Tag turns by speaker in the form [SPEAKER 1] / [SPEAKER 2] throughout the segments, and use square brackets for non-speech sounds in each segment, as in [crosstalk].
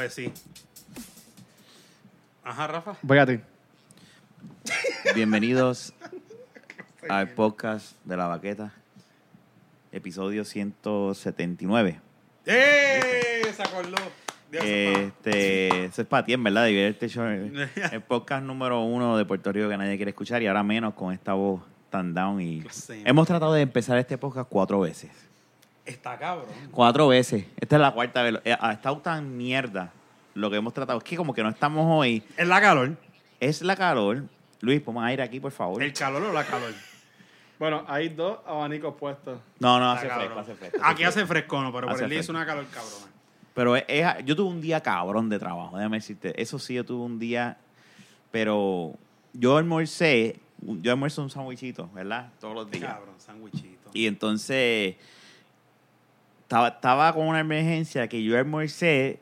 [SPEAKER 1] decir. Ajá, Rafa.
[SPEAKER 2] Voy a ti.
[SPEAKER 1] [laughs]
[SPEAKER 3] Bienvenidos al podcast de La Baqueta, episodio 179.
[SPEAKER 1] ¡Eh! Se acordó. Dios,
[SPEAKER 3] Este, eso es para ti, en verdad, de
[SPEAKER 1] [laughs]
[SPEAKER 3] verte yo- El podcast número uno de Puerto Rico que nadie quiere escuchar y ahora menos con esta voz tan down. y
[SPEAKER 1] Lo sé.
[SPEAKER 3] Hemos tratado de empezar este podcast cuatro veces.
[SPEAKER 1] Está cabrón.
[SPEAKER 3] Cuatro veces. Esta es la cuarta vez. Eh, Ha estado tan mierda lo que hemos tratado. Es que como que no estamos hoy.
[SPEAKER 1] Es la calor.
[SPEAKER 3] Es la calor. Luis, pon aire aquí, por favor.
[SPEAKER 1] El calor o la calor.
[SPEAKER 2] Bueno, hay dos abanicos puestos.
[SPEAKER 3] No, no,
[SPEAKER 1] Está
[SPEAKER 3] hace fresco,
[SPEAKER 1] cabrón.
[SPEAKER 3] hace fresco.
[SPEAKER 1] Aquí
[SPEAKER 3] fresco.
[SPEAKER 1] hace frescono, pero por
[SPEAKER 3] Hace
[SPEAKER 1] el día es
[SPEAKER 3] fresco.
[SPEAKER 1] una calor cabrona.
[SPEAKER 3] Pero es- es- yo tuve un día cabrón de trabajo, déjame decirte. Eso sí, yo tuve un día, pero yo almorcé, yo almuerzo un sandwichito, ¿verdad? Todos los días.
[SPEAKER 1] Cabrón, sandwichito.
[SPEAKER 3] Y entonces, estaba, estaba con una emergencia que yo almorcé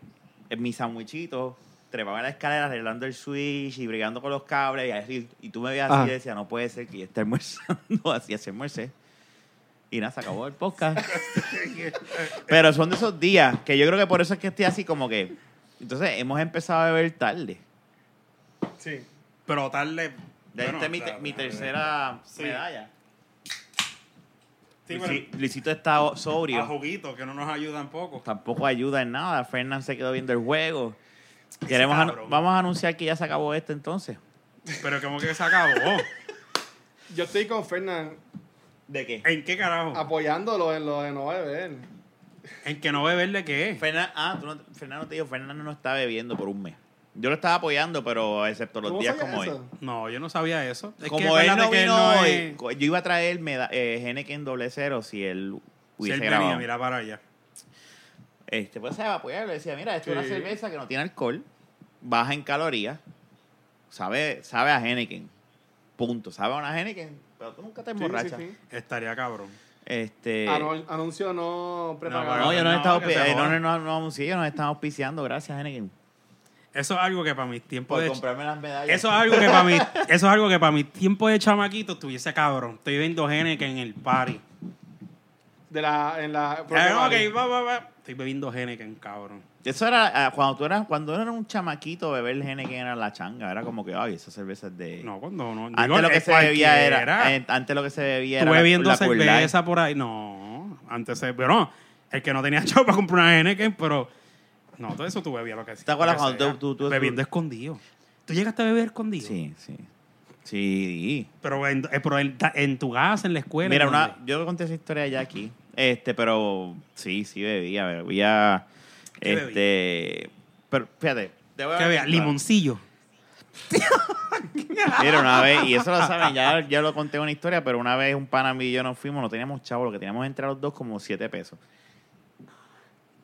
[SPEAKER 3] en mi sandwichito, trepaba en la escalera arreglando el switch y brigando con los cables. Y, así, y tú me veías
[SPEAKER 2] Ajá.
[SPEAKER 3] así y decía, no puede ser que yo esté almorzando [laughs] así, así almorcé. Y nada, se acabó el podcast. Pero son de esos días que yo creo que por eso es que estoy así como que... Entonces, hemos empezado a beber tarde.
[SPEAKER 2] Sí.
[SPEAKER 1] Pero tarde. bueno,
[SPEAKER 3] Ya esta es este mi,
[SPEAKER 1] claro,
[SPEAKER 3] mi
[SPEAKER 1] claro.
[SPEAKER 3] tercera
[SPEAKER 1] Sí.
[SPEAKER 3] medalla.
[SPEAKER 1] Sí,
[SPEAKER 3] Luisi-
[SPEAKER 1] pero
[SPEAKER 3] Luisito está o- sobrio.
[SPEAKER 1] a juguitos que no nos ayudan poco.
[SPEAKER 3] tampoco ayuda en nada. Fernan se quedó viendo el juego. Queremos
[SPEAKER 1] cabrón.
[SPEAKER 3] anu- vamos a anunciar que ya se acabó esto entonces.
[SPEAKER 1] Pero como que se
[SPEAKER 3] [laughs]
[SPEAKER 1] acabó.
[SPEAKER 2] Yo estoy con Fernán
[SPEAKER 3] ¿De qué?
[SPEAKER 1] ¿En qué
[SPEAKER 3] Ah.
[SPEAKER 1] carajo?
[SPEAKER 2] apoyándolo en lo de no beber.
[SPEAKER 1] ¿En que no beberle qué es?
[SPEAKER 3] Fernan, ah, tú no, Fernan no te dijo, Fernan no está bebiendo por un mes. Yo lo estaba apoyando, pero excepto los
[SPEAKER 2] ¿Cómo
[SPEAKER 3] días
[SPEAKER 2] sabías
[SPEAKER 3] como
[SPEAKER 2] eso?
[SPEAKER 3] él.
[SPEAKER 1] No, yo no sabía eso. Es
[SPEAKER 3] Como
[SPEAKER 1] que
[SPEAKER 3] él no
[SPEAKER 1] acuérdate que
[SPEAKER 3] vino hoy,
[SPEAKER 1] es-
[SPEAKER 3] co- yo iba a traer meda- eh, Henneken doble cero si él
[SPEAKER 1] Si
[SPEAKER 3] hubiese
[SPEAKER 1] él venía,
[SPEAKER 3] grabado.
[SPEAKER 1] mira para allá.
[SPEAKER 3] Este, pues se va a apoyar, le decía, mira, esto es
[SPEAKER 2] Sí.
[SPEAKER 3] una cerveza que no tiene alcohol, baja en calorías, sabe, sabe a Henneken, punto, sabe a una Henneken, pero tú nunca te
[SPEAKER 2] Sí, sí,
[SPEAKER 3] emborrachas.
[SPEAKER 2] sí.
[SPEAKER 1] Estaría cabrón.
[SPEAKER 3] Este,
[SPEAKER 2] Anun- Anuncio no prepagado.
[SPEAKER 3] No, yo no, he
[SPEAKER 1] No,
[SPEAKER 3] estado
[SPEAKER 1] que se
[SPEAKER 3] eh, no,
[SPEAKER 1] joda.
[SPEAKER 3] no, no, no, no, sí, yo no he estado auspiciando, gracias, Henneken.
[SPEAKER 1] Eso es algo que para mis tiempos
[SPEAKER 3] Por
[SPEAKER 1] de
[SPEAKER 3] comprarme las medallas.
[SPEAKER 1] Pues, eso es algo que para
[SPEAKER 3] [laughs]
[SPEAKER 1] mí, eso es algo que para mi tiempo de chamaquito estuviese cabrón. Estoy viendo Henneken en el party.
[SPEAKER 2] De la, en la,
[SPEAKER 1] Ah, no,
[SPEAKER 2] vale.
[SPEAKER 1] ok, va, va, va. Estoy bebiendo Henneken, cabrón.
[SPEAKER 3] Eso era ah, cuando tú eras, cuando eras un chamaquito, beber Henneken era la changa. Era como que, ay, esas cervezas de.
[SPEAKER 1] No, cuando no.
[SPEAKER 3] antes
[SPEAKER 1] Digo,
[SPEAKER 3] lo que
[SPEAKER 1] es
[SPEAKER 3] se bebía
[SPEAKER 1] cualquiera.
[SPEAKER 3] era. eh, antes lo que se bebía
[SPEAKER 1] Estuve
[SPEAKER 3] era.
[SPEAKER 1] viendo
[SPEAKER 3] la Cool Light.
[SPEAKER 1] cerveza por ahí. No, antes se. Pero no, el que no tenía [laughs] chavo para comprar una Henneken, pero. No, todo eso tú bebías lo que
[SPEAKER 3] ¿Te acuerdas
[SPEAKER 1] lo que
[SPEAKER 3] cuando
[SPEAKER 1] sea.
[SPEAKER 3] tú- tú- tú-
[SPEAKER 1] Bebiendo escondido. ¿Tú llegaste a beber escondido?
[SPEAKER 3] Sí, sí. Sí.
[SPEAKER 1] Pero en, eh, pero en, en tu casa, en la escuela.
[SPEAKER 3] Mira,
[SPEAKER 1] ¿en
[SPEAKER 3] una,
[SPEAKER 1] dónde?
[SPEAKER 3] yo conté esa historia ya aquí. Este, pero sí, sí bebía, bebía.
[SPEAKER 1] ¿Qué bebía?
[SPEAKER 3] Este. Pero fíjate. te voy a-
[SPEAKER 1] Que vea, limoncillo.
[SPEAKER 3] Mira, una vez, y eso lo saben, ya, ya lo conté una historia, pero una vez un pana mío y yo nos fuimos, no teníamos chavo, lo que teníamos entre los dos como siete pesos.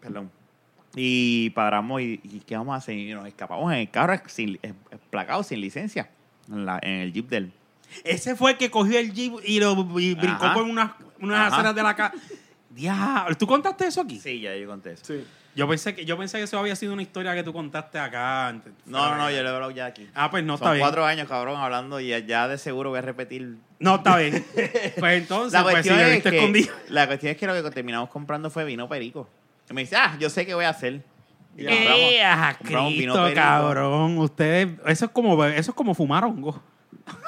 [SPEAKER 3] Perdón. Y paramos y, y ¿qué vamos a hacer? Y nos escapamos en el carro sin, eh, placado, sin licencia, en, la- en el jeep del...
[SPEAKER 1] Ese fue el que cogió el jeep y lo y brincó
[SPEAKER 3] Ajá.
[SPEAKER 1] por unas, unas
[SPEAKER 3] Ajá.
[SPEAKER 1] aceras de la casa. Diablo, ¿tú contaste eso aquí?
[SPEAKER 3] Sí, ya yo conté eso.
[SPEAKER 2] Sí.
[SPEAKER 1] Yo pensé que yo pensé que eso había sido una historia que tú contaste acá antes.
[SPEAKER 3] No, no, no, yo le he hablado ya aquí.
[SPEAKER 1] Ah, pues no
[SPEAKER 3] Son
[SPEAKER 1] está bien.
[SPEAKER 3] cuatro años, cabrón, hablando y ya, ya de seguro voy a repetir
[SPEAKER 1] No, está
[SPEAKER 3] [laughs]
[SPEAKER 1] bien. Pues entonces,
[SPEAKER 3] La
[SPEAKER 1] pues si
[SPEAKER 3] cuestión, es
[SPEAKER 1] bebiste
[SPEAKER 3] que,
[SPEAKER 1] escondido.
[SPEAKER 3] [laughs] la cuestión es que lo que terminamos comprando fue vino perico. Y me dice, ah, yo sé qué voy a hacer. Y
[SPEAKER 2] Eh,
[SPEAKER 1] Eh, ah,
[SPEAKER 3] compramos vino
[SPEAKER 1] Cristo,
[SPEAKER 3] perico.
[SPEAKER 1] cabrón. Ustedes, eso es como be- eso es como fumar hongo.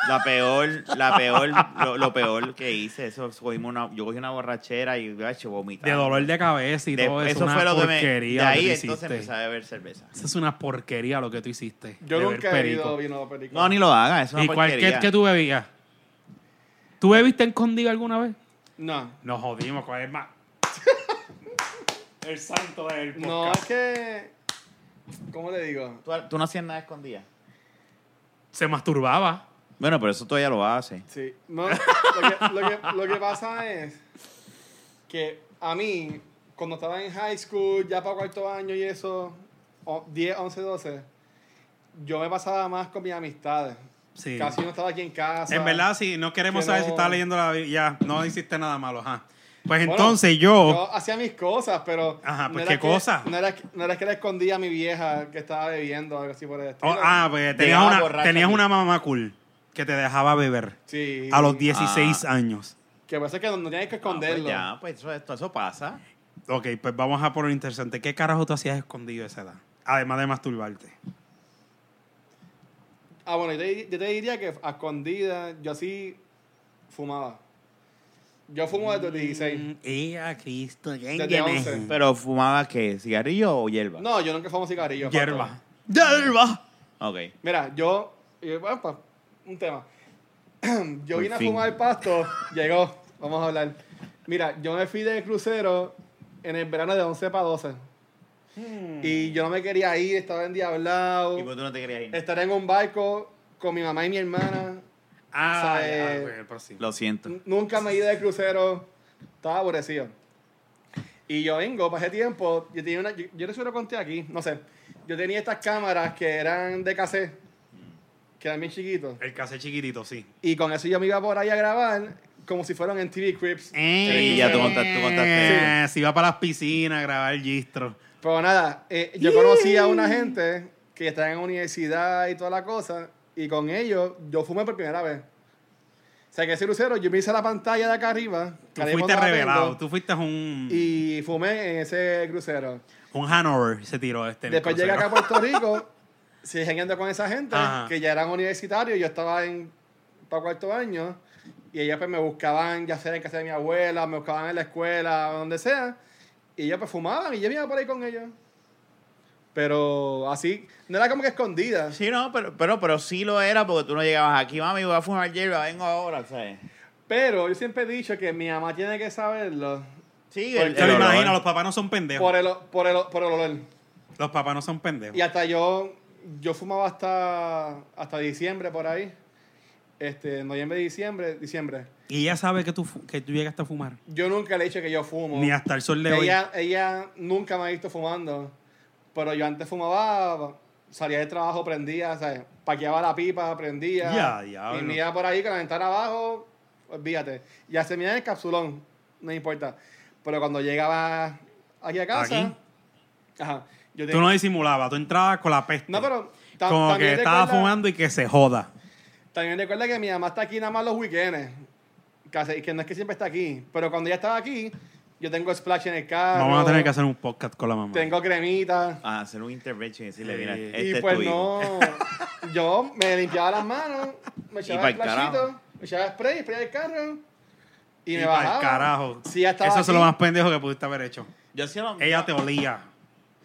[SPEAKER 3] La peor, la peor, lo, lo peor que hice, eso cogimos una, yo cogí una borrachera y yo hecho vomitar.
[SPEAKER 1] De dolor de cabeza y
[SPEAKER 3] De-
[SPEAKER 1] todo eso.
[SPEAKER 3] eso
[SPEAKER 1] una
[SPEAKER 3] fue lo que me. De
[SPEAKER 1] porquería lo que
[SPEAKER 3] ahí
[SPEAKER 1] tú
[SPEAKER 3] entonces
[SPEAKER 1] hiciste.
[SPEAKER 3] empecé a beber cerveza.
[SPEAKER 1] Eso es una porquería lo que tú hiciste.
[SPEAKER 2] Yo
[SPEAKER 1] beber
[SPEAKER 2] nunca he
[SPEAKER 1] perico.
[SPEAKER 2] bebido vino perico.
[SPEAKER 3] No, ni lo hagas, eso es
[SPEAKER 1] ¿Y
[SPEAKER 3] una
[SPEAKER 1] cuál
[SPEAKER 3] porquería.
[SPEAKER 1] que, que tú bebías? ¿Tú bebiste escondido alguna vez?
[SPEAKER 2] No.
[SPEAKER 1] Nos jodimos, ¿cuál es más? [laughs] El santo del
[SPEAKER 2] No, es que... ¿Cómo le digo?
[SPEAKER 3] Tú, tú no hacías nada escondida.
[SPEAKER 1] Se masturbaba.
[SPEAKER 3] Bueno, pero eso todavía lo haces.
[SPEAKER 2] Sí. No, lo, que, lo que- lo que pasa es que a mí, cuando estaba en high school, ya para cuarto año y eso, o- 10, 11, 12, yo me pasaba más con mis amistades.
[SPEAKER 1] Sí.
[SPEAKER 2] Casi no estaba aquí en casa.
[SPEAKER 1] en verdad, sí, no queremos
[SPEAKER 2] que
[SPEAKER 1] saber
[SPEAKER 2] no-
[SPEAKER 1] si estaba leyendo la Biblia. Ya, no hiciste nada malo, ajá. Pues
[SPEAKER 2] Bueno,
[SPEAKER 1] entonces yo,
[SPEAKER 2] Yo hacía mis cosas, pero.
[SPEAKER 1] Ajá, pues,
[SPEAKER 2] era
[SPEAKER 1] ¿qué
[SPEAKER 2] que-
[SPEAKER 1] cosa?
[SPEAKER 2] No era, que- no era que le escondía a mi vieja que estaba bebiendo o algo así por el estilo.
[SPEAKER 1] oh, ah, pues tenías
[SPEAKER 3] Llegaba
[SPEAKER 1] una,
[SPEAKER 3] borracha
[SPEAKER 1] tenías
[SPEAKER 3] aquí.
[SPEAKER 1] una mamá cool que te dejaba beber
[SPEAKER 2] Sí.
[SPEAKER 1] a los pues, 16 años.
[SPEAKER 2] Que pasa es que no no tienes que esconderlo.
[SPEAKER 3] Ah, pues ya, pues eso, esto- eso pasa.
[SPEAKER 1] Ok, pues vamos a por lo interesante. ¿Qué carajo tú hacías escondido a esa edad? Además de masturbarte.
[SPEAKER 2] Ah, bueno, yo te, yo te diría que a escondida, yo así fumaba. Yo fumo desde los
[SPEAKER 3] Mm.
[SPEAKER 2] 16.
[SPEAKER 1] Ea, Mm, Cristo,
[SPEAKER 2] Desde 11.
[SPEAKER 3] Pero fumaba qué, cigarrillo o hierba?
[SPEAKER 2] No, yo nunca fumo cigarrillo.
[SPEAKER 1] Hierba.
[SPEAKER 2] pato.
[SPEAKER 3] hierba. Ok.
[SPEAKER 2] Mira, yo. eh, bueno, pa- un tema. [clears throat] Yo
[SPEAKER 3] Por
[SPEAKER 2] vine
[SPEAKER 3] fin.
[SPEAKER 2] a fumar el pasto, [laughs] llegó, vamos a hablar. Mira, yo me fui de crucero en el verano de 11 para 12. Y yo no me quería ir, estaba endiablado.
[SPEAKER 3] Hmm. ¿Y por qué pues tú no te querías ir?
[SPEAKER 2] Estar en un barco con mi mamá y mi hermana.
[SPEAKER 1] Ah,
[SPEAKER 2] O sea,
[SPEAKER 1] ya,
[SPEAKER 2] eh,
[SPEAKER 1] pues, el próximo.
[SPEAKER 3] Lo siento.
[SPEAKER 2] N- Nunca me he ido de crucero. Estaba aborrecido. Y yo vengo, para ese tiempo, yo tenía una, yo, yo no sé si lo conté aquí, no sé. Yo tenía estas cámaras que eran de cassette, que eran bien chiquitos.
[SPEAKER 1] El casé chiquitito, sí.
[SPEAKER 2] Y con eso yo me iba por ahí a grabar como si fueran en TV Crips.
[SPEAKER 3] Sí, Eh, ya tú contaste- tú contaste.
[SPEAKER 1] Eh, Si iba para las piscinas a grabar gistro.
[SPEAKER 2] Pero nada, eh, yo conocí a una gente que está en universidad y toda la cosa, y con ellos yo fumé por primera vez. O sea, que ese crucero, yo me hice la pantalla de acá arriba.
[SPEAKER 1] Tú
[SPEAKER 2] Carimbo
[SPEAKER 1] fuiste
[SPEAKER 2] estaba
[SPEAKER 1] revelado.
[SPEAKER 2] viendo,
[SPEAKER 1] Tú fuiste un,
[SPEAKER 2] Y fumé en ese crucero.
[SPEAKER 1] un Hanover, se tiró este. en el
[SPEAKER 2] Después llegué acá a
[SPEAKER 1] crucero.
[SPEAKER 2] Puerto
[SPEAKER 1] [laughs]
[SPEAKER 2] Rico, seguí jangueando con esa gente
[SPEAKER 1] Ajá.
[SPEAKER 2] que ya eran universitarios, yo estaba en para cuarto año, y ellas pues me buscaban, ya sea en casa de mi abuela, me buscaban en la escuela, donde sea, y ellas pues fumaban, y yo me iba por ahí con ellos. Pero así, no era como que escondida.
[SPEAKER 3] Sí, no, pero, pero, pero sí lo era porque tú no llegabas aquí, mami, voy a fumar hierba, vengo ahora, ¿sabes?
[SPEAKER 2] Pero yo siempre he dicho que mi mamá tiene que saberlo
[SPEAKER 3] Sí,
[SPEAKER 2] Porque
[SPEAKER 3] el,
[SPEAKER 1] Te
[SPEAKER 3] el
[SPEAKER 1] lo
[SPEAKER 3] olor.
[SPEAKER 1] imagino, los papás no son pendejos.
[SPEAKER 2] por el, o- por el, o- por el olor.
[SPEAKER 1] Los papás no son pendejos.
[SPEAKER 2] Y hasta yo, yo fumaba hasta, hasta diciembre por ahí. Este, noviembre, diciembre, diciembre.
[SPEAKER 1] Y ella sabe que tú, fu- que tú llegaste a fumar.
[SPEAKER 2] Yo nunca le he dicho que yo fumo.
[SPEAKER 1] Ni hasta el sol de hoy.
[SPEAKER 2] ella, ella nunca me ha visto fumando. Pero yo antes fumaba, salía del trabajo, prendía, ¿sabes? Paqueaba la pipa, prendía.
[SPEAKER 1] Ya, diablo.
[SPEAKER 2] Y me iba por ahí con la ventana abajo, olvídate. Y se me el capsulón, no importa. Pero cuando llegaba aquí a casa.
[SPEAKER 1] Aquí.
[SPEAKER 2] Ajá. Yo
[SPEAKER 1] Tú
[SPEAKER 2] tenía-
[SPEAKER 1] no disimulabas, tú entrabas con la peste.
[SPEAKER 2] No, pero tam-
[SPEAKER 1] Como
[SPEAKER 2] también
[SPEAKER 1] que estaba
[SPEAKER 2] recuerda-
[SPEAKER 1] fumando y que se joda.
[SPEAKER 2] También recuerda que mi mamá está aquí nada más los weekends. Casi, que no es que siempre está aquí. Pero cuando ella estaba aquí, yo tengo splash en el carro.
[SPEAKER 1] Vamos a tener que hacer un podcast con la mamá.
[SPEAKER 2] Tengo cremita.
[SPEAKER 3] A hacer un intervention y decirle,
[SPEAKER 1] Sí.
[SPEAKER 3] mira,
[SPEAKER 1] Y
[SPEAKER 3] este
[SPEAKER 2] y
[SPEAKER 3] es
[SPEAKER 2] pues
[SPEAKER 3] tu
[SPEAKER 2] no.
[SPEAKER 3] hijo. [laughs]
[SPEAKER 2] Yo me limpiaba las manos, me echaba
[SPEAKER 3] pa'l
[SPEAKER 2] el flashito,
[SPEAKER 3] carajo.
[SPEAKER 2] me echaba spray, spray el carro. Y,
[SPEAKER 1] Y
[SPEAKER 2] me
[SPEAKER 1] pa'l
[SPEAKER 2] bajaba.
[SPEAKER 1] carajo.
[SPEAKER 2] Si ya estaba
[SPEAKER 1] Eso
[SPEAKER 2] aquí,
[SPEAKER 1] es lo más pendejo que pudiste haber hecho.
[SPEAKER 3] Yo hacía lo
[SPEAKER 1] Ella te olía.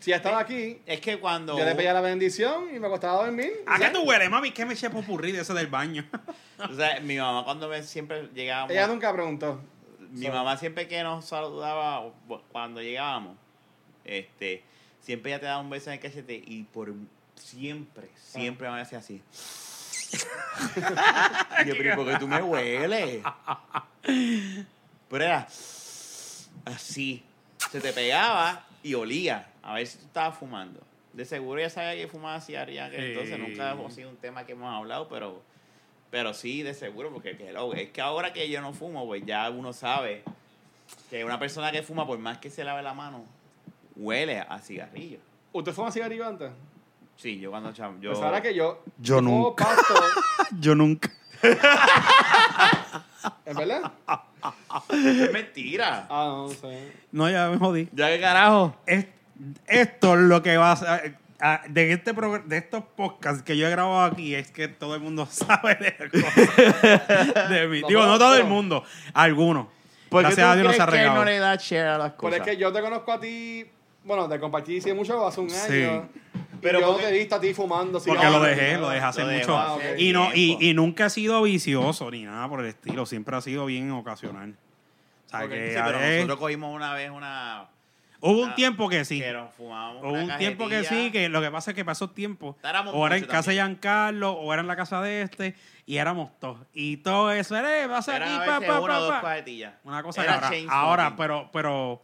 [SPEAKER 2] Si ya estaba aquí,
[SPEAKER 3] Es que cuando...
[SPEAKER 2] yo le pedía la bendición y me acostaba a dormir.
[SPEAKER 1] ¿A
[SPEAKER 2] Ya.
[SPEAKER 1] qué tú hueles, mami? ¿Qué me eché popurrí de ese del
[SPEAKER 3] [laughs]
[SPEAKER 1] baño? [laughs]
[SPEAKER 3] O sea, mi mamá cuando me siempre llegábamos...
[SPEAKER 2] Ella nunca preguntó.
[SPEAKER 3] Mi mamá siempre que nos saludaba o- cuando llegábamos, este, siempre ella te daba un beso en el cachete y por siempre, siempre me
[SPEAKER 2] [laughs]
[SPEAKER 3] decía así. [laughs] Y yo, pero ¿y por qué tú me hueles? Pero era así. Se te pegaba y olía a ver si tú estabas fumando. De seguro ya sabía que fumaba cigarrillo, que
[SPEAKER 1] Sí.
[SPEAKER 3] entonces nunca ha sido un tema que hemos hablado, pero, pero sí, de seguro, porque hello, es que ahora que yo no fumo, pues ya uno sabe que una persona que fuma, por más que se lave la mano, huele a cigarrillo.
[SPEAKER 2] ¿Usted fuma cigarrillo antes?
[SPEAKER 3] Sí, yo cuando chamo, yo...
[SPEAKER 2] Pues ahora que yo.
[SPEAKER 1] Yo
[SPEAKER 2] fumo
[SPEAKER 1] nunca.
[SPEAKER 2] Pasto,
[SPEAKER 1] Yo nunca.
[SPEAKER 2] ¿Es verdad?
[SPEAKER 3] [laughs] Es mentira.
[SPEAKER 2] Ah, no, no sé.
[SPEAKER 1] No, ya me jodí.
[SPEAKER 3] Ya que carajo.
[SPEAKER 1] Es- esto es lo que va a, ser- a- de, este progr- de estos podcasts que yo he grabado aquí es que todo el mundo [laughs] sabe de,
[SPEAKER 3] [laughs]
[SPEAKER 1] cosas de mí.
[SPEAKER 2] No,
[SPEAKER 1] Digo,
[SPEAKER 2] pero-
[SPEAKER 1] no todo el
[SPEAKER 2] pero-
[SPEAKER 1] mundo. Algunos.
[SPEAKER 3] ¿Por qué
[SPEAKER 1] Gracias
[SPEAKER 3] tú
[SPEAKER 1] a Dios nos ha
[SPEAKER 3] crees que él
[SPEAKER 1] regado.
[SPEAKER 3] no le da share a las
[SPEAKER 2] Pero
[SPEAKER 3] cosas?
[SPEAKER 2] Pues es que yo te conozco a ti. Bueno, te compartí hace mucho, hace un
[SPEAKER 1] Sí.
[SPEAKER 2] año.
[SPEAKER 3] Pero
[SPEAKER 2] Pero yo no
[SPEAKER 3] porque-
[SPEAKER 2] te he visto a ti fumando
[SPEAKER 1] Porque
[SPEAKER 2] cigarrillo.
[SPEAKER 1] lo dejé, lo dejé hace
[SPEAKER 3] Lo dejó ah,
[SPEAKER 1] mucho.
[SPEAKER 2] hace
[SPEAKER 1] Y, no, y,
[SPEAKER 3] tiempo.
[SPEAKER 1] y nunca he sido vicioso ni nada por el estilo. Siempre ha sido bien ocasional. O sea,
[SPEAKER 2] Ok,
[SPEAKER 1] que
[SPEAKER 3] Sí,
[SPEAKER 1] Eh, a
[SPEAKER 3] pero
[SPEAKER 1] ver,
[SPEAKER 3] nosotros cogimos una vez una...
[SPEAKER 1] hubo
[SPEAKER 3] ah,
[SPEAKER 1] un tiempo que sí.
[SPEAKER 3] Que nos fumamos
[SPEAKER 1] Hubo un tiempo que sí, que lo que pasa es que pasó tiempo.
[SPEAKER 3] Éramos
[SPEAKER 1] O era en
[SPEAKER 3] muchos
[SPEAKER 1] casa de
[SPEAKER 3] también.
[SPEAKER 1] Giancarlo, o era en la casa de este, y éramos todos. Y todo eso era, eh, vas
[SPEAKER 3] Era
[SPEAKER 1] aquí,
[SPEAKER 3] a
[SPEAKER 1] pa,
[SPEAKER 3] veces
[SPEAKER 1] pa,
[SPEAKER 3] una o dos
[SPEAKER 1] pa, pa.
[SPEAKER 3] cajetillas.
[SPEAKER 1] Una cosa que
[SPEAKER 3] Era
[SPEAKER 1] ahora,
[SPEAKER 3] chain
[SPEAKER 1] ahora,
[SPEAKER 3] smoking.
[SPEAKER 1] pero, pero,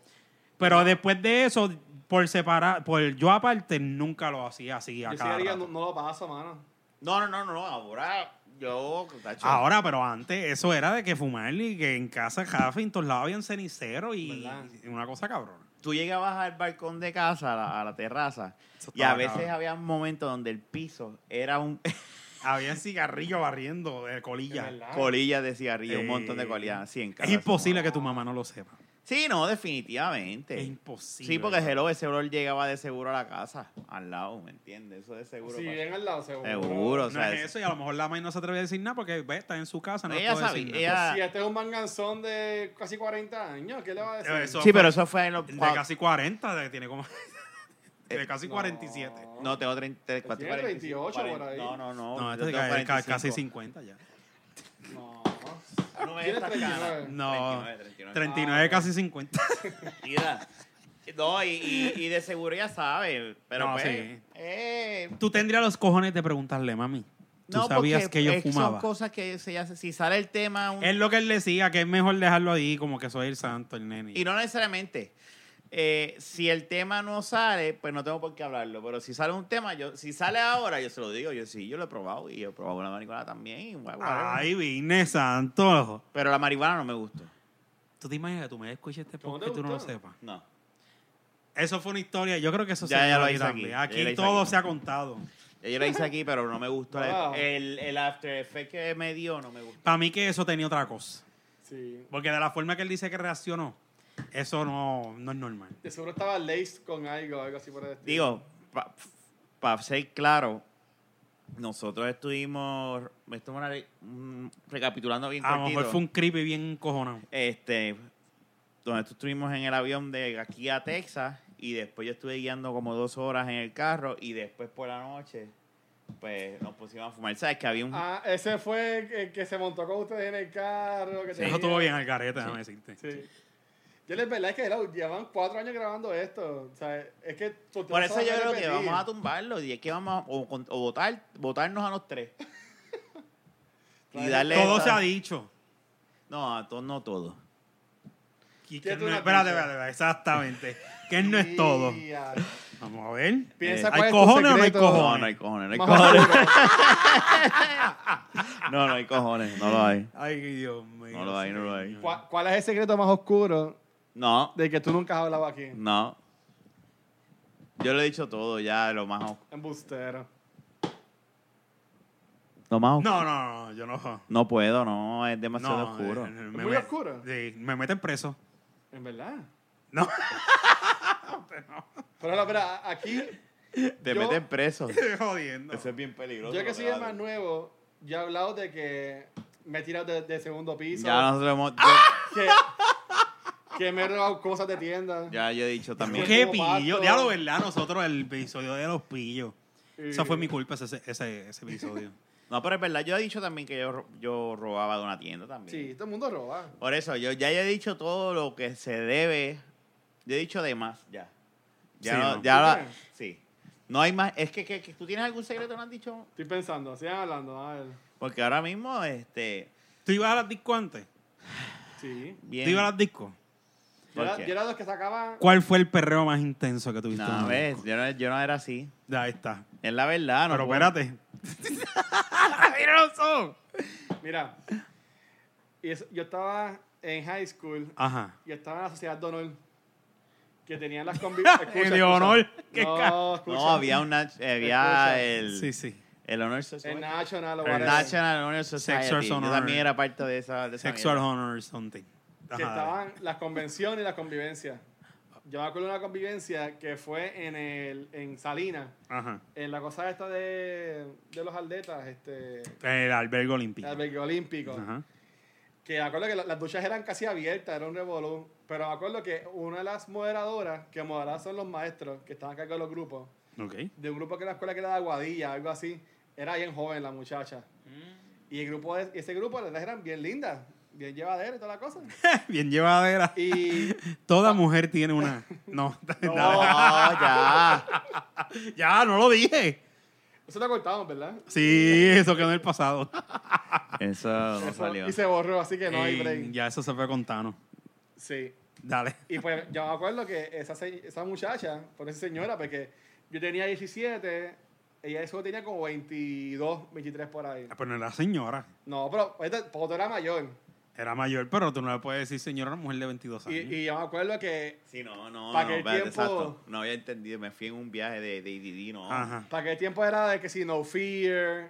[SPEAKER 1] pero después de eso, por separar, por yo aparte nunca lo hacía así a
[SPEAKER 2] Yo
[SPEAKER 1] cada
[SPEAKER 2] cigarrillo no,
[SPEAKER 1] rato.
[SPEAKER 2] no lo paso, mano.
[SPEAKER 3] No, no, no, no, no, ahora yo... tacho,
[SPEAKER 1] Ahora, pero antes, eso era de que fumar y que en casa Huffington la habían cenicero y,
[SPEAKER 2] ¿Verdad?
[SPEAKER 1] y una cosa cabrona.
[SPEAKER 3] Tú llegabas al balcón de casa, a la, a la terraza,
[SPEAKER 1] Eso
[SPEAKER 3] y a
[SPEAKER 1] estaba
[SPEAKER 3] veces
[SPEAKER 1] cabrón.
[SPEAKER 3] había momentos donde el piso era un... [laughs]
[SPEAKER 1] habían cigarrillo barriendo de colilla.
[SPEAKER 2] Es verdad.
[SPEAKER 3] colillas de cigarrillo, un montón de
[SPEAKER 1] Eh,
[SPEAKER 3] colillas, así en casa.
[SPEAKER 1] Es imposible que tu mamá no lo sepa.
[SPEAKER 3] Sí, no, definitivamente.
[SPEAKER 1] Es imposible.
[SPEAKER 3] Sí, porque hello, ese olor llegaba de seguro a la casa, al lado, ¿me entiendes? Eso de seguro.
[SPEAKER 2] Si
[SPEAKER 3] pasó.
[SPEAKER 2] bien al lado, seguro.
[SPEAKER 3] Seguro. o
[SPEAKER 1] No
[SPEAKER 3] sea,
[SPEAKER 1] es
[SPEAKER 3] es-
[SPEAKER 1] eso, y a lo mejor la May no se atreve a decir nada porque ve, está en su casa, no le
[SPEAKER 3] Ella
[SPEAKER 1] puede
[SPEAKER 3] sabe,
[SPEAKER 1] decir nada.
[SPEAKER 3] ella-
[SPEAKER 2] Si este es un manganzón de casi 40 años, ¿qué le va a decir?
[SPEAKER 1] Eso
[SPEAKER 3] sí, pero eso fue en los.
[SPEAKER 1] De casi 40, de, tiene como. [laughs]
[SPEAKER 3] Eh,
[SPEAKER 1] de casi
[SPEAKER 2] No.
[SPEAKER 1] 47.
[SPEAKER 3] No, tengo 30,
[SPEAKER 2] Pues Tiene
[SPEAKER 3] 40,
[SPEAKER 2] 28 por ahí.
[SPEAKER 3] No, no, no.
[SPEAKER 1] No,
[SPEAKER 3] yo
[SPEAKER 1] este
[SPEAKER 3] tengo
[SPEAKER 1] ca- ca-
[SPEAKER 3] 45.
[SPEAKER 1] casi 50 ya.
[SPEAKER 2] No. este
[SPEAKER 3] No me
[SPEAKER 2] Tiene
[SPEAKER 3] des estas caras.
[SPEAKER 2] 39.
[SPEAKER 1] No,
[SPEAKER 3] 39, 39.
[SPEAKER 1] 39, casi 50.
[SPEAKER 3] Ah, Mira, No, y, y, y de seguro ya sabe, pero
[SPEAKER 1] No,
[SPEAKER 3] pues,
[SPEAKER 1] sí.
[SPEAKER 3] eh,
[SPEAKER 1] Tú tendrías los cojones de preguntarle, mami. Tú
[SPEAKER 3] no,
[SPEAKER 1] sabías
[SPEAKER 3] porque
[SPEAKER 1] que yo
[SPEAKER 3] es-
[SPEAKER 1] fumaba.
[SPEAKER 3] Son cosas que se hace, si sale el tema un-
[SPEAKER 1] Es lo que él decía, que es mejor dejarlo ahí, como que soy el santo, el nene.
[SPEAKER 3] y no necesariamente. eh, si el tema no sale, pues no tengo por qué hablarlo. Pero si sale un tema, yo, si sale ahora, yo se lo digo. Yo sí, yo lo he probado y yo he probado la marihuana también. y guau, guau.
[SPEAKER 1] Ay, vine santo.
[SPEAKER 3] Pero la marihuana no me gustó.
[SPEAKER 1] ¿Tú te imaginas que tú me escuches este
[SPEAKER 2] ¿Cómo te
[SPEAKER 1] podcast y tú no lo
[SPEAKER 2] gustó?
[SPEAKER 1] sepas?
[SPEAKER 3] No.
[SPEAKER 1] Eso fue una historia. Yo creo que eso
[SPEAKER 3] Ya,
[SPEAKER 1] se
[SPEAKER 3] ya
[SPEAKER 1] dio
[SPEAKER 3] lo
[SPEAKER 1] ahí
[SPEAKER 3] hice aquí,
[SPEAKER 1] también.
[SPEAKER 3] ya
[SPEAKER 1] Aquí,
[SPEAKER 3] lo hice
[SPEAKER 1] todo
[SPEAKER 3] aquí.
[SPEAKER 1] se ha contado.
[SPEAKER 3] Ya Yo la hice aquí, pero no me gustó. la-
[SPEAKER 2] Wow.
[SPEAKER 3] El, el after effect que me dio no me gustó.
[SPEAKER 1] Para mí que eso tenía otra cosa.
[SPEAKER 2] Sí.
[SPEAKER 1] Porque de la forma que él dice que reaccionó, eso no, no es normal.
[SPEAKER 2] De seguro estaba laced con algo, algo así por el estilo.
[SPEAKER 3] Digo, para ser claro, nosotros estuvimos, esto es una re- un- recapitulando bien
[SPEAKER 1] A lo
[SPEAKER 3] cortito,
[SPEAKER 1] mejor fue un creepy bien cojonado.
[SPEAKER 3] este, donde tú estuvimos en el avión de aquí a Texas y después yo estuve guiando como dos horas en el carro y después por la noche, pues nos pusimos a fumar. ¿Sabes que había un...
[SPEAKER 2] Ah, ese fue el que- el que se montó con ustedes en el carro. Que
[SPEAKER 1] Eso
[SPEAKER 2] tenía-
[SPEAKER 1] estuvo bien al carete, déjame decirte.
[SPEAKER 2] Sí. Yo les verdad es que hello, llevan cuatro años grabando esto. O sea, es que tú te
[SPEAKER 3] Por
[SPEAKER 2] vas
[SPEAKER 3] eso yo
[SPEAKER 2] dejar
[SPEAKER 3] creo que
[SPEAKER 2] repetir.
[SPEAKER 3] vamos a tumbarlo y es que vamos a, o, con- o votar, votarnos a los tres. y darle...
[SPEAKER 1] Todo
[SPEAKER 3] esa-
[SPEAKER 1] se ha dicho.
[SPEAKER 3] No, a todos no todo.
[SPEAKER 1] Y
[SPEAKER 2] ¿Qué
[SPEAKER 1] que
[SPEAKER 2] tú
[SPEAKER 1] no-
[SPEAKER 2] no has
[SPEAKER 1] espérate,
[SPEAKER 2] dicho?
[SPEAKER 1] espérate, espérate, exactamente. Que no es todo.
[SPEAKER 2] Y, ah,
[SPEAKER 1] Vamos a ver.
[SPEAKER 2] Piensa
[SPEAKER 3] Eh,
[SPEAKER 2] cuál
[SPEAKER 1] ¿hay
[SPEAKER 2] es tu
[SPEAKER 1] cojones o no hay
[SPEAKER 2] secreto
[SPEAKER 1] cojones?
[SPEAKER 3] No, no hay cojones,
[SPEAKER 2] más
[SPEAKER 3] no hay cojones.
[SPEAKER 2] oscuro.
[SPEAKER 3] No, no hay cojones, no lo hay.
[SPEAKER 1] Ay, Dios mío.
[SPEAKER 3] No lo hay, no lo hay.
[SPEAKER 1] señor.
[SPEAKER 2] ¿Cuál, cuál es el secreto más oscuro
[SPEAKER 3] No,
[SPEAKER 2] de que tú nunca has hablado aquí?
[SPEAKER 3] no. Yo lo he dicho todo ya, lo más... os-
[SPEAKER 2] Embustero.
[SPEAKER 3] Lo más os-
[SPEAKER 1] No, no, no, yo no.
[SPEAKER 3] No puedo, no, es demasiado
[SPEAKER 1] no,
[SPEAKER 3] oscuro.
[SPEAKER 1] eh, me
[SPEAKER 2] muy
[SPEAKER 1] met-
[SPEAKER 2] oscuro?
[SPEAKER 1] Sí, me meten
[SPEAKER 2] [laughs]
[SPEAKER 1] preso.
[SPEAKER 2] En verdad.
[SPEAKER 1] No.
[SPEAKER 2] [laughs] Pero no, pero a- aquí,
[SPEAKER 3] Te
[SPEAKER 2] yo-
[SPEAKER 3] meten preso.
[SPEAKER 1] Jodiendo.
[SPEAKER 3] Eso es bien peligroso.
[SPEAKER 2] yo
[SPEAKER 3] lo
[SPEAKER 2] que soy el
[SPEAKER 3] vale.
[SPEAKER 2] más nuevo, yo he hablado de que me he tirado de, de segundo piso.
[SPEAKER 3] Ya nosotros hemos... yo-
[SPEAKER 2] Que, que me he robado cosas de tienda.
[SPEAKER 3] ya yo he dicho también.
[SPEAKER 1] Qué
[SPEAKER 2] Como
[SPEAKER 1] pillo.
[SPEAKER 2] pato.
[SPEAKER 1] Diablo, ¿verdad? Nosotros el episodio de los pillos.
[SPEAKER 2] Y-
[SPEAKER 1] Esa fue mi culpa, ese, ese, ese episodio.
[SPEAKER 3] No, pero es verdad, yo he dicho también que yo, ro- yo robaba de una tienda también.
[SPEAKER 2] Sí, todo el mundo roba.
[SPEAKER 3] Por eso, yo ya he dicho todo lo que se debe. Yo he dicho de más, ya. Ya,
[SPEAKER 1] Sí,
[SPEAKER 3] no,
[SPEAKER 1] ¿no?
[SPEAKER 3] ya
[SPEAKER 2] ¿Tú
[SPEAKER 3] la-
[SPEAKER 2] crees?
[SPEAKER 3] sí. No hay más. Es que, que- que tú tienes algún secreto, no has dicho.
[SPEAKER 2] Estoy pensando, sigan hablando. A ver.
[SPEAKER 3] Porque ahora mismo, este.
[SPEAKER 1] ¿Tú ibas a las discos antes?
[SPEAKER 2] Sí.
[SPEAKER 3] Bien.
[SPEAKER 1] ¿Tú ibas a las discos?
[SPEAKER 2] Yo
[SPEAKER 3] ¿Por
[SPEAKER 2] era,
[SPEAKER 3] qué?
[SPEAKER 2] yo era de los que sacaban.
[SPEAKER 1] ¿Cuál fue el perreo más intenso que tuviste? en
[SPEAKER 3] No,
[SPEAKER 1] una
[SPEAKER 3] ves,
[SPEAKER 1] disco?
[SPEAKER 3] yo no, yo no era así.
[SPEAKER 1] Ya, ahí está.
[SPEAKER 3] Es la verdad, no.
[SPEAKER 1] Pero
[SPEAKER 3] puedo- [laughs]
[SPEAKER 1] espérate. Mira los ojos.
[SPEAKER 2] Mira, y eso- yo estaba en high school
[SPEAKER 1] Ajá.
[SPEAKER 2] y estaba en la sociedad de honor. Que tenían
[SPEAKER 1] [laughs]
[SPEAKER 2] las combi.
[SPEAKER 1] El de honor. Qué ca-
[SPEAKER 2] No,
[SPEAKER 3] No, había una.
[SPEAKER 2] Escucha.
[SPEAKER 3] Había el.
[SPEAKER 1] Sí, sí.
[SPEAKER 3] El Honor
[SPEAKER 1] [laughs]
[SPEAKER 2] En
[SPEAKER 3] Society.
[SPEAKER 2] National o
[SPEAKER 1] El
[SPEAKER 3] El
[SPEAKER 2] whatever.
[SPEAKER 3] National Honor Society.
[SPEAKER 1] Sexual
[SPEAKER 3] Yo
[SPEAKER 1] Honor.
[SPEAKER 3] también era parte de esa. De esa
[SPEAKER 1] Sexual
[SPEAKER 3] mierda.
[SPEAKER 1] honor or something.
[SPEAKER 2] que
[SPEAKER 1] Ajá, dale.
[SPEAKER 2] estaban las convenciones y las convivencias. Yo me acuerdo de una convivencia que fue en el en Salinas,
[SPEAKER 1] Ajá.
[SPEAKER 2] en la cosa esta de, de los atletas, este,
[SPEAKER 1] El albergue
[SPEAKER 2] el
[SPEAKER 1] olímpico.
[SPEAKER 2] albergue olímpico.
[SPEAKER 1] Ajá.
[SPEAKER 2] Que me acuerdo que la- las duchas eran casi abiertas, era un revolú. Pero me acuerdo que una de las moderadoras, que moderadas son los maestros, que estaban a cargo de los grupos,
[SPEAKER 1] Ok.
[SPEAKER 2] de un grupo que era la escuela que era de Aguadilla, algo así, era bien joven la muchacha. Y el grupo, de- ese grupo, las eran bien lindas, bien llevaderas y toda la cosa.
[SPEAKER 1] [laughs] Bien llevadera.
[SPEAKER 2] Y
[SPEAKER 1] Toda mujer tiene una. No, [laughs]
[SPEAKER 3] No,
[SPEAKER 1] dale. [laughs]
[SPEAKER 3] ya.
[SPEAKER 1] ya, no lo dije.
[SPEAKER 2] eso lo cortamos, ¿verdad?
[SPEAKER 1] Sí, eso quedó en el pasado.
[SPEAKER 3] Eso no
[SPEAKER 2] Eso-
[SPEAKER 3] salió.
[SPEAKER 2] Y se borró, así que no hay
[SPEAKER 1] Eh,
[SPEAKER 2] break.
[SPEAKER 1] ya eso se fue con Tano.
[SPEAKER 2] Sí.
[SPEAKER 1] Dale.
[SPEAKER 2] Y pues yo me acuerdo que esa, se- esa muchacha, por esa señora, porque yo tenía 17, ella solo tenía como 22, 23 por ahí.
[SPEAKER 1] Pero no era señora.
[SPEAKER 2] No, pero esta foto era mayor.
[SPEAKER 1] Era mayor, pero tú no le puedes decir señora a una mujer de 22
[SPEAKER 2] Y,
[SPEAKER 1] años.
[SPEAKER 2] y yo me acuerdo que
[SPEAKER 3] Sí, no, no,
[SPEAKER 2] Pa'
[SPEAKER 3] no,
[SPEAKER 2] que el
[SPEAKER 3] espérate,
[SPEAKER 2] tiempo-
[SPEAKER 3] exacto. No había entendido, me fui en un viaje de de IDD, no.
[SPEAKER 1] Ajá.
[SPEAKER 2] para aquel tiempo era de que si No Fear,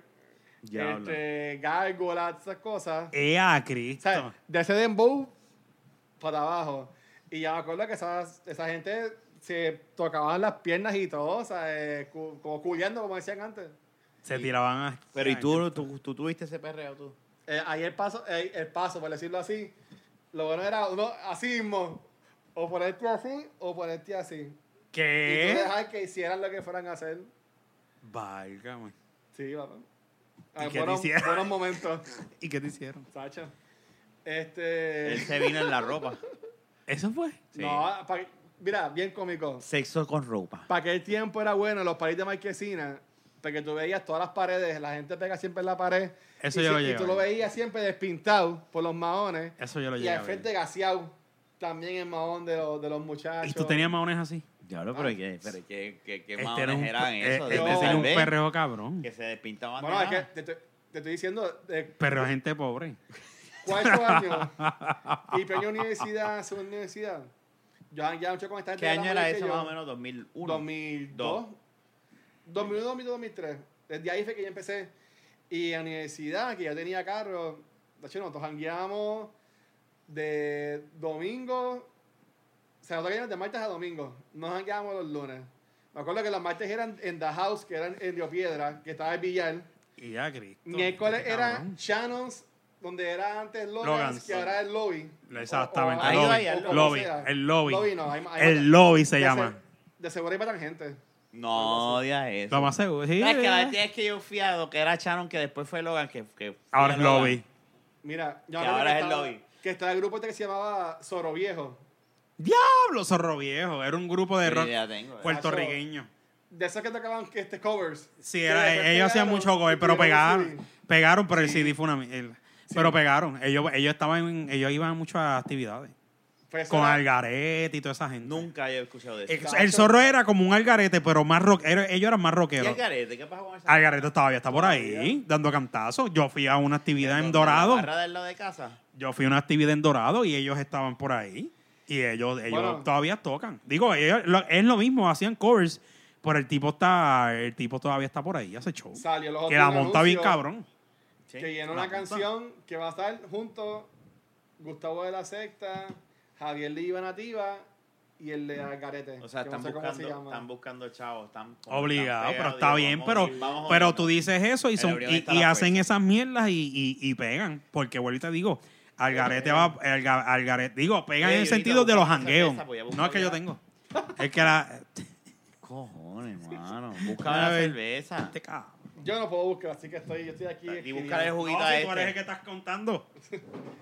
[SPEAKER 3] Diablo.
[SPEAKER 2] este, Gárgolas, esas cosas.
[SPEAKER 1] Ea,
[SPEAKER 2] O
[SPEAKER 1] Cristo.
[SPEAKER 2] sea, de ese dembow para abajo. Y ya me acuerdo que esas, esa gente se tocaban las piernas y todo, o sea, eh, cu- como culiando, como decían antes.
[SPEAKER 1] Se tiraban a...
[SPEAKER 3] Pero ¿y tú, tú, tú tuviste ese perreo tú?
[SPEAKER 2] Eh, ahí el paso, eh, el paso, por decirlo así, lo bueno era uno así mismo, o ponerte así, o ponerte así. Y tú
[SPEAKER 1] ¿Qué?
[SPEAKER 2] dejar que hicieran lo que fueran a hacer.
[SPEAKER 1] Válgame.
[SPEAKER 2] Sí, papá.
[SPEAKER 1] ¿Y
[SPEAKER 2] Ay,
[SPEAKER 1] qué
[SPEAKER 2] Fueron,
[SPEAKER 1] te hicieron?
[SPEAKER 2] buenos momentos,
[SPEAKER 1] ¿Y qué te hicieron?
[SPEAKER 2] Sacha. Este...
[SPEAKER 3] Él se vino en
[SPEAKER 1] [laughs]
[SPEAKER 3] la ropa.
[SPEAKER 1] Eso fue.
[SPEAKER 3] Sí.
[SPEAKER 2] No, pa- mira, bien cómico.
[SPEAKER 3] Sexo con ropa.
[SPEAKER 2] Para aquel tiempo era bueno los paris de Marquesina, porque tú veías todas las paredes, la gente pega siempre en la pared.
[SPEAKER 1] Eso
[SPEAKER 2] y,
[SPEAKER 1] yo
[SPEAKER 2] si-
[SPEAKER 1] lo
[SPEAKER 2] y
[SPEAKER 1] llevo.
[SPEAKER 2] tú lo veías siempre despintado por los maones.
[SPEAKER 1] Eso yo lo
[SPEAKER 2] Y
[SPEAKER 1] llevo.
[SPEAKER 2] al frente gaseado, también el maón de, los- de los muchachos.
[SPEAKER 1] ¿Y tú tenías maones así?
[SPEAKER 3] Ya lo,
[SPEAKER 2] pero
[SPEAKER 3] ¿qué?
[SPEAKER 4] Pero qué, qué, qué
[SPEAKER 1] Este era
[SPEAKER 4] maones
[SPEAKER 1] un,
[SPEAKER 4] eran
[SPEAKER 1] eh,
[SPEAKER 4] esos.
[SPEAKER 1] este
[SPEAKER 2] de
[SPEAKER 1] era
[SPEAKER 4] tal
[SPEAKER 1] un
[SPEAKER 4] vez,
[SPEAKER 1] perreo cabrón.
[SPEAKER 3] Que se despintaban
[SPEAKER 2] Bueno,
[SPEAKER 1] Ah.
[SPEAKER 2] es
[SPEAKER 3] de
[SPEAKER 2] que
[SPEAKER 3] nada.
[SPEAKER 2] te, estoy- te estoy diciendo, de
[SPEAKER 1] Perro de gente pobre.
[SPEAKER 3] [laughs]
[SPEAKER 2] cuarto año y pequeña universidad, segunda universidad. Yo ya mucho con esta gente
[SPEAKER 3] ¿Qué
[SPEAKER 2] de la
[SPEAKER 3] año era
[SPEAKER 2] mayor que
[SPEAKER 3] eso?
[SPEAKER 2] yo.
[SPEAKER 3] Más o menos 2001.
[SPEAKER 2] 2002. 2001, 2002, 2003. Desde ahí fue que yo empecé. Y en la universidad, que ya tenía carro, de hecho, nosotros jangueamos de domingo. O sea, nosotros jangueamos de martes a domingo. No jangueamos los lunes. Me acuerdo que los martes eran en The House, que eran en Río Piedra, que estaba el billar.
[SPEAKER 1] Y ya, Cristo.
[SPEAKER 2] Miércoles
[SPEAKER 1] este
[SPEAKER 2] era
[SPEAKER 1] cabrón.
[SPEAKER 2] Shannon's, donde era antes Logan's,
[SPEAKER 1] Logan's.
[SPEAKER 2] que ahora es Lobby.
[SPEAKER 1] Exactamente.
[SPEAKER 3] Ahí
[SPEAKER 1] lobby.
[SPEAKER 3] vaya,
[SPEAKER 2] como
[SPEAKER 1] Lobby,
[SPEAKER 2] sea.
[SPEAKER 1] el lobby.
[SPEAKER 2] no, hay- hay-
[SPEAKER 1] El lobby se
[SPEAKER 2] de
[SPEAKER 1] llama.
[SPEAKER 2] se- De seguro hay para gente.
[SPEAKER 4] No, digas eso.
[SPEAKER 1] Lo más seguro. sí,
[SPEAKER 3] ¿Sabes que la
[SPEAKER 1] eh.
[SPEAKER 3] última vez que yo fui a lo que era Sharon, que después fue Logan, que, que fui
[SPEAKER 1] Ahora
[SPEAKER 3] a
[SPEAKER 1] es
[SPEAKER 3] Logan,
[SPEAKER 1] lobby.
[SPEAKER 2] Mira, yo
[SPEAKER 3] Que
[SPEAKER 2] me acuerdo
[SPEAKER 3] ahora es el
[SPEAKER 2] estaba-
[SPEAKER 3] lobby.
[SPEAKER 2] Que estaba el grupo este que se llamaba Zorro Viejo.
[SPEAKER 1] Diablo, zorro viejo. Era un grupo de
[SPEAKER 4] Sí,
[SPEAKER 1] rock
[SPEAKER 4] ya tengo, ya.
[SPEAKER 1] puertorriqueño.
[SPEAKER 2] De esos que tocaban este, covers.
[SPEAKER 1] Sí,
[SPEAKER 2] Que
[SPEAKER 1] era-
[SPEAKER 2] después
[SPEAKER 1] ellos hacían
[SPEAKER 2] pegaron
[SPEAKER 1] mucho cover,
[SPEAKER 2] y
[SPEAKER 1] pero
[SPEAKER 2] tuvieron un
[SPEAKER 1] pegaron.
[SPEAKER 2] CD.
[SPEAKER 1] Pegaron, pero el CD fue una mierda. Pero pegaron. Ellos, ellos estaban en- ellos iban a muchas actividades.
[SPEAKER 2] Pues eso
[SPEAKER 1] Con
[SPEAKER 2] era-
[SPEAKER 1] Algarete y toda esa gente.
[SPEAKER 3] Nunca yo he escuchado de eso.
[SPEAKER 1] El, el zorro era como un algarete, pero más rock. era- ellos eran más
[SPEAKER 3] ¿Y
[SPEAKER 1] rockeros.
[SPEAKER 3] el garete? ¿Qué pasó con esa?
[SPEAKER 1] Algarete todavía está por ahí, dando cantazos. Yo fui a una actividad en
[SPEAKER 3] ¿Dónde?
[SPEAKER 1] Dorado.
[SPEAKER 3] ¿La barra del lado de casa?
[SPEAKER 1] Yo fui a una actividad en Dorado y ellos estaban por ahí. Y ellos, ellos
[SPEAKER 2] Bueno.
[SPEAKER 1] todavía tocan. Digo, ellos- lo- es lo mismo, hacían covers, pero el tipo está, el tipo todavía está por ahí, hace show.
[SPEAKER 2] Salió los
[SPEAKER 1] que
[SPEAKER 2] otros
[SPEAKER 1] la monta bien
[SPEAKER 2] anuncios
[SPEAKER 1] cabrón.
[SPEAKER 3] Sí.
[SPEAKER 2] Que llenó
[SPEAKER 3] La
[SPEAKER 2] una
[SPEAKER 3] puta.
[SPEAKER 2] canción que va a estar junto Gustavo de la Sexta, Javier Liva Nativa y el de Algarete.
[SPEAKER 3] O sea,
[SPEAKER 2] que no
[SPEAKER 3] están
[SPEAKER 2] sé cómo se
[SPEAKER 3] buscando,
[SPEAKER 2] llama.
[SPEAKER 3] están buscando chavos, están como
[SPEAKER 1] Obligado,
[SPEAKER 3] están
[SPEAKER 1] pero
[SPEAKER 3] pegados,
[SPEAKER 1] está
[SPEAKER 3] digo,
[SPEAKER 1] bien,
[SPEAKER 3] vamos
[SPEAKER 1] pero,
[SPEAKER 3] a ir, vamos a
[SPEAKER 1] pero
[SPEAKER 3] jodernos.
[SPEAKER 1] tú dices eso y,
[SPEAKER 3] El
[SPEAKER 1] son,
[SPEAKER 3] abrión
[SPEAKER 1] y,
[SPEAKER 3] está
[SPEAKER 1] y
[SPEAKER 3] la
[SPEAKER 1] hacen
[SPEAKER 3] fuerza.
[SPEAKER 1] esas mierdas y, y- y pegan. Porque vuelvo y te digo, Algarete va, Alga- Algarete, digo, pegan
[SPEAKER 3] Oye,
[SPEAKER 1] en el
[SPEAKER 3] yo ahorita
[SPEAKER 1] sentido de
[SPEAKER 3] busco
[SPEAKER 1] los
[SPEAKER 3] esa
[SPEAKER 1] jangueos.
[SPEAKER 3] cerveza, voy a buscar
[SPEAKER 1] No es que yo
[SPEAKER 3] ya. [laughs]
[SPEAKER 1] tengo. Es que la.
[SPEAKER 3] Cojones, mano. Búscame la
[SPEAKER 1] Ay.
[SPEAKER 3] cerveza.
[SPEAKER 1] Este cabrón.
[SPEAKER 2] Yo no puedo buscar, así que estoy, yo estoy aquí.
[SPEAKER 3] Y
[SPEAKER 2] escribiendo.
[SPEAKER 3] búscale el
[SPEAKER 1] No,
[SPEAKER 3] juguito a
[SPEAKER 1] si tú eres el que
[SPEAKER 3] este.
[SPEAKER 1] estás contando.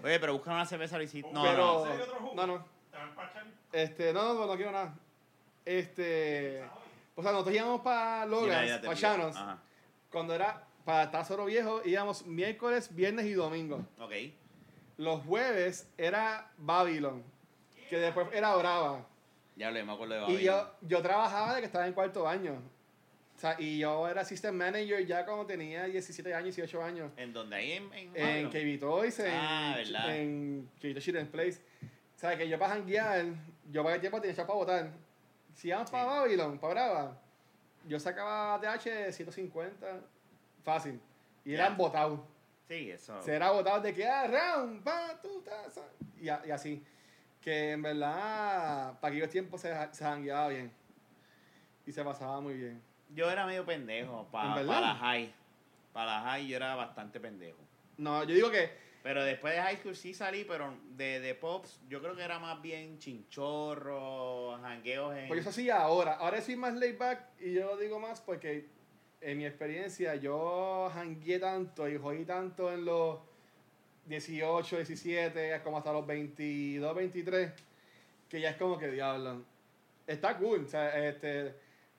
[SPEAKER 3] Oye, pero búscame una cerveza, Luisito. No,
[SPEAKER 2] Pero-
[SPEAKER 3] no.
[SPEAKER 1] ¿Hay otro jugo?
[SPEAKER 2] No, no.
[SPEAKER 1] Te va a empachar.
[SPEAKER 2] Este, no, no, no quiero nada. Este. O sea, nosotros íbamos para
[SPEAKER 3] Mira, ya
[SPEAKER 2] Logan's,
[SPEAKER 3] te
[SPEAKER 2] para
[SPEAKER 3] pido.
[SPEAKER 2] Shannon's,
[SPEAKER 3] Ajá.
[SPEAKER 2] cuando era para Tazoro Viejo, íbamos miércoles, viernes y domingo.
[SPEAKER 3] Ok.
[SPEAKER 2] Los jueves era Babylon, que después era Brava.
[SPEAKER 3] Ya hablé, me acuerdo de
[SPEAKER 2] Y yo,
[SPEAKER 3] Babylon.
[SPEAKER 2] yo trabajaba de que estaba en cuarto año. O sea, y yo era assistant manager ya cuando tenía 17 años, 18 años.
[SPEAKER 3] ¿En donde Ahí en, en,
[SPEAKER 2] En
[SPEAKER 3] Babylon.
[SPEAKER 2] KB Toys, en,
[SPEAKER 3] Ah, verdad.
[SPEAKER 2] en KB Toys Children's Place. O sea, que yo para janguear, yo para el tiempo tenía para votar. Si íbamos para Babylon, para Brava, yo sacaba TH de 150, fácil. Y eran
[SPEAKER 3] Ya.
[SPEAKER 2] votados.
[SPEAKER 3] Sí, eso.
[SPEAKER 2] Será votado de que ah, round, pa, tu taza. Y, a- y así. Que en verdad, para aquellos tiempos se, ja- se jangueaba bien. Y se pasaba muy bien.
[SPEAKER 3] Yo era medio pendejo.
[SPEAKER 2] ¿En
[SPEAKER 3] Para
[SPEAKER 2] verdad?
[SPEAKER 3] la high. Para la high yo era bastante pendejo.
[SPEAKER 2] No, yo digo que
[SPEAKER 3] Pero después de high school sí salí, pero de, de pops yo creo que era más bien chinchorro, jangueos en...
[SPEAKER 2] Pues eso sí, ahora. Ahora soy más laid back y yo lo digo más porque en mi experiencia yo jangué tanto y jodí tanto en los 18, 17, como hasta los 22, 23, que ya es como que diablo. Está cool. O sea, este,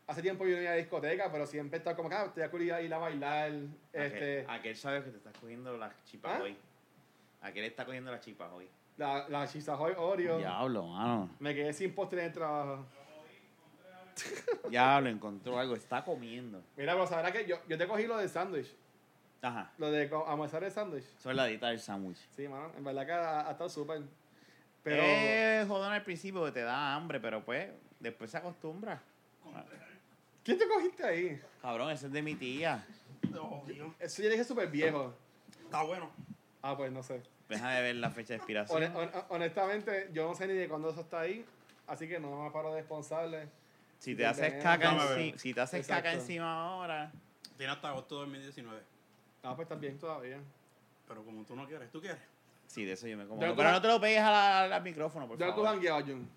[SPEAKER 2] hace tiempo yo no iba a discoteca, pero siempre está como que ah, estoy cool ir a ir a bailar.
[SPEAKER 3] Aquel,
[SPEAKER 2] Este,
[SPEAKER 3] aquel sabe que te estás cogiendo las chipas
[SPEAKER 2] ¿Ah?
[SPEAKER 3] hoy. Aquel está cogiendo las chipas hoy.
[SPEAKER 2] la, la Chisahoy Oreo.
[SPEAKER 3] Diablo, mano.
[SPEAKER 2] Me quedé sin postre en el trabajo.
[SPEAKER 3] Diablo, encontró algo. Está comiendo.
[SPEAKER 2] Mira, pero sabrás que yo, yo te cogí lo del sándwich.
[SPEAKER 3] Ajá.
[SPEAKER 2] Lo de co- almorzar el sándwich.
[SPEAKER 3] Eso es la dieta del sándwich.
[SPEAKER 2] Sí, mano, en verdad que ha, ha estado súper. Pero
[SPEAKER 3] Pero... Eh, jodón al principio que te da hambre, pero pues después se acostumbra.
[SPEAKER 2] ¿quién te cogiste ahí?
[SPEAKER 3] Cabrón, ese es de mi tía.
[SPEAKER 2] Oh, Eso ya dije súper viejo.
[SPEAKER 1] Está bueno.
[SPEAKER 2] Ah, pues no sé.
[SPEAKER 3] Déjame ver la fecha de
[SPEAKER 2] Hone-
[SPEAKER 3] expiración.
[SPEAKER 2] hon- honestamente, yo no sé ni de cuándo eso está ahí, así que no me paro de responsable.
[SPEAKER 3] Si te
[SPEAKER 2] del
[SPEAKER 3] haces
[SPEAKER 2] veneno.
[SPEAKER 3] caca,
[SPEAKER 1] Déjame ver.
[SPEAKER 3] enci- si te haces
[SPEAKER 2] Exacto.
[SPEAKER 3] caca encima ahora.
[SPEAKER 1] Tiene hasta agosto de 2019.
[SPEAKER 2] Ah, pues está bien todavía.
[SPEAKER 1] Pero como tú no quieres, ¿tú quieres?
[SPEAKER 3] Sí, de eso yo me como.
[SPEAKER 2] Ya
[SPEAKER 3] uno.
[SPEAKER 2] tú
[SPEAKER 3] Pero
[SPEAKER 2] has-
[SPEAKER 3] no te lo pegues a la- al micrófono, por
[SPEAKER 2] Ya tú has
[SPEAKER 3] favor.
[SPEAKER 2] guiado, Jun.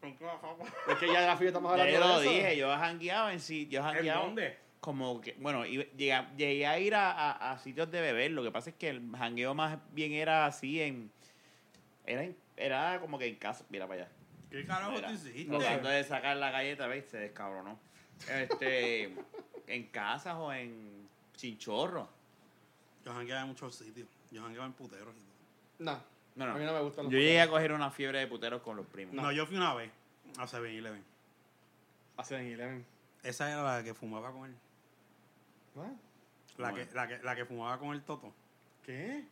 [SPEAKER 1] ¿Con qué
[SPEAKER 2] Es que ya de la fila estamos
[SPEAKER 3] [laughs] Ya
[SPEAKER 2] hablando
[SPEAKER 3] yo lo
[SPEAKER 2] de eso.
[SPEAKER 3] dije, yo jangueaba en sí. Yo
[SPEAKER 1] ¿En
[SPEAKER 3] jangueaba.
[SPEAKER 1] dónde?
[SPEAKER 3] Como que, bueno, iba- llegué, llegué a ir a, a- a sitios de beber. Lo que pasa es que el jangueo más bien era así en. Era, en- era como que en casa. Mira para allá.
[SPEAKER 1] ¿Qué carajo
[SPEAKER 3] Mira,
[SPEAKER 1] Ah, pues tú hiciste?
[SPEAKER 3] Tratando de sacar la galleta, ¿ves? Se descabronó. Este, [laughs] en casas o en chinchorro.
[SPEAKER 1] Yo jangueaba en muchos sitios. Yo jangueaba en puteros. y todo.
[SPEAKER 2] No,
[SPEAKER 3] No, no.
[SPEAKER 2] a mí no me gustan
[SPEAKER 3] Yo
[SPEAKER 2] los
[SPEAKER 3] llegué a coger una fiebre de puteros con los primos.
[SPEAKER 1] No. yo fui una vez a 7-Eleven.
[SPEAKER 2] Hacen Eleven.
[SPEAKER 1] Esa era la que fumaba con él.
[SPEAKER 2] ¿Ah?
[SPEAKER 1] La,
[SPEAKER 3] Bueno.
[SPEAKER 1] que, la, que, la que fumaba con el Toto.
[SPEAKER 2] ¿Qué?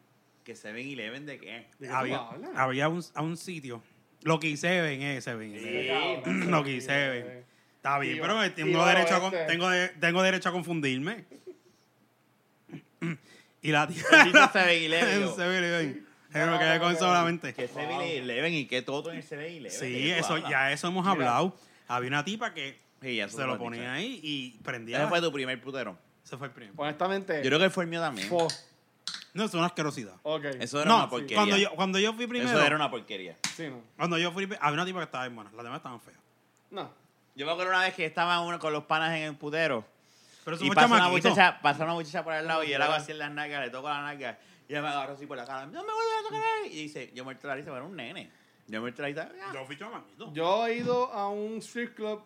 [SPEAKER 3] Que se ven Eleven de qué.
[SPEAKER 2] ¿De qué
[SPEAKER 1] Había,
[SPEAKER 2] tú hablas?
[SPEAKER 1] había un, a un sitio. Lo que hice ven es
[SPEAKER 3] Sí.
[SPEAKER 1] 7-Eleven.
[SPEAKER 3] [clears throat]
[SPEAKER 2] Cabrón,
[SPEAKER 1] Lo que
[SPEAKER 2] sí,
[SPEAKER 1] hice
[SPEAKER 2] sí.
[SPEAKER 1] ven. Está bien,
[SPEAKER 2] Sí,
[SPEAKER 1] pero
[SPEAKER 2] va- sí,
[SPEAKER 1] tengo,
[SPEAKER 2] va,
[SPEAKER 1] derecho a, con-
[SPEAKER 2] este.
[SPEAKER 1] tengo, de- tengo derecho a confundirme. y [laughs] la tía.
[SPEAKER 3] Yo hice [laughs] 7-Eleven, yo.
[SPEAKER 1] En 7-Eleven. Yo
[SPEAKER 2] No,
[SPEAKER 1] me quedé con
[SPEAKER 2] no,
[SPEAKER 1] eso
[SPEAKER 2] no.
[SPEAKER 1] solamente.
[SPEAKER 3] Que se ven Eleven y que todo en el se ven Eleven.
[SPEAKER 1] Sí, eso, ya eso hemos
[SPEAKER 2] Mira.
[SPEAKER 1] hablado. Había una tipa que
[SPEAKER 3] Sí, ya
[SPEAKER 1] se lo ponía ahí y prendía.
[SPEAKER 3] Ese
[SPEAKER 1] la-
[SPEAKER 3] fue tu primer putero.
[SPEAKER 1] Ese fue el primero.
[SPEAKER 2] Honestamente.
[SPEAKER 3] Yo creo que fue el mío también.
[SPEAKER 2] fo-
[SPEAKER 1] No, eso es una asquerosidad.
[SPEAKER 2] Ok.
[SPEAKER 3] Eso era
[SPEAKER 1] no,
[SPEAKER 3] una porquería.
[SPEAKER 1] cuando yo, cuando yo fui primero.
[SPEAKER 3] Eso era una porquería.
[SPEAKER 2] Sí, no.
[SPEAKER 1] Cuando yo fui, había una tipa que estaba bien buena, las demás estaban feas.
[SPEAKER 2] No.
[SPEAKER 3] Yo me acuerdo una vez que estaba uno con los panas en el putero.
[SPEAKER 1] Pero eso
[SPEAKER 3] Y
[SPEAKER 1] fue
[SPEAKER 3] pasa una,
[SPEAKER 1] chamaquito.
[SPEAKER 3] muchacha, pasa una muchacha por al lado y yo le hago así en las nalgas, le toco la nalga y ella me agarró así por la cara. No me vuelvas a tocar. Y dice, yo muerto la risa, pero era un nene. Yo muerto la risa. ah.
[SPEAKER 1] Yo fui chamaquito.
[SPEAKER 2] Yo he ido a un strip club.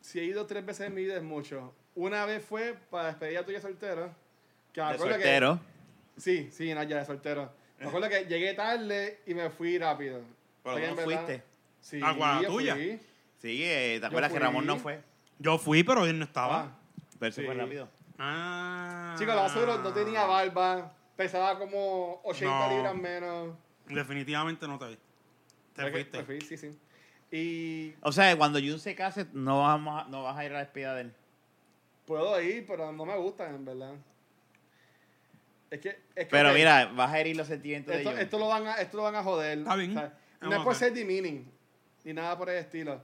[SPEAKER 2] Si he ido tres veces en mi vida es mucho. Una vez fue para despedir a tuya soltera. Que me
[SPEAKER 3] De
[SPEAKER 2] acuerdo que-
[SPEAKER 3] soltero.
[SPEAKER 2] sí, sí, no, ya de soltero. Me acuerdo que llegué tarde y me fui rápido.
[SPEAKER 3] Pero
[SPEAKER 2] Porque en
[SPEAKER 3] tú no
[SPEAKER 2] verdad-
[SPEAKER 3] fuiste.
[SPEAKER 2] Sí,
[SPEAKER 1] ¿A Guada
[SPEAKER 2] yo
[SPEAKER 1] Tuya?
[SPEAKER 2] fui.
[SPEAKER 3] Sí, eh, ¿te acuerdas que
[SPEAKER 2] fui.
[SPEAKER 3] Ramón no fue?
[SPEAKER 1] Yo fui, pero él no estaba.
[SPEAKER 2] Ah.
[SPEAKER 3] Pero se
[SPEAKER 2] Sí.
[SPEAKER 3] fue rápido.
[SPEAKER 1] Ah.
[SPEAKER 2] Chicos, la basura no tenía barba. Pesaba como 80
[SPEAKER 1] No.
[SPEAKER 2] libras menos.
[SPEAKER 1] Definitivamente no te vi. Te
[SPEAKER 2] Me que-
[SPEAKER 1] fuiste.
[SPEAKER 2] Me fui, sí, sí. Y
[SPEAKER 3] O sea, cuando Jun se case, no, vamos a- no vas a ir a la despedida de él.
[SPEAKER 2] puedo ir, pero no me gustan, en verdad. Es que. Es que
[SPEAKER 3] Pero
[SPEAKER 2] ok,
[SPEAKER 3] mira, vas a herir los sentimientos
[SPEAKER 2] Esto,
[SPEAKER 3] de Jun.
[SPEAKER 2] esto, lo van a, esto lo van a joder.
[SPEAKER 1] Está bien.
[SPEAKER 2] no
[SPEAKER 1] Vamos
[SPEAKER 2] es por
[SPEAKER 1] a
[SPEAKER 2] ser demeaning, ni nada por el estilo.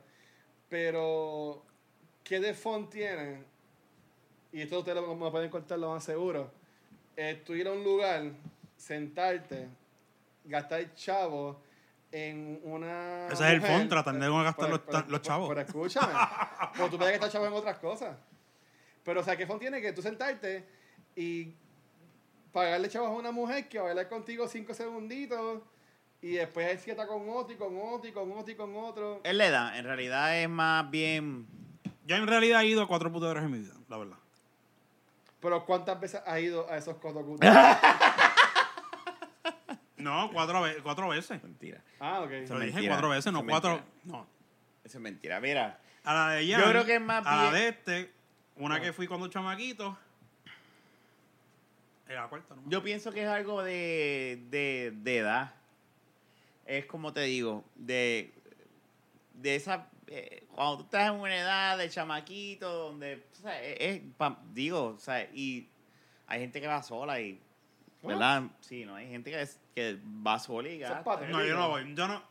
[SPEAKER 2] Pero, ¿qué de fun tienen? Y esto ustedes lo, me pueden cortar, lo más seguro. Eh, tú ir a un lugar, sentarte, gastar chavo en una.
[SPEAKER 1] Ese es el
[SPEAKER 2] mujer.
[SPEAKER 1] fun, tratar de no gastar los- los chavos.
[SPEAKER 2] Pero escúchame, porque tú puedes gastar chavos en otras cosas. Pero, o sea, ¿qué fun tiene que tú sentarte y pagarle chavos a una mujer que va a bailar contigo cinco segunditos y después es que está con otro y con otro y con otro y con otro.
[SPEAKER 3] Él le da, en realidad es más bien.
[SPEAKER 1] Yo en realidad he ido a cuatro puteadores en mi vida, la verdad.
[SPEAKER 2] Pero ¿cuántas veces has ido a esos cotocutos?
[SPEAKER 3] [laughs]
[SPEAKER 1] No, cuatro, ve- cuatro veces.
[SPEAKER 3] Mentira.
[SPEAKER 2] ah,
[SPEAKER 1] Te
[SPEAKER 2] ok.
[SPEAKER 1] lo dije
[SPEAKER 3] mentira.
[SPEAKER 1] cuatro veces, no
[SPEAKER 3] Eso es
[SPEAKER 1] cuatro.
[SPEAKER 3] mentira.
[SPEAKER 1] No.
[SPEAKER 3] Eso es mentira. Mira,
[SPEAKER 1] A la de ella.
[SPEAKER 3] Yo creo que es más
[SPEAKER 1] A la
[SPEAKER 3] bien-
[SPEAKER 1] de este, una que fui cuando chamaquito. Era la cuarta, ¿no?
[SPEAKER 3] yo pienso que es algo de, de, de edad. Es como te digo, de, de esa. eh, cuando tú estás en una edad de chamaquito, donde. o sea, es- es pa- digo, o sea, y hay gente que va sola y. ¿Verdad? Sí, no, hay gente que, es- que va sola y
[SPEAKER 2] Eso es
[SPEAKER 3] gasta.
[SPEAKER 2] patético.
[SPEAKER 1] No, yo no voy. Yo no,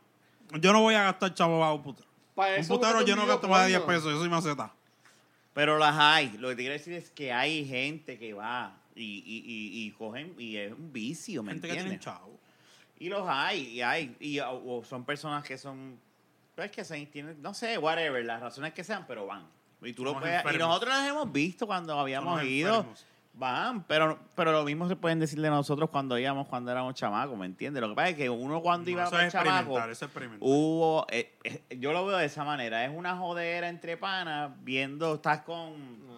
[SPEAKER 1] yo no voy a gastar chavo a un putero.
[SPEAKER 2] Para
[SPEAKER 1] Un
[SPEAKER 2] eso
[SPEAKER 1] putero
[SPEAKER 2] búscate
[SPEAKER 1] yo
[SPEAKER 2] un
[SPEAKER 1] no
[SPEAKER 2] video
[SPEAKER 1] gasto más de 10
[SPEAKER 2] porno.
[SPEAKER 1] pesos, yo soy maceta.
[SPEAKER 3] Pero las hay. Lo que te quiero decir es que hay gente que va y, y, y, y cogen y es un vicio, ¿me
[SPEAKER 1] Gente que tiene
[SPEAKER 3] entiendes?
[SPEAKER 1] chavo.
[SPEAKER 3] Y los hay, y hay. Y o- o son personas que son. Pues que se tienen, no sé, whatever, las razones que sean, pero van. Y tú lo
[SPEAKER 1] Somos
[SPEAKER 3] puedes, y
[SPEAKER 1] enfermos.
[SPEAKER 3] nosotros las hemos visto cuando habíamos
[SPEAKER 1] Somos
[SPEAKER 3] ido.
[SPEAKER 1] enfermos.
[SPEAKER 3] Van, pero, pero lo mismo se pueden decir de nosotros cuando íbamos, cuando éramos chamacos, ¿me entiendes? Lo que pasa es que uno cuando
[SPEAKER 1] No,
[SPEAKER 3] iba
[SPEAKER 1] eso es
[SPEAKER 3] a chamaco,
[SPEAKER 1] experimentar, eso es experimentar.
[SPEAKER 3] hubo, eh, eh, yo lo veo de esa manera, es una jodera entre panas, viendo, estás con,
[SPEAKER 2] No.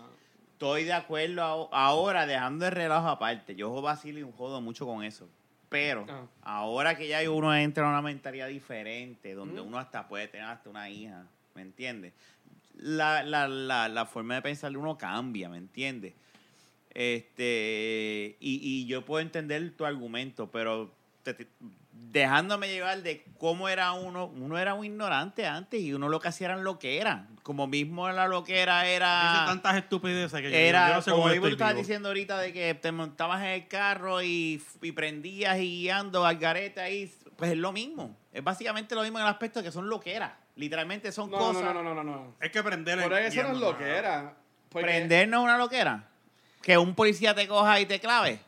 [SPEAKER 3] Estoy de acuerdo aho- ahora, dejando el relajo aparte. Yo vacilo y jodo mucho con eso. Pero
[SPEAKER 2] Ah.
[SPEAKER 3] ahora que ya uno entra en una mentalidad diferente, donde
[SPEAKER 2] Mm.
[SPEAKER 3] uno hasta puede tener hasta una hija, ¿me entiendes? La, la, la, la forma de pensar de uno cambia, ¿me entiendes? Este, y, y yo puedo entender tu argumento, pero te- te- dejándome llevar de cómo era uno, uno era un ignorante antes y uno lo que hacía era lo que era. Como mismo la loquera
[SPEAKER 1] Dice
[SPEAKER 3] era...
[SPEAKER 1] tantas estupideces que yo-
[SPEAKER 3] Era,
[SPEAKER 1] yo no sé
[SPEAKER 3] como
[SPEAKER 1] cómo
[SPEAKER 3] mismo tú
[SPEAKER 1] estoy
[SPEAKER 3] estabas
[SPEAKER 1] vivo.
[SPEAKER 3] diciendo ahorita de que te montabas en el carro y, y prendías y guiando al garete ahí, pues es lo mismo. Es básicamente lo mismo en el aspecto de que son loqueras. Literalmente son
[SPEAKER 2] No, no,
[SPEAKER 3] cosas...
[SPEAKER 2] no, no, no, no, no.
[SPEAKER 1] Es que prender
[SPEAKER 2] Por eso no es lo que
[SPEAKER 1] guiando,
[SPEAKER 2] era. Porque-
[SPEAKER 3] Prender no es una loquera. Que un policía te coja y te clave.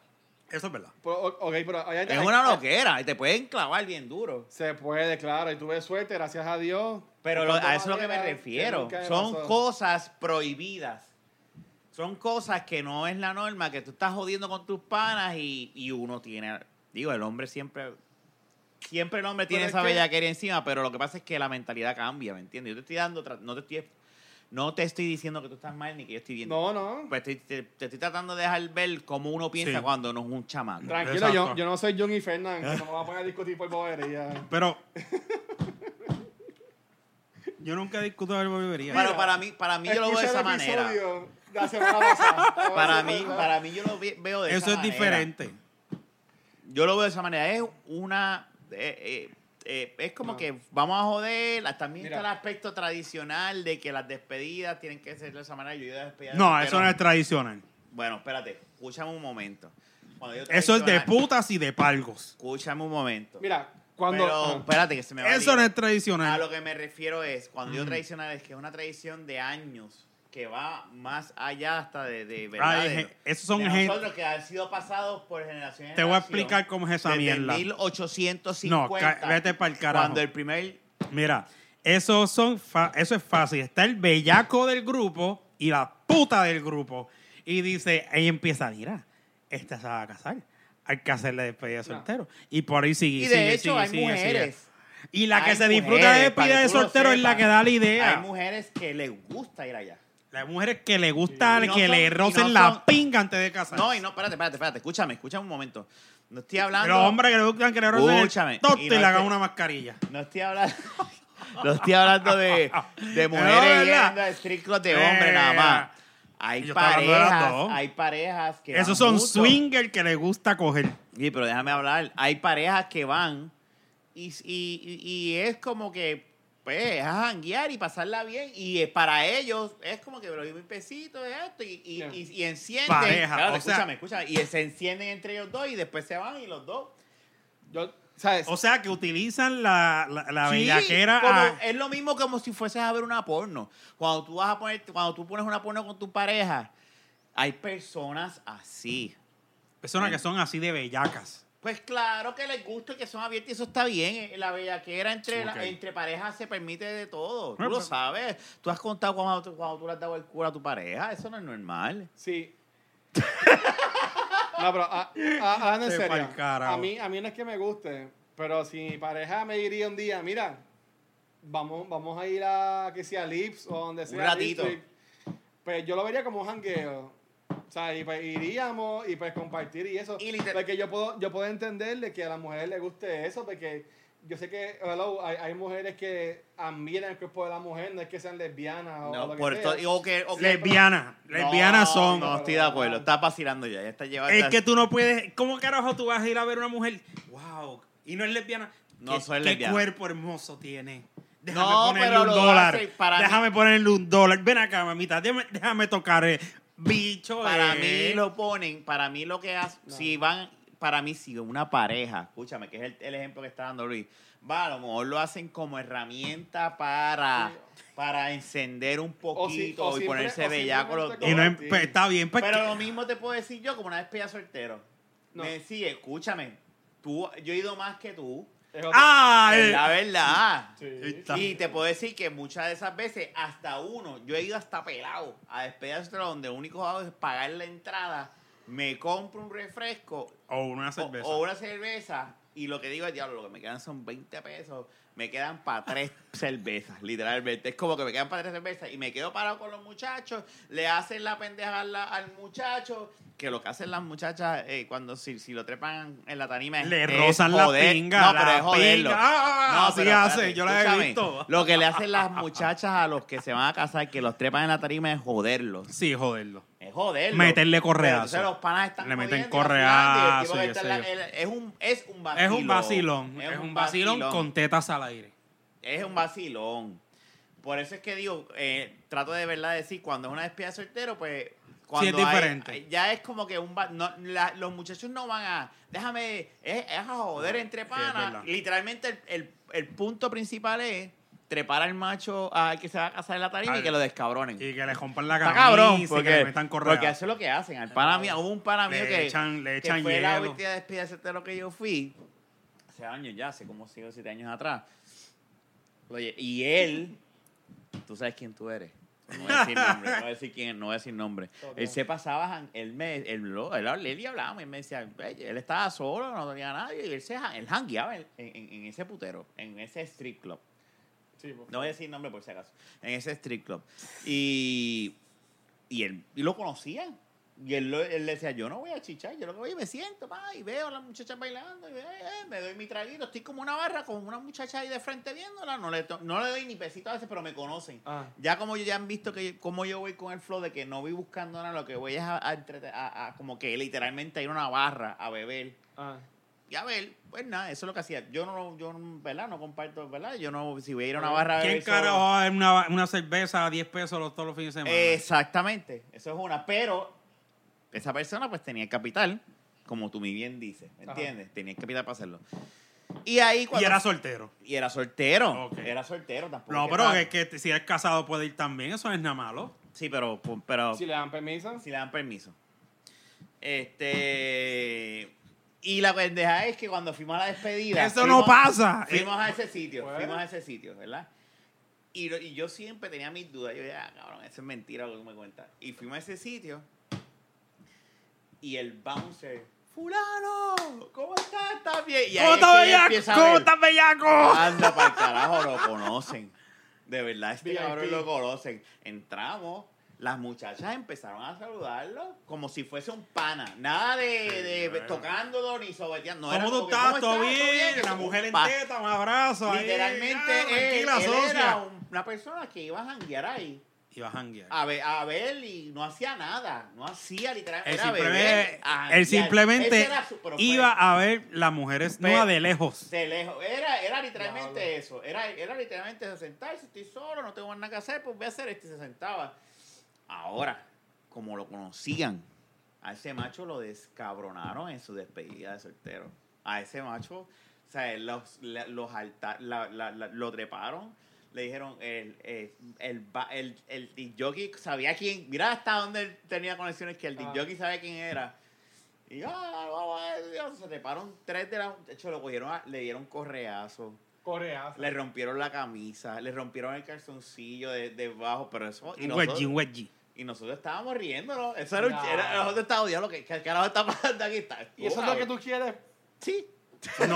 [SPEAKER 1] Eso es verdad.
[SPEAKER 2] Pero, o- ok, pero hay-
[SPEAKER 3] Es
[SPEAKER 2] hay-
[SPEAKER 3] una loquera. Y te pueden clavar bien duro.
[SPEAKER 2] Se puede, claro. Y tuve suerte, gracias a Dios.
[SPEAKER 3] Pero
[SPEAKER 2] De
[SPEAKER 3] lo- a
[SPEAKER 2] tantas
[SPEAKER 3] eso es lo que me
[SPEAKER 2] maneras
[SPEAKER 3] refiero.
[SPEAKER 2] nunca me
[SPEAKER 3] Son
[SPEAKER 2] pasó.
[SPEAKER 3] cosas prohibidas. Son cosas que no es la norma, que tú estás jodiendo con tus panas y, y uno tiene. Digo, el hombre siempre. Siempre el hombre tiene
[SPEAKER 2] Pero es
[SPEAKER 3] esa
[SPEAKER 2] que-
[SPEAKER 3] bellaquería encima, pero lo que pasa es que la mentalidad cambia, ¿me entiendes? Yo te estoy dando. tra- No te estoy, no te estoy diciendo que tú estás mal ni que yo estoy bien.
[SPEAKER 2] No, no.
[SPEAKER 3] Pues te, te- te estoy tratando de dejar ver cómo uno piensa
[SPEAKER 1] Sí.
[SPEAKER 3] cuando no es un chamaco.
[SPEAKER 2] Tranquilo, yo,
[SPEAKER 1] Exacto.
[SPEAKER 2] yo no soy Johnny
[SPEAKER 3] [laughs]
[SPEAKER 2] Fernández. que No me voy a poner a discutir por bobería.
[SPEAKER 1] Pero. [laughs] yo nunca discuto de bobería.
[SPEAKER 3] Pero para mí, para mí yo lo veo de
[SPEAKER 2] Escucha
[SPEAKER 3] esa
[SPEAKER 2] el
[SPEAKER 3] manera.
[SPEAKER 2] episodio de la semana pasada.
[SPEAKER 3] Para mí, para mí yo lo ve- veo de
[SPEAKER 1] Eso
[SPEAKER 3] esa
[SPEAKER 1] es
[SPEAKER 3] manera.
[SPEAKER 1] diferente.
[SPEAKER 3] Yo lo veo de esa manera. Es una. eh, eh, eh, es como
[SPEAKER 2] No.
[SPEAKER 3] que vamos a joder. la- También
[SPEAKER 2] Mira.
[SPEAKER 3] está el aspecto tradicional de que las despedidas tienen que ser de esa manera. Yo he ido a despedidas
[SPEAKER 1] No,
[SPEAKER 3] solteros.
[SPEAKER 1] eso no es tradicional.
[SPEAKER 3] Bueno, espérate. Escúchame un momento. Cuando yo
[SPEAKER 1] Eso es de
[SPEAKER 3] tradicional-
[SPEAKER 1] putas y de palgos.
[SPEAKER 3] Escúchame un momento.
[SPEAKER 2] Mira, cuando.
[SPEAKER 3] Pero,
[SPEAKER 2] ah,
[SPEAKER 3] espérate que se me va
[SPEAKER 1] Eso no
[SPEAKER 3] liar.
[SPEAKER 1] es tradicional.
[SPEAKER 3] A lo que me refiero es, cuando yo tradicional es que es una tradición de años que va más allá hasta de, de verdad.
[SPEAKER 1] Ay,
[SPEAKER 3] de-
[SPEAKER 1] gen- esos son
[SPEAKER 3] de
[SPEAKER 1] gen-
[SPEAKER 3] nosotros que han sido pasados por generaciones.
[SPEAKER 1] Te voy a explicar cómo es esa mierda.
[SPEAKER 3] 1850.
[SPEAKER 1] No, ca- vete pa'l carajo.
[SPEAKER 3] Cuando el primer
[SPEAKER 1] Mira, eso, son fa- eso es fácil. Está el bellaco del grupo y la puta del grupo. Y dice, ahí empieza, mira, esta se va a casar. Hay que hacerle despedida de soltero. Y por ahí sigue,
[SPEAKER 3] y de
[SPEAKER 1] sigue,
[SPEAKER 3] hecho
[SPEAKER 1] sigue,
[SPEAKER 3] hay
[SPEAKER 1] sigue, sigue.
[SPEAKER 3] mujeres.
[SPEAKER 1] Y la que
[SPEAKER 3] hay
[SPEAKER 1] se disfruta de
[SPEAKER 3] mujeres, para
[SPEAKER 1] despedida
[SPEAKER 3] que
[SPEAKER 1] de
[SPEAKER 3] tú lo
[SPEAKER 1] soltero es la
[SPEAKER 3] sepas,
[SPEAKER 1] que da la idea.
[SPEAKER 3] Hay mujeres que les gusta ir allá.
[SPEAKER 1] Las mujeres que le gustan
[SPEAKER 3] Y no
[SPEAKER 1] que
[SPEAKER 3] son- y
[SPEAKER 1] le
[SPEAKER 3] no
[SPEAKER 1] rocen
[SPEAKER 3] son-
[SPEAKER 1] la pinga antes de casarse.
[SPEAKER 3] No, y no, espérate, espérate, espérate, escúchame, escúchame un momento. No estoy hablando
[SPEAKER 1] Los hombres que le gustan que le rocen
[SPEAKER 3] Escúchame,
[SPEAKER 1] el tote
[SPEAKER 3] y
[SPEAKER 1] y,
[SPEAKER 3] no
[SPEAKER 1] le hagan
[SPEAKER 3] te-
[SPEAKER 1] una mascarilla.
[SPEAKER 3] No estoy hablando. [laughs] No estoy hablando de, de mujeres
[SPEAKER 1] No, ¿verdad? Eh,
[SPEAKER 3] yendo a strip club de hombres nada más. Hay
[SPEAKER 1] Yo estaba hablando de las
[SPEAKER 3] parejas,
[SPEAKER 1] dos.
[SPEAKER 3] hay parejas que
[SPEAKER 1] Esos
[SPEAKER 3] van
[SPEAKER 1] son
[SPEAKER 3] juntos.
[SPEAKER 1] swingers que le gusta coger.
[SPEAKER 3] Sí, pero déjame hablar. Hay parejas que van y, y- y- y es como que, pues, es a janguear y pasarla bien. Y eh, para ellos es como que, pero yo un pesito de esto y, y,
[SPEAKER 2] Yeah.
[SPEAKER 3] y- y encienden.
[SPEAKER 1] Pareja,
[SPEAKER 3] Claro,
[SPEAKER 1] o sea-
[SPEAKER 3] escúchame, escúchame. Y se encienden entre ellos dos y después se van y los dos.
[SPEAKER 2] yo, ¿sabes?
[SPEAKER 1] O sea, que utilizan la, la, la
[SPEAKER 3] Sí,
[SPEAKER 1] bellaquera
[SPEAKER 3] como-
[SPEAKER 1] a-
[SPEAKER 3] es lo mismo como si fueses a ver una porno. Cuando tú vas a poner, cuando tú pones una porno con tu pareja, hay personas así.
[SPEAKER 1] personas que son así de bellacas.
[SPEAKER 3] Pues claro que les gusta y que son abiertos y eso está bien. Eh, La bellaquera entre, la-
[SPEAKER 1] Ok.
[SPEAKER 3] entre parejas se permite de todo. Tú
[SPEAKER 1] Bueno,
[SPEAKER 3] lo
[SPEAKER 1] pues-
[SPEAKER 3] sabes. Tú has contado cuando, tú- cuando tú le has dado el culo a tu pareja. Eso no es normal.
[SPEAKER 2] Sí. [laughs] no, pero ah, a, a, a, en
[SPEAKER 1] Se fue
[SPEAKER 2] serio.
[SPEAKER 1] al carajo.
[SPEAKER 2] A mí, a mí no es que me guste, pero si mi pareja me diría un día, mira, vamos, vamos a ir a que sea Lips o donde sea.
[SPEAKER 3] ratito.
[SPEAKER 2] Lipstick", pues yo lo vería como un jangueo. O sea, y pues iríamos y pues compartir y eso.
[SPEAKER 3] Y liter-
[SPEAKER 2] porque yo puedo, yo puedo entenderle que a las mujeres les guste eso, porque yo sé que hello, hay, hay mujeres que admiran el cuerpo de la mujer, no es que sean lesbianas o
[SPEAKER 3] No,
[SPEAKER 2] lo que
[SPEAKER 3] por
[SPEAKER 2] sea.
[SPEAKER 3] to- o que- o que-
[SPEAKER 1] Lesbianas. Lesbianas
[SPEAKER 3] No,
[SPEAKER 1] son.
[SPEAKER 3] No, estoy de acuerdo. Estás vacilando ya. Ya está llevando.
[SPEAKER 1] Es que tú no puedes. ¿Cómo carajo tú vas a ir a ver una mujer? ¡Wow! Y no es lesbiana.
[SPEAKER 3] No
[SPEAKER 1] ¿Qué,
[SPEAKER 3] soy
[SPEAKER 1] qué
[SPEAKER 3] lesbiana.
[SPEAKER 1] cuerpo hermoso tiene? Déjame
[SPEAKER 3] No,
[SPEAKER 1] ponerle
[SPEAKER 3] pero
[SPEAKER 1] un
[SPEAKER 3] lo
[SPEAKER 1] dólar.
[SPEAKER 3] hace para mí.
[SPEAKER 1] déjame ponerle un dólar. Ven acá, mamita. Déjame, déjame tocar. eh. Bicho.
[SPEAKER 3] Para
[SPEAKER 1] eh.
[SPEAKER 3] mí lo ponen, para mí lo que hacen,
[SPEAKER 2] No.
[SPEAKER 3] si van, para mí si una pareja, escúchame, que es el, el ejemplo que está dando Luis, va, a lo mejor lo hacen como herramienta para, para encender un
[SPEAKER 2] O si-
[SPEAKER 3] poquito
[SPEAKER 2] o
[SPEAKER 3] y
[SPEAKER 2] simple-
[SPEAKER 3] ponerse
[SPEAKER 2] o
[SPEAKER 3] bellaco los
[SPEAKER 2] simplemente
[SPEAKER 3] dos.
[SPEAKER 1] Y no, em-
[SPEAKER 2] Sí.
[SPEAKER 1] pues, está bien. pues,
[SPEAKER 3] Pero
[SPEAKER 1] que-
[SPEAKER 3] lo mismo te puedo decir yo como una despedida soltero.
[SPEAKER 2] No.
[SPEAKER 3] Me decía, escúchame, tú, yo he ido más que tú,
[SPEAKER 2] Es otra-
[SPEAKER 1] ¡Ah!
[SPEAKER 3] es
[SPEAKER 1] eh,
[SPEAKER 3] la verdad.
[SPEAKER 2] Sí.
[SPEAKER 3] Y te puedo decir que muchas de esas veces, hasta uno, yo he ido hasta pelado a despedirse donde lo único que hago es pagar la entrada, me compro un refresco
[SPEAKER 1] O una
[SPEAKER 3] o,
[SPEAKER 1] cerveza.
[SPEAKER 3] o una cerveza y lo que digo es, diablo, lo que me quedan son 20 pesos, me quedan para
[SPEAKER 1] [laughs]
[SPEAKER 3] tres cervezas, literalmente. Es como que me quedan para tres cervezas y me quedo parado con los muchachos, le hacen la pendeja al, al muchacho, que lo que hacen las muchachas eh, cuando si, si lo trepan en la tarima es
[SPEAKER 1] Le
[SPEAKER 3] es
[SPEAKER 1] rozan la
[SPEAKER 3] joder.
[SPEAKER 1] pinga.
[SPEAKER 3] No, pero
[SPEAKER 1] la
[SPEAKER 3] es joderlo.
[SPEAKER 1] pinga. Ah,
[SPEAKER 3] No,
[SPEAKER 1] así
[SPEAKER 3] pero
[SPEAKER 1] hace,
[SPEAKER 3] espérate,
[SPEAKER 1] yo la he
[SPEAKER 3] escúchame,
[SPEAKER 1] visto.
[SPEAKER 3] Lo
[SPEAKER 1] [laughs]
[SPEAKER 3] que le hacen las muchachas a los que se van a casar, que los trepan en la tarima, es joderlos.
[SPEAKER 1] Sí, joderlo.
[SPEAKER 3] Es es joder.
[SPEAKER 1] Meterle correazo.
[SPEAKER 3] Entonces los panas están
[SPEAKER 1] Le meten
[SPEAKER 3] jodiendo y al final,
[SPEAKER 1] correazo
[SPEAKER 3] el tipo que
[SPEAKER 1] y
[SPEAKER 3] está
[SPEAKER 1] qué
[SPEAKER 3] en la-
[SPEAKER 1] sé yo.
[SPEAKER 3] el- Es un es un
[SPEAKER 1] Es
[SPEAKER 3] vacilón.
[SPEAKER 1] un vacilón. Es un vacilón con tetas al aire.
[SPEAKER 3] Es un vacilón. Por eso es que digo, eh, trato de verdad decir, cuando es una despedida de soltero, pues... Cuando hay-
[SPEAKER 1] diferente.
[SPEAKER 3] ya es como que un va- no, la- los muchachos no van a... Déjame, es, es a joder entre
[SPEAKER 1] es
[SPEAKER 3] panas.
[SPEAKER 1] verdad.
[SPEAKER 3] Literalmente el, el- el punto principal es trepar al macho al que se va a casar en la tarima
[SPEAKER 1] Al-
[SPEAKER 3] y que lo descabronen.
[SPEAKER 1] Y que le rompan la
[SPEAKER 3] Está
[SPEAKER 1] camisa
[SPEAKER 3] cabrón,
[SPEAKER 1] y que le
[SPEAKER 3] porque,
[SPEAKER 1] metan
[SPEAKER 3] porque
[SPEAKER 1] correazo.
[SPEAKER 3] eso es lo que hacen. Al pana mío, hubo un pana mío
[SPEAKER 1] Le
[SPEAKER 3] que,
[SPEAKER 1] echan- le
[SPEAKER 3] que
[SPEAKER 1] echan
[SPEAKER 3] fue la
[SPEAKER 1] hielo.
[SPEAKER 3] última despedida de soltero que yo fui, hace años ya, hace como 6 o 7 años atrás. Oye, y él, tú sabes quién tú eres. No voy a decir nombre, no voy a decir quién es, no voy a decir nombre. Él se pasaba, jan- él me, él, lo- él, hablaba- él y hablábamos, y él me decía, "Ey, él estaba solo, no tenía nadie, y él se jan- él jangueaba en, en- en ese putero, en ese strip club.
[SPEAKER 2] Sí, pues. por favor.
[SPEAKER 3] No voy a decir nombre por si acaso. En ese strip club. Y, y él y lo conocía. Y él, lo- él le decía, yo no voy a chichar, yo lo que voy y me siento, pa, y veo a las muchachas bailando, y, eh, eh, me doy mi traguito, estoy como una barra con una muchacha ahí de frente viéndola, no le, to- no le doy ni pesito a veces, pero me conocen.
[SPEAKER 2] Ah.
[SPEAKER 3] Ya como yo- ya han visto que yo- cómo yo voy con el flow de que no voy buscando nada, lo que voy es a, a entrete- a- a como que literalmente ir a una barra a beber
[SPEAKER 2] Ah.
[SPEAKER 3] y a ver, pues nada, eso es lo que hacía. Yo no, yo, no, ¿verdad? No comparto, ¿verdad? Yo no, si voy a ir a una barra a
[SPEAKER 1] ¿Quién
[SPEAKER 3] beber solo-
[SPEAKER 1] carajo va a dar una, una cerveza a 10 pesos los- todos los fines de semana?
[SPEAKER 3] Eh, Exactamente, eso es una. Pero esa persona pues tenía el capital, como tú muy bien dices, ¿me
[SPEAKER 2] Ajá.
[SPEAKER 3] entiendes? Tenía el capital para hacerlo. Y ahí
[SPEAKER 1] y
[SPEAKER 3] cuando...
[SPEAKER 1] era soltero.
[SPEAKER 3] y era soltero.
[SPEAKER 1] Ok.
[SPEAKER 3] Era soltero tampoco.
[SPEAKER 1] No,
[SPEAKER 3] que
[SPEAKER 1] pero
[SPEAKER 3] estaba-
[SPEAKER 1] que, que si eres casado puede ir también, eso no es nada malo.
[SPEAKER 3] Sí, pero... pero
[SPEAKER 2] Si le dan permiso.
[SPEAKER 3] si le dan permiso. Este... Y la pendeja es que cuando fuimos a la despedida...
[SPEAKER 1] Eso
[SPEAKER 3] fuimos-
[SPEAKER 1] no pasa.
[SPEAKER 3] Fuimos a ese sitio,
[SPEAKER 1] pues.
[SPEAKER 2] Bueno.
[SPEAKER 3] fuimos a ese sitio, ¿verdad? Y, lo- y yo siempre tenía mis dudas. Yo decía, ah, cabrón, eso es mentira lo que tú me cuentas. Y fuimos a ese sitio y el bouncer, fulano, ¿cómo estás? ¿Estás bien? Y ahí
[SPEAKER 1] ¿Cómo
[SPEAKER 3] es que
[SPEAKER 1] estás
[SPEAKER 3] ella
[SPEAKER 1] bellaco?
[SPEAKER 3] empieza a
[SPEAKER 1] ¿Cómo
[SPEAKER 3] ver, Ah,
[SPEAKER 1] estás bellaco?
[SPEAKER 3] Anda para el carajo, lo conocen. De verdad, este
[SPEAKER 2] VIP.
[SPEAKER 3] cabrón lo conocen. Entramos, las muchachas empezaron a saludarlo como si fuese un pana. Nada de, de
[SPEAKER 1] bueno.
[SPEAKER 3] tocándolo ni sobeteando. No era
[SPEAKER 1] ¿Cómo tú
[SPEAKER 3] como que,
[SPEAKER 1] estás? ¿Todo
[SPEAKER 3] estás? ¿Todo
[SPEAKER 1] bien? La
[SPEAKER 3] Como
[SPEAKER 1] mujer
[SPEAKER 3] un
[SPEAKER 1] en
[SPEAKER 3] pa-
[SPEAKER 1] teta, un abrazo. ahí.
[SPEAKER 3] Literalmente,
[SPEAKER 1] Ah,
[SPEAKER 3] él,
[SPEAKER 1] tranquila,
[SPEAKER 3] él era
[SPEAKER 1] socia.
[SPEAKER 3] un- Ah, una persona que iba a janguear ahí.
[SPEAKER 1] Y va a janguear.
[SPEAKER 3] A ver, a ver, y no hacía nada. No hacía literalmente.
[SPEAKER 1] Él,
[SPEAKER 3] era
[SPEAKER 1] simple-
[SPEAKER 3] beber, a janguear.
[SPEAKER 1] él simplemente
[SPEAKER 3] Ese era su- pero fue
[SPEAKER 1] iba a ver las mujeres
[SPEAKER 3] Pero-
[SPEAKER 1] nuevas de lejos.
[SPEAKER 3] de lejos. Era, era literalmente
[SPEAKER 2] Diablo.
[SPEAKER 3] eso. Era, era literalmente sentarse. Estoy solo, no tengo nada que hacer, pues voy a hacer esto. Y se sentaba. Ahora, como lo conocían, a ese macho lo descabronaron en su despedida de soltero. A ese macho, o sea, los, la- los alta- la- la- la- lo treparon. Le dijeron, el, el, el, ba- el, el disc jockey sabía quién, mira hasta dónde él tenía conexiones, que el disc
[SPEAKER 2] Ah.
[SPEAKER 3] jockey sabía quién era. Y ah, vamos a ver, Dios, se treparon tres de la... De hecho, lo cogieron, a- le dieron correazo.
[SPEAKER 2] Corea.
[SPEAKER 3] Le rompieron la camisa, le rompieron el calzoncillo de, debajo, pero eso. Y
[SPEAKER 1] Un wedgie,
[SPEAKER 3] nosotros,
[SPEAKER 1] un
[SPEAKER 3] [laughs]
[SPEAKER 1] wedgie.
[SPEAKER 3] y nosotros estábamos riéndonos. Eso era un
[SPEAKER 2] No.
[SPEAKER 3] era- Nosotros estábamos diablo, que que carajo está pasando aquí? Está,
[SPEAKER 2] Y eso es lo que tú quieres.
[SPEAKER 3] Sí.
[SPEAKER 1] No,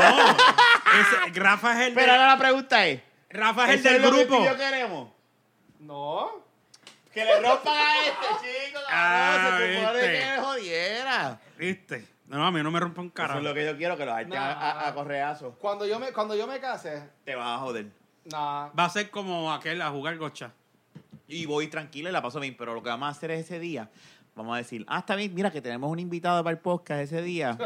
[SPEAKER 1] ese- Rafa es el,
[SPEAKER 3] Pero
[SPEAKER 1] de-
[SPEAKER 3] ahora la pregunta es:
[SPEAKER 1] Rafa es el
[SPEAKER 3] ¿eso
[SPEAKER 1] del
[SPEAKER 3] es lo que tú
[SPEAKER 1] grupo.
[SPEAKER 3] y yo queremos?
[SPEAKER 2] No.
[SPEAKER 3] Que le rompan a este
[SPEAKER 1] [laughs]
[SPEAKER 3] chico, cabrón.
[SPEAKER 1] Ah,
[SPEAKER 3] se supone
[SPEAKER 1] viste.
[SPEAKER 3] que me jodiera.
[SPEAKER 1] ¿Viste? No, a mí no me rompa un carajo.
[SPEAKER 3] Eso es lo que yo quiero, que los arten a, a- a correazo.
[SPEAKER 2] Cuando yo me, cuando yo me case,
[SPEAKER 3] Te vas a joder.
[SPEAKER 2] nah.
[SPEAKER 1] Va a ser como aquel a jugar gocha.
[SPEAKER 3] Y voy tranquila y la paso bien, pero lo que vamos a hacer es ese día. Vamos a decir, ah, está bien, mira que tenemos un invitado para el podcast
[SPEAKER 1] [laughs]
[SPEAKER 3] ese día.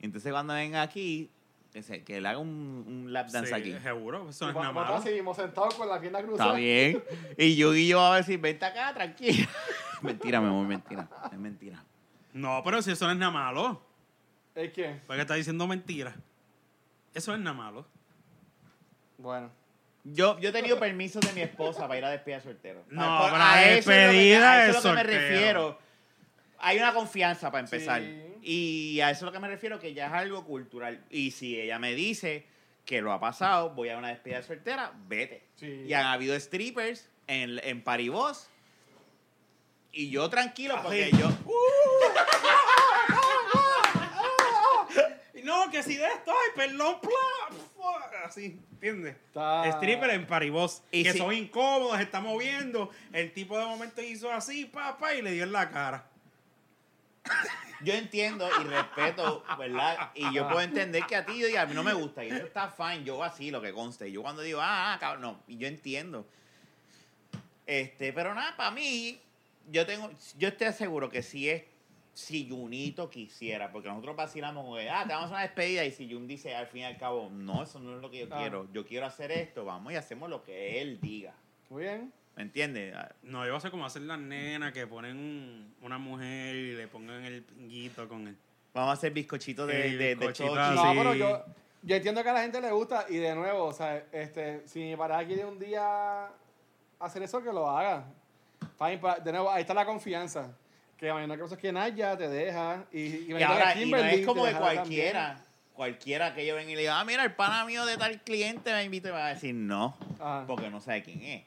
[SPEAKER 3] Entonces cuando venga aquí, que, se- que le haga un, un lap dance
[SPEAKER 1] Sí,
[SPEAKER 3] aquí.
[SPEAKER 1] seguro, eso no es nada
[SPEAKER 2] Nosotros
[SPEAKER 1] malo.
[SPEAKER 2] seguimos sentados con la pierna
[SPEAKER 3] Está
[SPEAKER 2] cruzada.
[SPEAKER 3] bien. Y yo y yo a decir, vente acá, tranquila. [laughs] mentira, mi amor, mentira. Es mentira.
[SPEAKER 1] No, pero si eso no es nada malo,
[SPEAKER 2] ¿Es que?
[SPEAKER 1] porque está diciendo mentiras. Eso no es nada malo.
[SPEAKER 2] Bueno.
[SPEAKER 3] Yo, yo he tenido permiso de mi esposa para ir a despedida de soltero.
[SPEAKER 1] No,
[SPEAKER 3] A- por-
[SPEAKER 1] pero la
[SPEAKER 3] eso es lo que-
[SPEAKER 1] despedida
[SPEAKER 3] a eso
[SPEAKER 1] de
[SPEAKER 3] es lo que me
[SPEAKER 1] soltero.
[SPEAKER 3] refiero. Hay una confianza para empezar.
[SPEAKER 2] Sí.
[SPEAKER 3] Y a eso es lo que me refiero, que ya es algo cultural. Y si ella me dice que lo ha pasado, voy a una despedida de soltera, vete.
[SPEAKER 2] Sí.
[SPEAKER 3] Y han habido strippers en, en Paribos. Y yo tranquilo, porque yo...
[SPEAKER 1] No, que si de esto, ay, perdón, pla, fuck, así, ¿entiendes?
[SPEAKER 2] Está-
[SPEAKER 1] Stripper en paribos,
[SPEAKER 3] Y
[SPEAKER 1] que
[SPEAKER 3] si-
[SPEAKER 1] son incómodos, se está moviendo. El tipo de momento hizo así, papá, y le dio en la cara.
[SPEAKER 3] Yo entiendo y respeto, ¿verdad? Y yo puedo entender que a ti y a mí no me gusta. Y eso está fine. Yo así lo que conste. Yo cuando digo, ah, ah, cabrón, no. Y yo entiendo. Este, pero nada, para mí, yo tengo, yo estoy seguro que si es, si Junito quisiera, porque nosotros vacilamos con él, ah, te vamos a una despedida, y si Jun dice al fin y al cabo, no, eso no es lo que yo
[SPEAKER 2] Ah.
[SPEAKER 3] quiero, yo quiero hacer esto, vamos y hacemos lo que él diga.
[SPEAKER 2] Muy bien.
[SPEAKER 3] ¿Me entiendes?
[SPEAKER 1] No, yo a como hacer las nenas que ponen un- una mujer y le pongan el pinguito con él.
[SPEAKER 3] Vamos a hacer bizcochitos de,
[SPEAKER 1] El
[SPEAKER 3] de, de
[SPEAKER 1] bizcochito
[SPEAKER 3] chochi.
[SPEAKER 1] Ah,
[SPEAKER 2] no,
[SPEAKER 1] sí.
[SPEAKER 2] pero yo, yo entiendo que a la gente le gusta y de nuevo, o sea, este, si mi pareja quiere un día hacer eso, que lo haga. Fine, pa- de nuevo, ahí está la confianza. Que mañana que pasa es que Naya te deja y, y
[SPEAKER 3] Y
[SPEAKER 2] mañana
[SPEAKER 3] ahora,
[SPEAKER 2] que
[SPEAKER 3] y no
[SPEAKER 2] Kimberly
[SPEAKER 3] es
[SPEAKER 2] te
[SPEAKER 3] como de
[SPEAKER 2] dejará
[SPEAKER 3] cualquiera, cualquiera que yo venga y le diga, ah, mira, el pana mío de tal cliente me invita y me va a decir no,
[SPEAKER 2] Ajá.
[SPEAKER 3] porque no sabe quién es.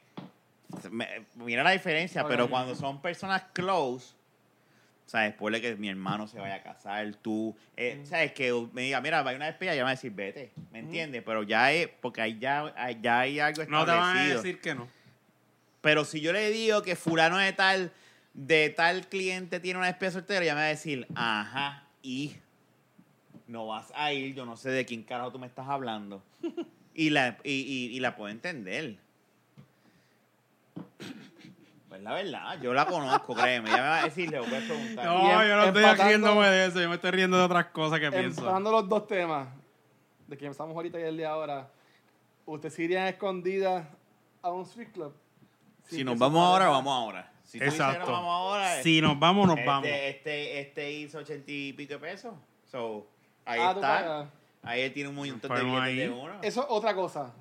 [SPEAKER 3] Me- Mira la diferencia,
[SPEAKER 2] Ok.
[SPEAKER 3] pero cuando son personas close, ¿sabes? Después de que mi hermano se vaya a casar, tú, eh,
[SPEAKER 2] Mm.
[SPEAKER 3] ¿sabes? Que me diga, mira, va a ir una despedida, ya me va a decir, vete, ¿me entiendes? Pero ya es, porque ahí ya, ahí ya hay algo
[SPEAKER 1] No
[SPEAKER 3] establecido.
[SPEAKER 1] te van a decir que no.
[SPEAKER 3] Pero si yo le digo que fulano de tal, de tal cliente tiene una especie soltera, ya me va a decir, ajá, y no vas a ir, yo no sé de quién carajo tú me estás hablando. y, la, y, y- y la puedo entender. Pues la verdad, yo la conozco, créeme. Ya me va a decir, le voy a preguntar.
[SPEAKER 1] No,
[SPEAKER 2] Y em-
[SPEAKER 1] yo no
[SPEAKER 2] empatando-
[SPEAKER 1] estoy riéndome de eso. Yo me estoy riendo de otras cosas
[SPEAKER 3] [laughs]
[SPEAKER 1] que pienso.
[SPEAKER 2] Empezando Em, los dos temas de que empezamos ahorita y el de ahora, ¿ustedes se irían escondidas a un street club?
[SPEAKER 3] si
[SPEAKER 2] Sí,
[SPEAKER 3] nos
[SPEAKER 2] que
[SPEAKER 3] vamos
[SPEAKER 2] su
[SPEAKER 3] ahora,
[SPEAKER 2] pareja-
[SPEAKER 3] vamos ahora. Si tú dices que nos
[SPEAKER 1] Exacto.
[SPEAKER 3] vamos ahora,
[SPEAKER 1] Si nos vamos, nos
[SPEAKER 3] este,
[SPEAKER 1] vamos.
[SPEAKER 3] Este, este hizo ochenta y pico de pesos. So, ahí
[SPEAKER 2] Ah, tú
[SPEAKER 3] está.
[SPEAKER 2] pagas.
[SPEAKER 3] Ahí él tiene un montón de
[SPEAKER 1] Ponemos
[SPEAKER 3] billetes
[SPEAKER 1] ahí.
[SPEAKER 3] de uno.
[SPEAKER 2] Eso es otra cosa.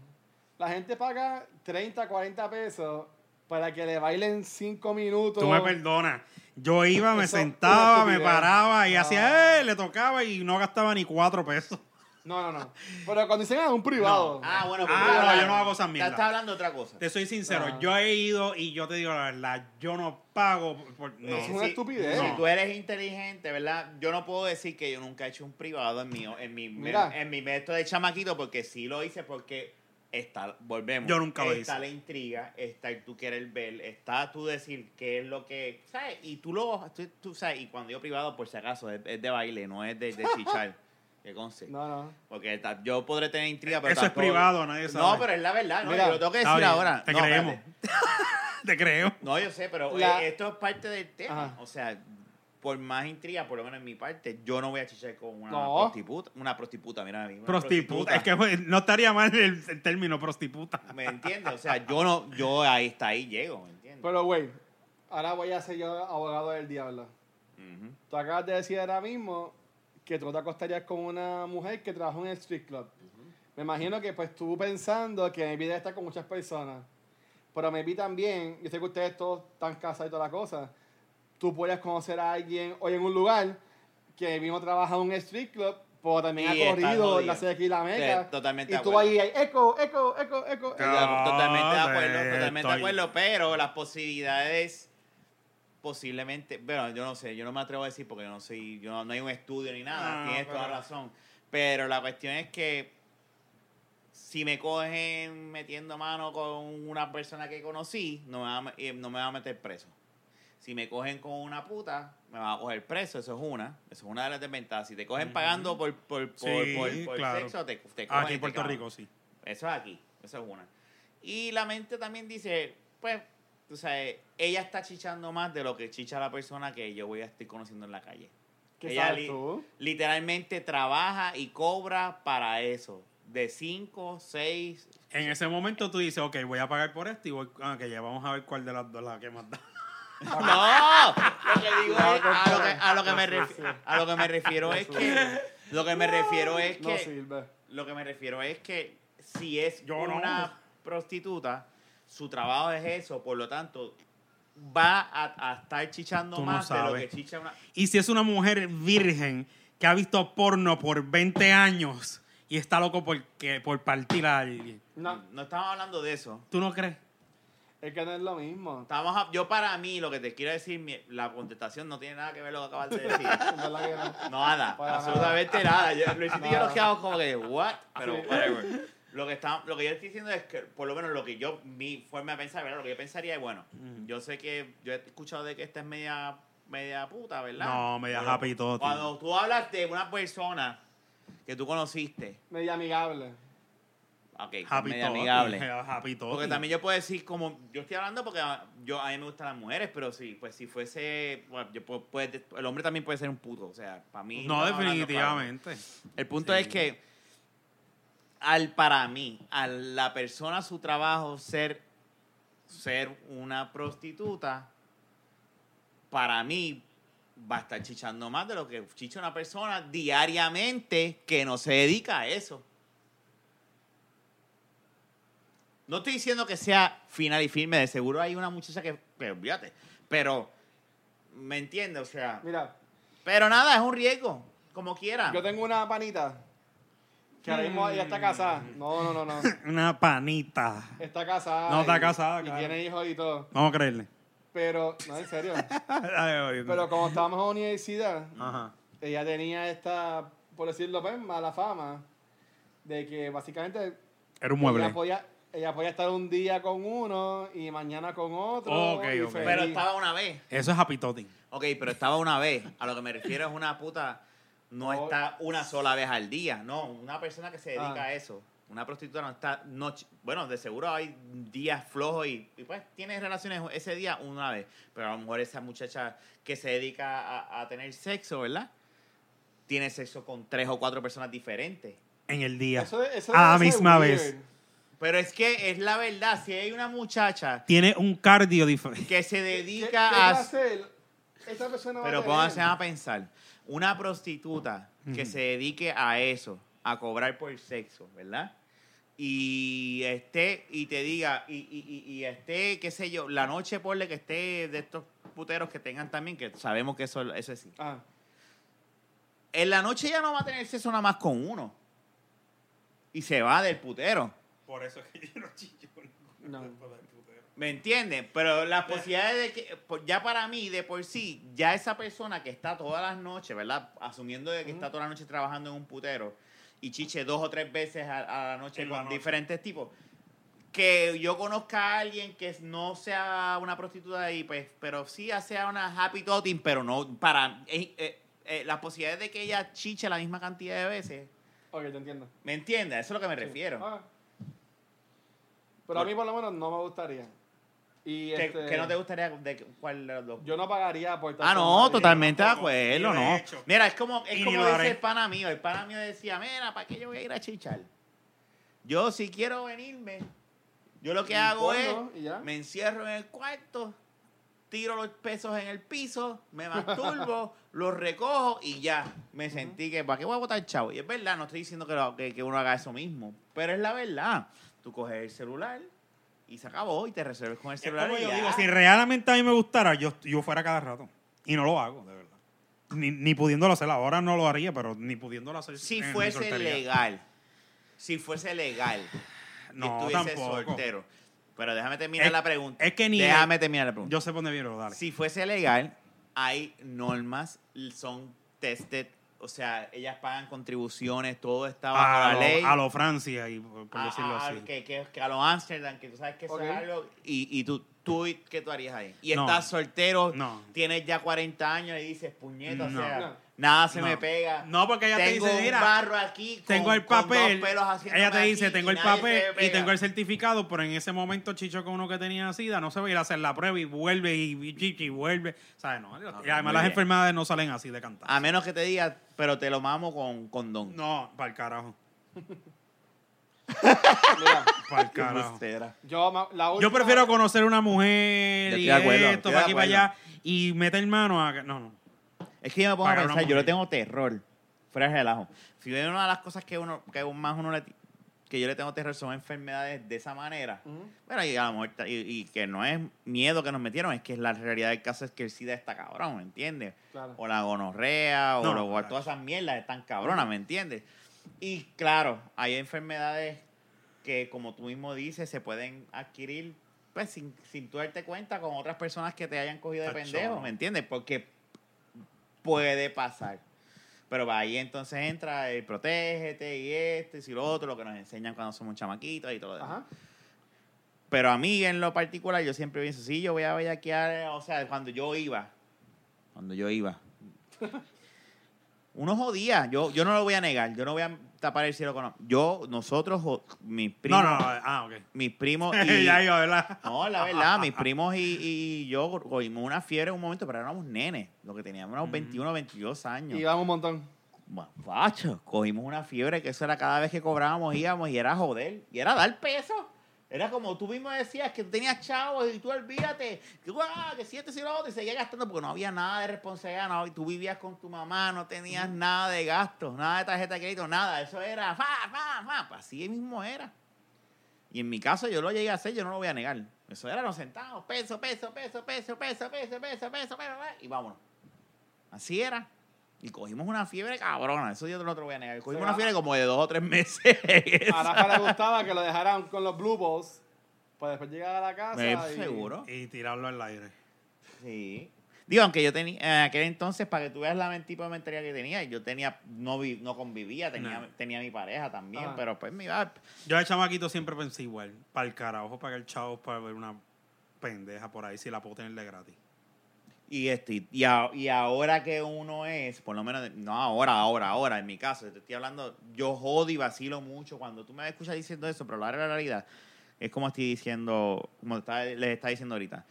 [SPEAKER 2] La gente paga 30, 40 pesos para que le bailen 5 minutos.
[SPEAKER 1] Tú me perdonas. Yo iba, me
[SPEAKER 2] Eso es
[SPEAKER 1] sentaba,
[SPEAKER 2] una
[SPEAKER 1] me
[SPEAKER 2] estupidez.
[SPEAKER 1] paraba y
[SPEAKER 2] No.
[SPEAKER 1] hacía, eh, le tocaba y no gastaba ni cuatro pesos.
[SPEAKER 2] No, no, no. Pero cuando dicen a un privado.
[SPEAKER 3] Ah, bueno,
[SPEAKER 1] Ah,
[SPEAKER 3] tú estás
[SPEAKER 1] no,
[SPEAKER 3] hablando-
[SPEAKER 1] yo no hago esa mierda.
[SPEAKER 3] Estás hablando de otra cosa.
[SPEAKER 1] Te soy sincero,
[SPEAKER 2] No.
[SPEAKER 1] yo he ido y yo te digo la verdad, yo no pago por- por- no.
[SPEAKER 2] Es una
[SPEAKER 3] Sí,
[SPEAKER 2] estupidez.
[SPEAKER 3] Si tú eres inteligente, ¿verdad? Yo no puedo decir que yo nunca he hecho un privado en mi, en mi,
[SPEAKER 2] Mira.
[SPEAKER 3] en mi método de chamaquito porque sí lo hice porque está, volvemos.
[SPEAKER 1] Yo nunca lo
[SPEAKER 3] Está
[SPEAKER 1] hice.
[SPEAKER 3] la intriga, está el tú querer ver, está tú decir qué es lo que, ¿sabes? Y tú lo, tú, tú sabes, y cuando yo privado, por si acaso, es, es de baile, no es de,
[SPEAKER 1] [laughs]
[SPEAKER 3] de chichar. que conste.
[SPEAKER 2] No, no.
[SPEAKER 3] Porque ta- yo podré tener intriga, pero
[SPEAKER 1] Eso es
[SPEAKER 3] tampoco-
[SPEAKER 1] privado, nadie sabe.
[SPEAKER 3] No, pero es la verdad, no,
[SPEAKER 2] Mira,
[SPEAKER 3] yo lo tengo que
[SPEAKER 1] Está
[SPEAKER 3] decir
[SPEAKER 1] bien,
[SPEAKER 3] ahora.
[SPEAKER 1] Te
[SPEAKER 3] No,
[SPEAKER 1] creemos.
[SPEAKER 3] espérate.
[SPEAKER 1] [laughs] te creo.
[SPEAKER 3] No, yo sé, pero eh,
[SPEAKER 2] La-
[SPEAKER 3] esto es parte del tema.
[SPEAKER 2] Ajá.
[SPEAKER 3] O sea, por más intriga, por lo menos en mi parte, yo no voy a chichar con una
[SPEAKER 2] No.
[SPEAKER 3] prostituta. Una prostituta, mira a mí. una
[SPEAKER 1] Prostituta. Es que pues, no estaría mal el, el término prostituta.
[SPEAKER 3] ¿Me entiendes? O sea, yo no, yo ahí está ahí llego, ¿me entiendes?
[SPEAKER 2] Pero, güey, ahora voy a ser yo abogado del diablo.
[SPEAKER 3] Ujú.
[SPEAKER 2] Tú acabas de decir ahora mismo que tú te acostarías con una mujer que trabaja en el street club. Me imagino que pues tú pensando que mi vida está con muchas personas. Pero me vi también, yo sé que ustedes todos están casados y toda la cosa. Tú puedes conocer a alguien hoy en un lugar que mismo trabaja en un street club, pero también
[SPEAKER 3] Y
[SPEAKER 2] ha
[SPEAKER 3] está
[SPEAKER 2] corrido
[SPEAKER 3] jodido.
[SPEAKER 2] la sede aquí la
[SPEAKER 3] Sí,
[SPEAKER 2] meca.
[SPEAKER 3] totalmente
[SPEAKER 2] y
[SPEAKER 3] de
[SPEAKER 2] tú
[SPEAKER 3] acuerdo.
[SPEAKER 2] ahí, ahí, eco, eco, eco, eco.
[SPEAKER 1] Claro.
[SPEAKER 3] Ya, totalmente de
[SPEAKER 1] Ah,
[SPEAKER 3] acuerdo,
[SPEAKER 1] sí,
[SPEAKER 3] totalmente de
[SPEAKER 1] estoy-
[SPEAKER 3] acuerdo, pero las posibilidades posiblemente, bueno, yo no sé, yo no me atrevo a decir porque yo no soy, yo no, no hay un estudio ni nada,
[SPEAKER 1] No,
[SPEAKER 3] tienes toda
[SPEAKER 1] pero-
[SPEAKER 3] razón, pero la cuestión es que si me cogen metiendo mano con una persona que conocí, no me va, a me- eh, no me va a meter preso. Si me cogen con una puta, me va a coger preso, eso es una, eso es una de las desventajas. Si te cogen pagando por, por, por,
[SPEAKER 1] Sí,
[SPEAKER 3] por- por
[SPEAKER 1] claro.
[SPEAKER 3] sexo, te, te cogen este
[SPEAKER 1] Aquí
[SPEAKER 3] y te
[SPEAKER 1] en Puerto
[SPEAKER 3] clavan.
[SPEAKER 1] Rico, sí.
[SPEAKER 3] Eso es aquí, eso es una. Y la mente también dice, pues, tú sabes, ella está chichando más de lo que chicha la persona que yo voy a estar conociendo en la calle.
[SPEAKER 2] ¿Qué
[SPEAKER 3] Ella
[SPEAKER 2] sabes
[SPEAKER 3] li-
[SPEAKER 2] tú?
[SPEAKER 3] Literalmente trabaja y cobra para eso. De 5, 6,
[SPEAKER 1] En ese momento tú dices, ok, voy a pagar por esto y voy, ah, que ya vamos a ver cuál de las dos la que más da.
[SPEAKER 3] No, lo que digo es,
[SPEAKER 2] No,
[SPEAKER 3] a lo que,
[SPEAKER 2] compadre.
[SPEAKER 3] a lo que me
[SPEAKER 2] No
[SPEAKER 3] refiero,
[SPEAKER 2] sirve.
[SPEAKER 3] a lo que me refiero es
[SPEAKER 2] No
[SPEAKER 3] que,
[SPEAKER 2] sirve.
[SPEAKER 3] lo que me refiero es
[SPEAKER 2] No
[SPEAKER 3] que,
[SPEAKER 2] sirve.
[SPEAKER 3] lo que me refiero es que si es
[SPEAKER 1] Yo no.
[SPEAKER 3] una prostituta, su trabajo es eso, por lo tanto va a, a estar chichando
[SPEAKER 1] Tú no
[SPEAKER 3] más de lo que
[SPEAKER 1] sabes.
[SPEAKER 3] chicha una.
[SPEAKER 1] Y si es una mujer virgen que ha visto porno por 20 años y está loco por, que- por partir a alguien,
[SPEAKER 2] No,
[SPEAKER 3] no estamos hablando de eso.
[SPEAKER 1] ¿tú no crees?
[SPEAKER 2] es que no es lo mismo.
[SPEAKER 3] Estamos a- yo para mí lo que te quiero decir, mi- la contestación no tiene nada que ver lo que acabas de decir.
[SPEAKER 2] [laughs] En verdad que no.
[SPEAKER 3] Nada,
[SPEAKER 1] [laughs]
[SPEAKER 2] Para
[SPEAKER 3] absolutamente nada. Yo, Luisito y yo
[SPEAKER 2] Nada.
[SPEAKER 3] nos quedamos como que, ¿what? Pero,
[SPEAKER 2] Sí.
[SPEAKER 1] [laughs]
[SPEAKER 3] whatever. Lo que, está, lo que yo estoy diciendo es que, por lo menos, lo que yo, mi forma de pensar, ¿verdad? Lo que yo pensaría es, bueno, yo sé que yo he escuchado de que esta es media, media puta, ¿verdad?
[SPEAKER 1] No, media
[SPEAKER 3] Pero
[SPEAKER 1] happy y todo, tío.
[SPEAKER 3] Cuando tú hablas de una persona que tú conociste,
[SPEAKER 2] Medio amigable.
[SPEAKER 4] Ok, son
[SPEAKER 1] Happy
[SPEAKER 4] medio
[SPEAKER 1] Talk.
[SPEAKER 4] amigable.
[SPEAKER 1] Happy Talk.
[SPEAKER 3] Porque también yo puedo decir, como yo estoy hablando porque a- yo, a mí me gustan las mujeres, pero si, pues si fuese, bueno, yo puedo- puede- el hombre también puede ser un puto, o sea, para mí.
[SPEAKER 1] No,
[SPEAKER 3] estamos hablando
[SPEAKER 1] definitivamente.
[SPEAKER 3] claro. El punto
[SPEAKER 1] Sí.
[SPEAKER 3] es que, al para mí, a la persona, su trabajo, ser, ser una prostituta, para mí va a estar chichando más de lo que chicha una persona diariamente que no se dedica a eso. No estoy diciendo que sea final y firme, de seguro hay una muchacha que, que olvídate, pero me entiende, o sea,
[SPEAKER 2] Mira,
[SPEAKER 3] pero nada, es un riesgo, como quiera.
[SPEAKER 1] Ah.
[SPEAKER 2] yo tengo una panita que ahora mismo ella está casada. No, no, no, no.
[SPEAKER 1] Una panita.
[SPEAKER 2] Está casada.
[SPEAKER 1] No, está
[SPEAKER 2] y-
[SPEAKER 1] casada,
[SPEAKER 2] Y
[SPEAKER 1] claro.
[SPEAKER 2] tiene hijos y todo.
[SPEAKER 1] Vamos a creerle. [laughs]
[SPEAKER 2] Pero, no, en serio.
[SPEAKER 1] Dale, ahorita.
[SPEAKER 2] Pero como estábamos en la universidad,
[SPEAKER 1] Ajá.
[SPEAKER 2] ella tenía esta, por decirlo pues, mala fama de que básicamente
[SPEAKER 1] Era un
[SPEAKER 2] ella
[SPEAKER 1] mueble.
[SPEAKER 2] podía, ella podía estar un día con uno y mañana con otro.
[SPEAKER 1] Ok,
[SPEAKER 2] y
[SPEAKER 1] ok.
[SPEAKER 2] feliz.
[SPEAKER 3] Pero estaba una vez.
[SPEAKER 1] Eso es Happy Talking.
[SPEAKER 3] Ok, pero estaba una vez. A lo que me refiero es una puta. No
[SPEAKER 2] Oh.
[SPEAKER 3] está una sola vez al día. No, una persona que se dedica
[SPEAKER 2] Ah.
[SPEAKER 3] a eso. Una prostituta no está. No, ch- bueno, de seguro hay días flojos y, y pues tienes relaciones ese día una vez. Pero a lo mejor esa muchacha que se dedica a, a tener sexo, ¿verdad? Tiene sexo con tres o cuatro personas diferentes.
[SPEAKER 1] En el día.
[SPEAKER 2] Eso- eso
[SPEAKER 1] A la
[SPEAKER 2] debe ser
[SPEAKER 1] misma
[SPEAKER 2] weird.
[SPEAKER 1] vez.
[SPEAKER 3] Pero es que es la verdad. Si hay una muchacha
[SPEAKER 1] Tiene un cardio [laughs] diferente.
[SPEAKER 3] que se
[SPEAKER 2] ¿Qué,
[SPEAKER 3] dedica
[SPEAKER 2] qué
[SPEAKER 3] a.
[SPEAKER 2] placer esa persona va a
[SPEAKER 3] Pero
[SPEAKER 2] tener?
[SPEAKER 3] pónganse a pensar, una prostituta que
[SPEAKER 1] Ujú.
[SPEAKER 3] se dedique a eso, a cobrar por sexo, ¿verdad? Y esté, y te diga, y, y, y- y esté, qué sé yo, la noche ponle que esté de estos puteros que tengan también, que sabemos que eso, eso es sí.
[SPEAKER 2] Ah,
[SPEAKER 3] En la noche ya no va a tener sexo nada más con uno. Y se va del putero.
[SPEAKER 1] Por eso es que yo no chillo. [laughs]
[SPEAKER 2] No.
[SPEAKER 3] ¿Me entiendes? Pero las posibilidades de que, por- ya para mí, de por sí, ya esa persona que está todas las noches, ¿verdad? Asumiendo de que está toda la noche trabajando en un putero y chiche dos o tres veces a, a la noche
[SPEAKER 1] En la
[SPEAKER 3] con
[SPEAKER 1] noche.
[SPEAKER 3] diferentes tipos. Que yo conozca a alguien que no sea una prostituta y pues, pero sí sea una happy toting, pero no, para, eh, eh, eh, las posibilidades de que ella chiche la misma cantidad de veces,
[SPEAKER 2] ok, te entiendo.
[SPEAKER 3] ¿me entiendes? A Eso es lo que me
[SPEAKER 2] Sí.
[SPEAKER 3] refiero.
[SPEAKER 2] Ah. Pero a mí por lo menos no me gustaría. Y
[SPEAKER 3] Que,
[SPEAKER 2] este,
[SPEAKER 3] que no te gustaría de cuál de los dos.
[SPEAKER 2] Yo no pagaría por estar
[SPEAKER 3] Ah,
[SPEAKER 2] con
[SPEAKER 3] no,
[SPEAKER 2] nadie.
[SPEAKER 3] totalmente de
[SPEAKER 1] tampoco.
[SPEAKER 3] acuerdo,
[SPEAKER 1] Yo lo he
[SPEAKER 3] no.
[SPEAKER 1] hecho.
[SPEAKER 3] Mira, es como, es
[SPEAKER 1] Y
[SPEAKER 3] como
[SPEAKER 1] ni lo
[SPEAKER 3] dice
[SPEAKER 1] haré.
[SPEAKER 3] el pana mío. El pana mío decía, mira, ¿para qué yo voy a ir a chichar? Yo si quiero venirme, yo lo que
[SPEAKER 2] Un
[SPEAKER 3] hago
[SPEAKER 2] porno y
[SPEAKER 3] es,
[SPEAKER 2] ya.
[SPEAKER 3] me encierro en el cuarto, tiro los pesos en el piso, me masturbo,
[SPEAKER 1] [laughs]
[SPEAKER 3] los recojo y ya. Me sentí que, ¿para qué voy a botar chavo? Y es verdad, no estoy diciendo que, lo- que- que uno haga eso mismo, pero es la verdad. Tú coges el celular y se acabó y te resuelves con el
[SPEAKER 1] Es
[SPEAKER 3] celular
[SPEAKER 1] como
[SPEAKER 3] y
[SPEAKER 1] yo
[SPEAKER 3] ya.
[SPEAKER 1] digo, si realmente a mí me gustara, yo, yo fuera cada rato. Y no lo hago, de verdad. Ni, ni pudiéndolo hacer. Ahora no lo haría, pero ni pudiéndolo hacer.
[SPEAKER 3] Si
[SPEAKER 1] en mi
[SPEAKER 3] fuese
[SPEAKER 1] soltería.
[SPEAKER 3] legal. Si fuese legal. y
[SPEAKER 1] No,
[SPEAKER 3] estuviese
[SPEAKER 1] tampoco.
[SPEAKER 3] soltero. Pero déjame terminar
[SPEAKER 1] Es-
[SPEAKER 3] la pregunta.
[SPEAKER 1] es que ni-
[SPEAKER 3] Déjame terminar la pregunta.
[SPEAKER 1] Yo sé por dónde viene, pero dale.
[SPEAKER 3] si fuese legal, hay normas, son tested. O sea, ellas pagan contribuciones, todo está bajo
[SPEAKER 1] a,
[SPEAKER 3] la
[SPEAKER 1] Ah, lo,
[SPEAKER 3] ley.
[SPEAKER 1] a lo Francia, y, por por
[SPEAKER 3] A-
[SPEAKER 1] decirlo
[SPEAKER 3] a-
[SPEAKER 1] así.
[SPEAKER 3] Que, que- que a lo Amsterdam, que tú sabes que eso es
[SPEAKER 2] Ok.
[SPEAKER 3] algo. Y, y tú, tú, ¿qué tú harías ahí? Y
[SPEAKER 1] No.
[SPEAKER 3] estás soltero,
[SPEAKER 1] No.
[SPEAKER 3] tienes ya 40 años y dices, puñeta,
[SPEAKER 1] No.
[SPEAKER 3] o sea,
[SPEAKER 2] No.
[SPEAKER 3] nada se
[SPEAKER 1] No.
[SPEAKER 3] me pega.
[SPEAKER 1] No, porque ella te
[SPEAKER 3] tengo
[SPEAKER 1] dice,
[SPEAKER 3] un
[SPEAKER 1] "Mira,
[SPEAKER 3] barro aquí, con-
[SPEAKER 1] tengo el
[SPEAKER 3] con dos
[SPEAKER 1] papel.
[SPEAKER 3] pelos haciéndome
[SPEAKER 1] Ella te dice,
[SPEAKER 3] aquí
[SPEAKER 1] tengo
[SPEAKER 3] y
[SPEAKER 1] el
[SPEAKER 3] nadie
[SPEAKER 1] papel
[SPEAKER 3] se me
[SPEAKER 1] y tengo el
[SPEAKER 3] pega".
[SPEAKER 1] certificado, pero en ese momento Chicho con uno que tenía SIDA no se va a ir a hacer la prueba y vuelve y, y chichi y vuelve. ¿Sabes? No, y además
[SPEAKER 3] muy
[SPEAKER 1] las
[SPEAKER 3] bien. Ah,
[SPEAKER 1] enfermedades no salen así de cantar.
[SPEAKER 3] A menos que te diga, pero te lo mamo con condón.
[SPEAKER 1] No, para el
[SPEAKER 3] [laughs]
[SPEAKER 1] carajo.
[SPEAKER 2] [laughs] Mira,
[SPEAKER 1] Para el
[SPEAKER 3] Qué
[SPEAKER 1] carajo.
[SPEAKER 3] embustera.
[SPEAKER 2] yo, ma- la
[SPEAKER 1] Yo
[SPEAKER 2] última-
[SPEAKER 1] prefiero conocer una mujer
[SPEAKER 3] Yo
[SPEAKER 1] y
[SPEAKER 3] estoy de acuerdo,
[SPEAKER 1] esto,
[SPEAKER 3] estoy de
[SPEAKER 1] para aquí para
[SPEAKER 3] acuerdo.
[SPEAKER 1] allá y meter mano a. No, no.
[SPEAKER 3] Es que yo me pongo
[SPEAKER 1] Pagar
[SPEAKER 3] a
[SPEAKER 1] una
[SPEAKER 3] pensar, yo le
[SPEAKER 1] mujer.
[SPEAKER 3] tengo terror. Fuera de relajo. Si hay una de las cosas que uno, que aún más uno le, que yo le tengo terror son enfermedades de esa manera.
[SPEAKER 2] Ujú.
[SPEAKER 3] Bueno, y a lo mejor ta- y, y que no es miedo que nos metieron, es que la realidad del caso es que el SIDA está cabrón, ¿me entiendes?
[SPEAKER 2] Claro.
[SPEAKER 3] O la gonorrea, o
[SPEAKER 1] No,
[SPEAKER 3] lo-
[SPEAKER 1] claro.
[SPEAKER 3] todas esas mierdas están cabronas, ¿me entiendes? Y claro, hay enfermedades que, como tú mismo dices, se pueden adquirir pues sin, sin tú darte cuenta con otras personas que te hayan cogido de
[SPEAKER 1] Tacho,
[SPEAKER 3] pendejo,
[SPEAKER 1] no.
[SPEAKER 3] ¿me entiendes? Porque puede pasar. Pero ahí entonces entra el protégete y este y lo otro, lo que nos enseñan cuando somos chamaquitos y todo lo demás.
[SPEAKER 2] Ajá.
[SPEAKER 3] Pero a mí, en lo particular, yo siempre pienso, sí, yo voy a bellaquear, eh, o sea, cuando yo iba. Cuando yo iba. Uno jodía, yo, yo no lo voy a negar, yo no voy a tapar el cielo con... Yo, nosotros, o- mis
[SPEAKER 1] No,
[SPEAKER 3] primos...
[SPEAKER 1] no, no, ah, ok.
[SPEAKER 3] Mis primos
[SPEAKER 1] [laughs]
[SPEAKER 3] y...
[SPEAKER 1] ya iba, ¿verdad?
[SPEAKER 3] No, la verdad, mis primos y, y yo cogimos una fiebre en un momento, pero éramos nenes. Lo que teníamos éramos 21, 22 años.
[SPEAKER 2] Y vamos un montón.
[SPEAKER 3] Mapacho, cogimos una fiebre que eso era cada vez que cobrábamos, íbamos y era joder, y era dar peso. Era como tú mismo decías que tú tenías chavos y tú olvídate, que, guau, que si esto si lo otro, y seguías gastando porque no había nada de responsabilidad, no, y tú vivías con tu mamá, no tenías nada de gastos, nada de tarjeta de crédito, nada, eso era, fa, fa, fa, así mismo era. Y en mi caso yo lo llegué a hacer, yo no lo voy a negar. Eso era, nos sentamos, peso, peso, peso, peso, peso, peso, peso, peso, peso, peso, y vámonos. Así era. Y cogimos una fiebre cabrona, eso yo no te lo voy a negar. Cogimos
[SPEAKER 2] Se
[SPEAKER 3] una
[SPEAKER 2] va.
[SPEAKER 3] fiebre como de dos o
[SPEAKER 2] [laughs]
[SPEAKER 3] tres meses.
[SPEAKER 2] A Rafa le gustaba que lo dejaran con los Blue Balls. Pues después llegar a la casa.
[SPEAKER 3] [laughs] Me-
[SPEAKER 2] y-
[SPEAKER 3] Eh, Seguro.
[SPEAKER 1] Y tirarlo al aire.
[SPEAKER 3] Sí. Digo, aunque yo tenía, en aquel entonces, para que tú veas la men- tipo de mentalidad que tenía, yo tenía, no, vi- no convivía, tenía,
[SPEAKER 1] No.
[SPEAKER 3] tenía mi pareja también,
[SPEAKER 2] Ah.
[SPEAKER 3] pero pues me iba,
[SPEAKER 1] Yo de chamaquito siempre pensé igual. Para el carajo, para el chavo, para ver una pendeja por ahí si la puedo tener de gratis.
[SPEAKER 3] Y, este, y, a- y ahora que uno es, por lo menos, no ahora, ahora, ahora, en mi caso, te estoy hablando, yo jodo y vacilo mucho cuando tú me escuchas diciendo eso, pero la realidad es como estoy diciendo, como está- les está diciendo ahorita.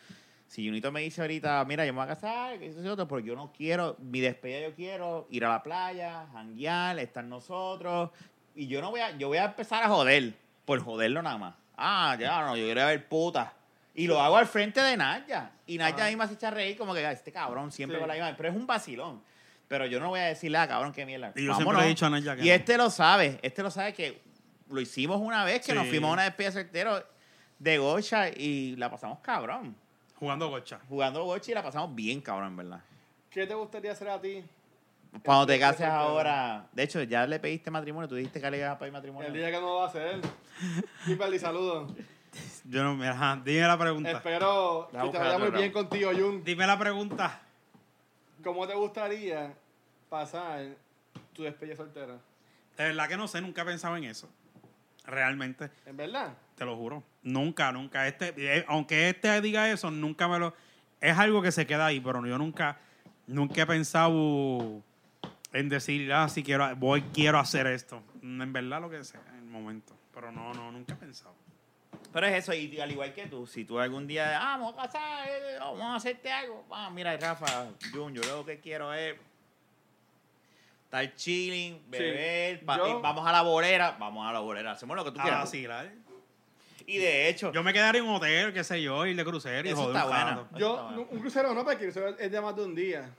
[SPEAKER 3] Si Junito me dice ahorita, mira, yo me voy a casar, que eso es otro, porque yo no quiero, mi despedida yo quiero ir a la playa, janguear, estar nosotros, y yo no voy a, yo voy a empezar a joder, por joderlo nada más. Ah, ya no, yo quiero ver puta. Y lo hago al frente de Naya. Y Naya
[SPEAKER 2] Ajá.
[SPEAKER 3] misma se echa a reír como que "Ay, este cabrón siempre
[SPEAKER 2] Sí.
[SPEAKER 3] con la misma. Pero es un vacilón. Pero yo no voy a decirle, ah, cabrón, qué mierda.
[SPEAKER 1] Y yo
[SPEAKER 3] Vámonos.
[SPEAKER 1] siempre le he dicho a Naya que
[SPEAKER 3] Y
[SPEAKER 1] no.
[SPEAKER 3] este lo sabe, este lo sabe que lo hicimos una vez que nos
[SPEAKER 1] Sí.
[SPEAKER 3] fuimos a una despedida de soltero de gocha y la pasamos cabrón.
[SPEAKER 1] Jugando gocha.
[SPEAKER 3] Jugando gocha y la pasamos bien cabrón, en ¿verdad?
[SPEAKER 2] ¿Qué te gustaría hacer a ti
[SPEAKER 3] Cuando te
[SPEAKER 2] Yo soy
[SPEAKER 3] cases
[SPEAKER 2] soltero.
[SPEAKER 3] ahora, de hecho ya le pediste matrimonio, tú dijiste que le ibas a pedir matrimonio.
[SPEAKER 2] el día que no va a
[SPEAKER 3] [laughs]
[SPEAKER 2] hacer? Kimberly, saludos.
[SPEAKER 1] Yo no, mira, ajá, dime la pregunta.
[SPEAKER 2] Espero
[SPEAKER 3] Vamos
[SPEAKER 2] que te
[SPEAKER 3] a buscar
[SPEAKER 2] vaya
[SPEAKER 3] otro
[SPEAKER 2] muy bien
[SPEAKER 3] round.
[SPEAKER 2] contigo, Jun.
[SPEAKER 1] Dime la pregunta.
[SPEAKER 2] ¿Cómo te gustaría pasar tu despedida soltera?
[SPEAKER 1] De verdad que no sé, nunca he pensado en eso. Realmente,
[SPEAKER 2] ¿En verdad?
[SPEAKER 1] te lo juro. Nunca, nunca. Este, eh, aunque este diga eso, nunca me lo. Es algo que se queda ahí, pero yo nunca, nunca he pensado en decir, ah, si quiero, voy, quiero hacer esto. En verdad lo que sea, en el momento. Pero no, no, nunca he pensado.
[SPEAKER 3] Pero es eso, y al igual que tú, si tú algún día, ah, vamos a casar, eh, vamos a hacerte algo, ah, mira, Rafa, Jun, yo lo que quiero es estar chilling, beber, pa-
[SPEAKER 2] Yo-
[SPEAKER 3] y vamos a la borera, vamos a la borera, hacemos lo que tú
[SPEAKER 1] Ah,
[SPEAKER 3] quieras.
[SPEAKER 1] sí, claro.
[SPEAKER 3] Y de hecho,
[SPEAKER 1] Yo me quedaría en un hotel, qué sé yo, ir de crucero y
[SPEAKER 3] Eso
[SPEAKER 1] joder
[SPEAKER 3] está
[SPEAKER 1] un
[SPEAKER 3] bueno.
[SPEAKER 1] rato.
[SPEAKER 3] Eso
[SPEAKER 2] Yo,
[SPEAKER 3] está bueno.
[SPEAKER 2] un crucero no, porque el crucero es de más de un día.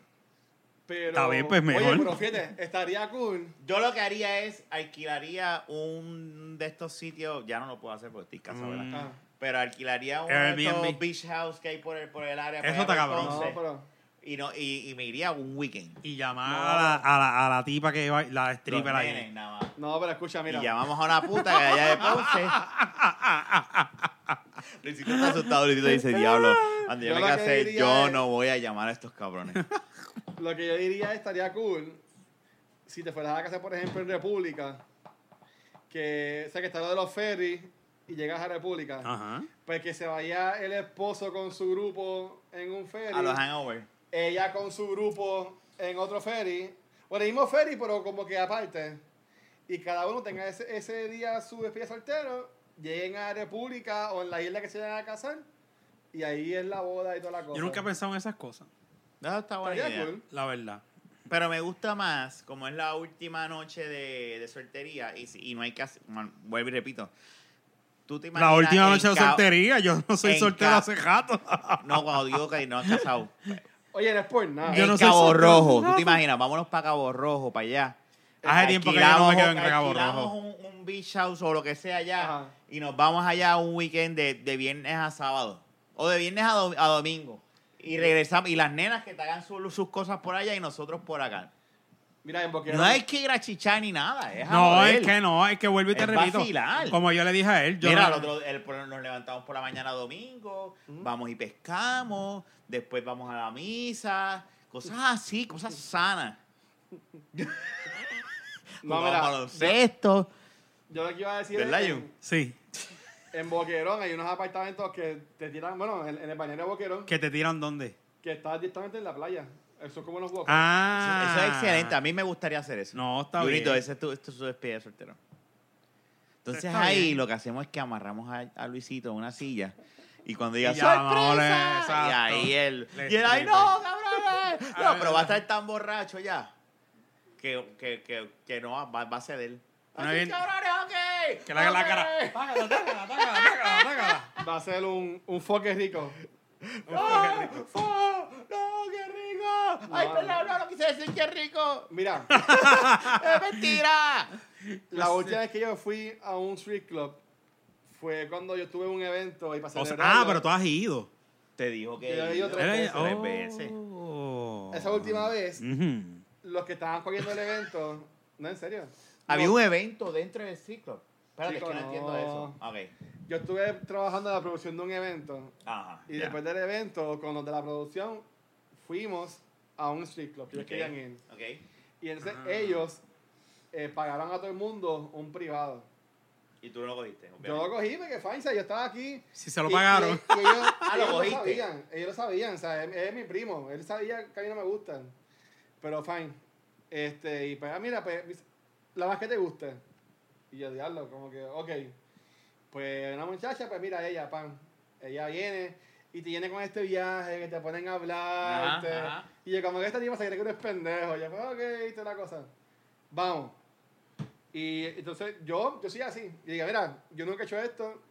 [SPEAKER 2] Pero,
[SPEAKER 1] Está bien, pues, mejor.
[SPEAKER 2] Oye, pero fíjate, estaría cool.
[SPEAKER 3] yo lo que haría es alquilaría un de estos sitios, ya no lo puedo hacer porque estoy casado, ¿verdad?
[SPEAKER 1] Mm.
[SPEAKER 2] Ah,
[SPEAKER 3] Pero alquilaría uno de
[SPEAKER 1] Airbnb.
[SPEAKER 3] estos beach house que hay por el, por el área. por
[SPEAKER 1] Eso
[SPEAKER 3] allá
[SPEAKER 1] está
[SPEAKER 3] por
[SPEAKER 1] cabrón.
[SPEAKER 2] no,
[SPEAKER 3] Ponce,
[SPEAKER 2] pero.
[SPEAKER 3] y, no, y, y me iría un weekend.
[SPEAKER 1] Y llamar
[SPEAKER 2] No.
[SPEAKER 1] a, la, a, la, a la tipa que va, la
[SPEAKER 3] Los
[SPEAKER 1] stripper ahí. [laughs]
[SPEAKER 3] nenes, nada más.
[SPEAKER 2] No, pero escucha, mira.
[SPEAKER 3] Y llamamos a una puta que allá
[SPEAKER 2] [laughs]
[SPEAKER 3] de Ponce. Luisito está asustado, Luisito dice, diablo, cuando yo,
[SPEAKER 2] Yo
[SPEAKER 3] me
[SPEAKER 2] lo que
[SPEAKER 3] casé,
[SPEAKER 2] diría
[SPEAKER 3] yo
[SPEAKER 2] es-
[SPEAKER 3] no voy a llamar a estos
[SPEAKER 2] [laughs]
[SPEAKER 3] cabrones.
[SPEAKER 2] Lo que yo diría estaría cool si te fueras a casa, por ejemplo, en República, que o sea, que está lo de los ferries y llegas a República,
[SPEAKER 1] Ajá.
[SPEAKER 2] pues que se vaya el esposo con su grupo en un ferry,
[SPEAKER 3] A los hangover.
[SPEAKER 2] ella con su grupo en otro ferry, o en el mismo ferry, pero como que aparte, y cada uno tenga ese, ese día su despedida soltero, lleguen a República o en la isla que se vayan a casar, y ahí es la boda y toda la cosa.
[SPEAKER 1] Yo nunca he pensado en esas cosas,
[SPEAKER 3] No, está buena
[SPEAKER 2] Estaría
[SPEAKER 3] idea.
[SPEAKER 2] cool.
[SPEAKER 1] la verdad.
[SPEAKER 3] Pero me gusta más, como es la última noche de, de soltería, y, si- y no hay que hacer, man, vuelvo y repito. ¿Tú te
[SPEAKER 1] la
[SPEAKER 3] imaginas
[SPEAKER 1] última
[SPEAKER 3] en
[SPEAKER 1] noche de
[SPEAKER 3] ca-
[SPEAKER 1] soltería, yo no soy
[SPEAKER 3] en
[SPEAKER 1] soltero
[SPEAKER 3] ca-
[SPEAKER 1] hace
[SPEAKER 3] [laughs]
[SPEAKER 1] rato.
[SPEAKER 3] No, cuando digo que no has casado.
[SPEAKER 2] Oye, no es por nada.
[SPEAKER 1] Yo
[SPEAKER 3] en
[SPEAKER 1] no soy
[SPEAKER 3] Cabo
[SPEAKER 1] soltero.
[SPEAKER 3] Rojo, tú te imaginas, vámonos para Cabo Rojo, para allá.
[SPEAKER 1] Hace tiempo que yo no me quedo en
[SPEAKER 3] Alquilamos-
[SPEAKER 1] Cabo
[SPEAKER 3] alquilamos
[SPEAKER 1] Rojo.
[SPEAKER 3] Un, un beach house o lo que sea allá
[SPEAKER 2] Ajá.
[SPEAKER 3] y nos vamos allá a un weekend de, de viernes a sábado o de viernes a, do- a domingo y regresamos y las nenas que te hagan su- sus cosas por allá y nosotros por acá.
[SPEAKER 2] Mira, en Boquerón.
[SPEAKER 3] No hay que ir a chichar ni nada, es a
[SPEAKER 1] No,
[SPEAKER 3] joder.
[SPEAKER 1] es que no, es que vuelvo y te
[SPEAKER 3] Es
[SPEAKER 1] repito.
[SPEAKER 3] vacilar.
[SPEAKER 1] Como yo le dije a él, yo
[SPEAKER 3] Mira,
[SPEAKER 1] no-
[SPEAKER 3] al otro- el- por- nos levantamos por la mañana domingo, vamos y pescamos, después vamos a la misa, cosas así, cosas sanas.
[SPEAKER 2] No,
[SPEAKER 3] Jugamos
[SPEAKER 2] mira,
[SPEAKER 3] baloncesto.
[SPEAKER 2] Yo lo que iba a decir
[SPEAKER 3] ¿Verdad,
[SPEAKER 2] es
[SPEAKER 3] Jun?
[SPEAKER 2] en,
[SPEAKER 1] Sí,
[SPEAKER 2] en Boquerón hay unos apartamentos que te tiran, bueno, en, en el bañero de Boquerón,
[SPEAKER 1] que te tiran donde.
[SPEAKER 2] que está directamente en la playa. Es Eso es como los walkers.
[SPEAKER 1] Ah.
[SPEAKER 3] Eso es excelente. A mí me gustaría hacer eso.
[SPEAKER 1] No, está
[SPEAKER 3] Junito,
[SPEAKER 1] bien.
[SPEAKER 3] ese es tu, este es tu despedida de soltero. Entonces
[SPEAKER 1] Está
[SPEAKER 3] ahí
[SPEAKER 1] bien.
[SPEAKER 3] lo que hacemos es que amarramos a, a Luisito a una silla y cuando diga
[SPEAKER 1] Y ya,
[SPEAKER 3] ¡sorpresa!
[SPEAKER 1] ole, exacto.
[SPEAKER 3] y ahí él,
[SPEAKER 1] Le-
[SPEAKER 3] y él, ¡ay
[SPEAKER 1] le-
[SPEAKER 3] no, cabrón!
[SPEAKER 1] [laughs]
[SPEAKER 3] eh".
[SPEAKER 1] Ah,
[SPEAKER 3] No, pero va a estar tan borracho ya que, que, que, que no, va, va a ceder.
[SPEAKER 1] Bueno,
[SPEAKER 3] Así,
[SPEAKER 1] bien.
[SPEAKER 3] cabrones, ok!
[SPEAKER 1] Que le haga la
[SPEAKER 3] ok".
[SPEAKER 1] cara. Tácala, tácala, tácala, tácala,
[SPEAKER 3] [laughs]
[SPEAKER 1] tácala.
[SPEAKER 2] Va a ser un, un foque rico.
[SPEAKER 3] ¡Ah! ¡Ah! ¡No, qué rico! [laughs] ¡Ay,
[SPEAKER 2] No,
[SPEAKER 3] perdón, no, no quise decir qué rico!
[SPEAKER 2] Mira,
[SPEAKER 1] [laughs]
[SPEAKER 3] ¡Es mentira!
[SPEAKER 2] la última vez que yo fui a un street club fue cuando yo tuve un evento y pasé
[SPEAKER 1] O sea, ah, pero tú has ido.
[SPEAKER 3] Te dijo que...
[SPEAKER 2] Yo he ido tres
[SPEAKER 1] Era-
[SPEAKER 2] veces,
[SPEAKER 1] oh.
[SPEAKER 3] tres veces.
[SPEAKER 2] Esa última vez,
[SPEAKER 1] Ujú.
[SPEAKER 2] los que estaban cogiendo el evento. No, en serio.
[SPEAKER 3] Había
[SPEAKER 2] No,
[SPEAKER 3] un evento dentro del ciclo. Espérate,
[SPEAKER 2] Chico,
[SPEAKER 3] es que no,
[SPEAKER 2] no.
[SPEAKER 3] entiendo eso. Ok.
[SPEAKER 1] e-
[SPEAKER 2] Yo estuve trabajando en la producción de un evento.
[SPEAKER 3] Ajá.
[SPEAKER 2] Y después del evento, con los de la producción, fuimos a un street club. que ellos
[SPEAKER 3] Ok.
[SPEAKER 2] querían ir.
[SPEAKER 3] Ok.
[SPEAKER 2] Y entonces
[SPEAKER 1] Ah.
[SPEAKER 2] ellos eh, pagaron a todo el mundo un privado.
[SPEAKER 3] Y tú no lo cogiste.
[SPEAKER 2] Yo lo cogí porque fine, o sea, yo estaba aquí.
[SPEAKER 1] Si se lo
[SPEAKER 2] y-
[SPEAKER 1] pagaron.
[SPEAKER 2] y- y ellos,
[SPEAKER 3] [laughs] Ah, lo
[SPEAKER 2] ellos
[SPEAKER 3] cogiste.
[SPEAKER 2] sabían, ellos lo sabían, o sea, él, él es mi primo, él sabía que a mí no me gustan. Pero fine. Este, y pues, ah, mira, pues, mis- la más que te guste. Y yo diablo, como que, ok. Pues una muchacha, pues mira, ella, pan. Ella viene y te viene con este viaje, que te ponen a hablar.
[SPEAKER 3] Ajá,
[SPEAKER 2] este,
[SPEAKER 3] ajá.
[SPEAKER 2] Y yo, como que esta tipa se cree que eres pendejo. Yo, pues, ok, toda la cosa. Vamos. Y entonces yo, yo soy así. Y diga, mira, yo nunca he hecho esto.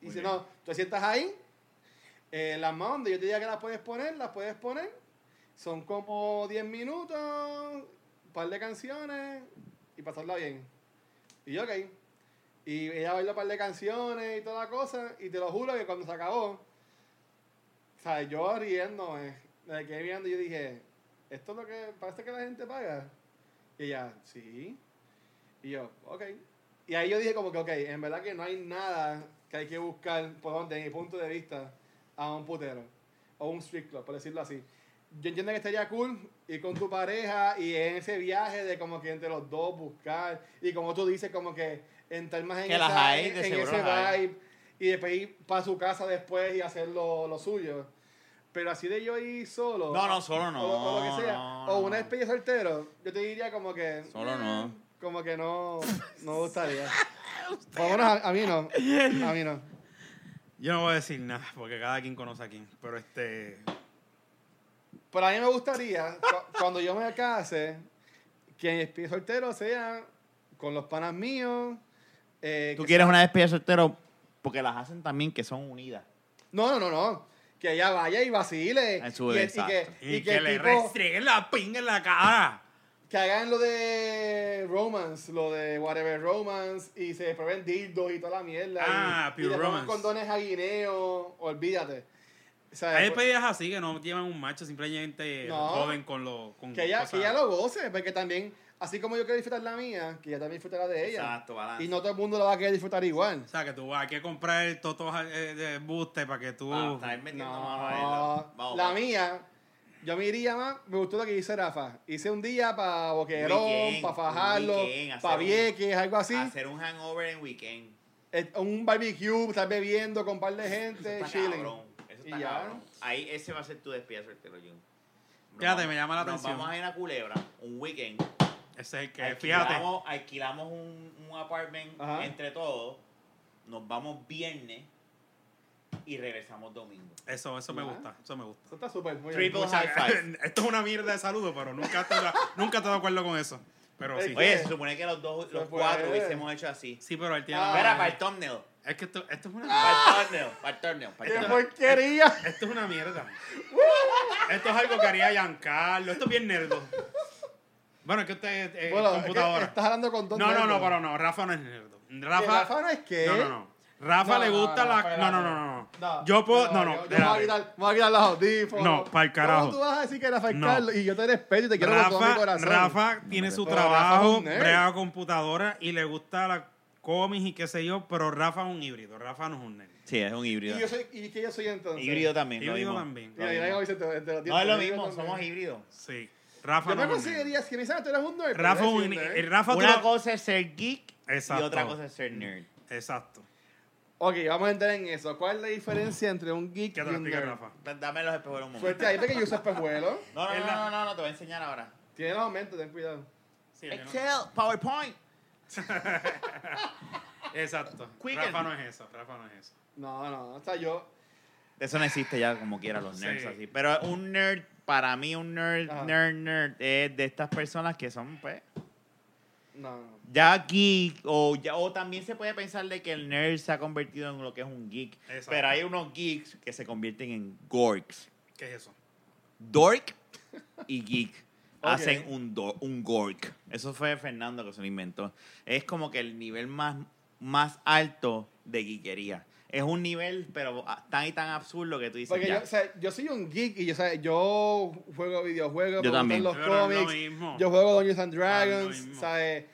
[SPEAKER 2] Y
[SPEAKER 3] Muy
[SPEAKER 2] dice,
[SPEAKER 3] bien.
[SPEAKER 2] no, tú te sientas ahí. eh, las manos donde yo te diga que las puedes poner, las puedes poner. Son como 10 minutos, un par de canciones y pasarla bien. Y yo, ok. Y ella bailó un par de canciones y toda la cosa. Y te lo juro que cuando se acabó, o sea, yo riéndome, me quedé mirando y yo dije, ¿esto es lo que parece que la gente paga? Y ella, sí. Y yo, ok. Y ahí yo dije como que, ok, en verdad que no hay nada que hay que buscar, por donde, desde mi punto de vista, a un putero. O un street club, por decirlo así. Yo entiendo que estaría cool ir con tu pareja y en ese viaje de como que entre los dos buscar. Y como tú dices, como que entrar más en,
[SPEAKER 3] Que las
[SPEAKER 2] esa-
[SPEAKER 3] hay,
[SPEAKER 2] en,
[SPEAKER 3] de
[SPEAKER 2] en
[SPEAKER 3] seguro
[SPEAKER 2] ese
[SPEAKER 3] las hay.
[SPEAKER 2] vibe. Y después ir para su casa después y hacer lo, lo suyo. Pero así de yo ir solo.
[SPEAKER 3] No, no, solo no,
[SPEAKER 2] O, o lo que sea.
[SPEAKER 3] no,
[SPEAKER 2] o
[SPEAKER 3] no.
[SPEAKER 2] una especie soltero. Yo te diría como que.
[SPEAKER 4] Solo no.
[SPEAKER 2] Como que no, no
[SPEAKER 3] [laughs]
[SPEAKER 2] me gustaría. Vámonos, a, a mí no. A mí no.
[SPEAKER 1] Yo no voy a decir nada, porque cada quien conoce a quien. Pero este.
[SPEAKER 2] Pero a mí me gustaría, cu- cuando yo me case, que mi espíritu soltero sea con los panas míos. eh,
[SPEAKER 3] Tú
[SPEAKER 2] que
[SPEAKER 3] quieres
[SPEAKER 2] sea-
[SPEAKER 3] una despedida de soltero porque las hacen también que son unidas.
[SPEAKER 2] No, no, no, no. Que ella vaya y vacile.
[SPEAKER 3] En su-
[SPEAKER 2] y, y
[SPEAKER 3] exacto.
[SPEAKER 2] que,
[SPEAKER 1] Y,
[SPEAKER 2] y
[SPEAKER 1] que,
[SPEAKER 2] que el
[SPEAKER 1] le
[SPEAKER 2] tipo-
[SPEAKER 1] restreguen la pinga en la cara.
[SPEAKER 2] que hagan lo de romance, lo de whatever romance, y se prueben dildos y toda la mierda.
[SPEAKER 1] Ah,
[SPEAKER 2] y,
[SPEAKER 1] pure
[SPEAKER 2] y le pongan
[SPEAKER 1] romance.
[SPEAKER 2] condones a guineo, olvídate. O sea,
[SPEAKER 1] Hay
[SPEAKER 2] pues,
[SPEAKER 1] despedidas así que no llevan un macho, simplemente
[SPEAKER 2] No.
[SPEAKER 1] joden con lo.
[SPEAKER 3] pues,
[SPEAKER 1] Con
[SPEAKER 2] que, ella,
[SPEAKER 1] cosas.
[SPEAKER 2] que ella lo goce, porque también, así como yo quiero disfrutar la mía, que ella también disfrutará de ella.
[SPEAKER 3] Exacto, balance.
[SPEAKER 2] Y no todo el mundo la va a querer disfrutar igual.
[SPEAKER 1] O sea, que tú hay que comprar totos eh, de buste para que tú.
[SPEAKER 3] Ah, está ahí metiendo mano a ella.
[SPEAKER 2] No,
[SPEAKER 3] Vamos,
[SPEAKER 2] la
[SPEAKER 3] vamos.
[SPEAKER 2] mía, yo me iría más, me gustó lo que hice Rafa. Hice un día para Boquerón,
[SPEAKER 3] Weekend,
[SPEAKER 2] para Fajarlo,
[SPEAKER 3] un weekend,
[SPEAKER 2] para
[SPEAKER 3] hacer un-
[SPEAKER 2] Vieques, algo así.
[SPEAKER 3] Hacer un hangover en weekend.
[SPEAKER 2] Eh, un barbecue, estar bebiendo con un par de gente,
[SPEAKER 3] Está
[SPEAKER 2] Eh, chilling.
[SPEAKER 3] cabrón. Eso
[SPEAKER 2] Y
[SPEAKER 3] está
[SPEAKER 2] ya.
[SPEAKER 3] cabrón. Ahí ese va a ser tu despedida de soltero, Jun. Nos
[SPEAKER 1] Fíjate,
[SPEAKER 3] vamos-
[SPEAKER 1] me llama la
[SPEAKER 3] nos
[SPEAKER 1] atención.
[SPEAKER 3] vamos a ir a Culebra un weekend.
[SPEAKER 1] Ese es el que. Fíjate.
[SPEAKER 3] Alquilamos, alquilamos un, un apartment
[SPEAKER 2] Ajá.
[SPEAKER 3] entre todos. Nos vamos viernes y regresamos domingo.
[SPEAKER 1] Eso, eso me
[SPEAKER 2] Ya.
[SPEAKER 1] gusta. Eso me gusta.
[SPEAKER 2] Eso está súper, muy
[SPEAKER 3] Triple
[SPEAKER 2] bien.
[SPEAKER 1] O sea,
[SPEAKER 3] high five.
[SPEAKER 1] [laughs] esto es una mierda de saludo, pero nunca estoy, nunca estoy de acuerdo con eso. Pero sí.
[SPEAKER 2] ¿Qué?
[SPEAKER 3] Oye, se supone que los dos, los
[SPEAKER 2] Se puede.
[SPEAKER 3] cuatro hubiésemos hecho así.
[SPEAKER 1] Sí, pero él tiene.
[SPEAKER 2] Ah.
[SPEAKER 3] Espera, para el thumbnail.
[SPEAKER 1] Es que esto, esto es una
[SPEAKER 3] Para el thumbnail. Para el thumbnail. Para el
[SPEAKER 2] ¡Qué
[SPEAKER 3] thumbnail.
[SPEAKER 1] [laughs]
[SPEAKER 2] porquería!
[SPEAKER 1] Esto es una mierda. Esto es algo que haría Giancarlo. Esto es bien nerdo. Bueno, es que usted eh, es
[SPEAKER 2] Bueno, es que
[SPEAKER 1] computadora.
[SPEAKER 2] estás hablando con dos
[SPEAKER 1] no, no, no,
[SPEAKER 2] nerdos.
[SPEAKER 1] pero no. Rafa no es nerdo.
[SPEAKER 2] ¿Que
[SPEAKER 1] Rafa,
[SPEAKER 2] Eh, Rafa no es qué?
[SPEAKER 1] No, no, no. Rafa
[SPEAKER 2] No,
[SPEAKER 1] le
[SPEAKER 2] no,
[SPEAKER 1] gusta
[SPEAKER 2] no,
[SPEAKER 1] la.
[SPEAKER 2] espérate.
[SPEAKER 1] No, no, no, no. yo puedo. No, no.
[SPEAKER 2] yo- yo me voy a
[SPEAKER 1] espérate.
[SPEAKER 2] quitar- me voy a quitar los audífonos.
[SPEAKER 1] No, pa'l carajo.
[SPEAKER 2] ¿Cómo tú vas a decir que Rafa es
[SPEAKER 1] No.
[SPEAKER 2] Carlos? Y yo te respeto y te quiero con todo mi
[SPEAKER 1] Rafa,
[SPEAKER 2] corazón.
[SPEAKER 1] Rafa tiene su
[SPEAKER 2] Pero Rafa es
[SPEAKER 1] trabajo,
[SPEAKER 2] un nerd.
[SPEAKER 1] brega computadora y le gusta la cómics y qué sé yo, pero Rafa es un híbrido. Rafa no es un nerd.
[SPEAKER 3] Sí, es un híbrido.
[SPEAKER 2] ¿Y, yo soy, ¿Y qué yo soy entonces?
[SPEAKER 3] Híbrido también. lo
[SPEAKER 1] Híbrido
[SPEAKER 3] mismo.
[SPEAKER 1] también.
[SPEAKER 2] Mira, mira cómo dice, este- te- te lo
[SPEAKER 3] No
[SPEAKER 2] tienes,
[SPEAKER 3] es lo
[SPEAKER 2] híbrido
[SPEAKER 3] mismo,
[SPEAKER 2] también.
[SPEAKER 3] somos híbridos.
[SPEAKER 1] Sí. Rafa no
[SPEAKER 2] Yo me
[SPEAKER 1] es un nerd.
[SPEAKER 2] consideraría, si me sabes, tú eres un nerd. pero
[SPEAKER 1] Rafa, es
[SPEAKER 2] eres
[SPEAKER 1] un,
[SPEAKER 2] nerd.
[SPEAKER 1] el Rafa tú
[SPEAKER 3] Una
[SPEAKER 1] lo-
[SPEAKER 3] cosa es ser geek
[SPEAKER 1] Exacto.
[SPEAKER 3] y otra cosa es ser nerd.
[SPEAKER 1] Exacto.
[SPEAKER 2] Ok, vamos a entrar en eso. ¿Cuál es la diferencia entre un geek
[SPEAKER 1] ¿Qué te
[SPEAKER 2] y
[SPEAKER 1] lo
[SPEAKER 2] un
[SPEAKER 1] explica
[SPEAKER 2] nerd?
[SPEAKER 1] Rafa?
[SPEAKER 3] Dame los espejuelos un
[SPEAKER 2] Pues
[SPEAKER 3] momento.
[SPEAKER 2] te dice que yo uso espejuelos.
[SPEAKER 3] No, no,
[SPEAKER 1] Es
[SPEAKER 3] no,
[SPEAKER 1] la-
[SPEAKER 3] no, no, no, te voy a enseñar ahora.
[SPEAKER 2] Tiene los aumentos, ten cuidado.
[SPEAKER 1] Sí, yo no-
[SPEAKER 3] Excel, PowerPoint.
[SPEAKER 1] Exacto.
[SPEAKER 3] Quicken.
[SPEAKER 1] Rafa no es eso. Rafa no es eso.
[SPEAKER 2] No, no, o sea, yo...
[SPEAKER 3] Eso no existe ya como quiera los nerds
[SPEAKER 1] Sí.
[SPEAKER 3] así. Pero un nerd, para mí un nerd,
[SPEAKER 2] Ajá.
[SPEAKER 3] nerd, nerd, es de estas personas que son, pues,
[SPEAKER 2] No, no.
[SPEAKER 3] ya geek. O, ya, o también se puede pensar de que el nerd se ha convertido en lo que es un geek.
[SPEAKER 1] Exacto.
[SPEAKER 3] Pero hay unos geeks que se convierten en gorks.
[SPEAKER 1] ¿Qué es eso?
[SPEAKER 3] Dork y geek.
[SPEAKER 2] Ok.
[SPEAKER 3] Hacen un, do- un gork. Eso fue Fernando que se lo inventó. Es como que el nivel más, más alto de geekería. Es un nivel, pero ah, tan y tan absurdo que tú dices.
[SPEAKER 2] Porque
[SPEAKER 3] ya.
[SPEAKER 2] yo, o sea, yo soy un geek y yo, o sea, yo juego videojuegos,
[SPEAKER 3] Yo
[SPEAKER 2] me gustan
[SPEAKER 3] también.
[SPEAKER 2] los
[SPEAKER 1] Pero es lo
[SPEAKER 2] cómics,
[SPEAKER 1] mismo.
[SPEAKER 2] yo juego Dungeons and
[SPEAKER 1] Ah, es
[SPEAKER 2] Dragons,
[SPEAKER 1] lo mismo.
[SPEAKER 2] ¿sabes?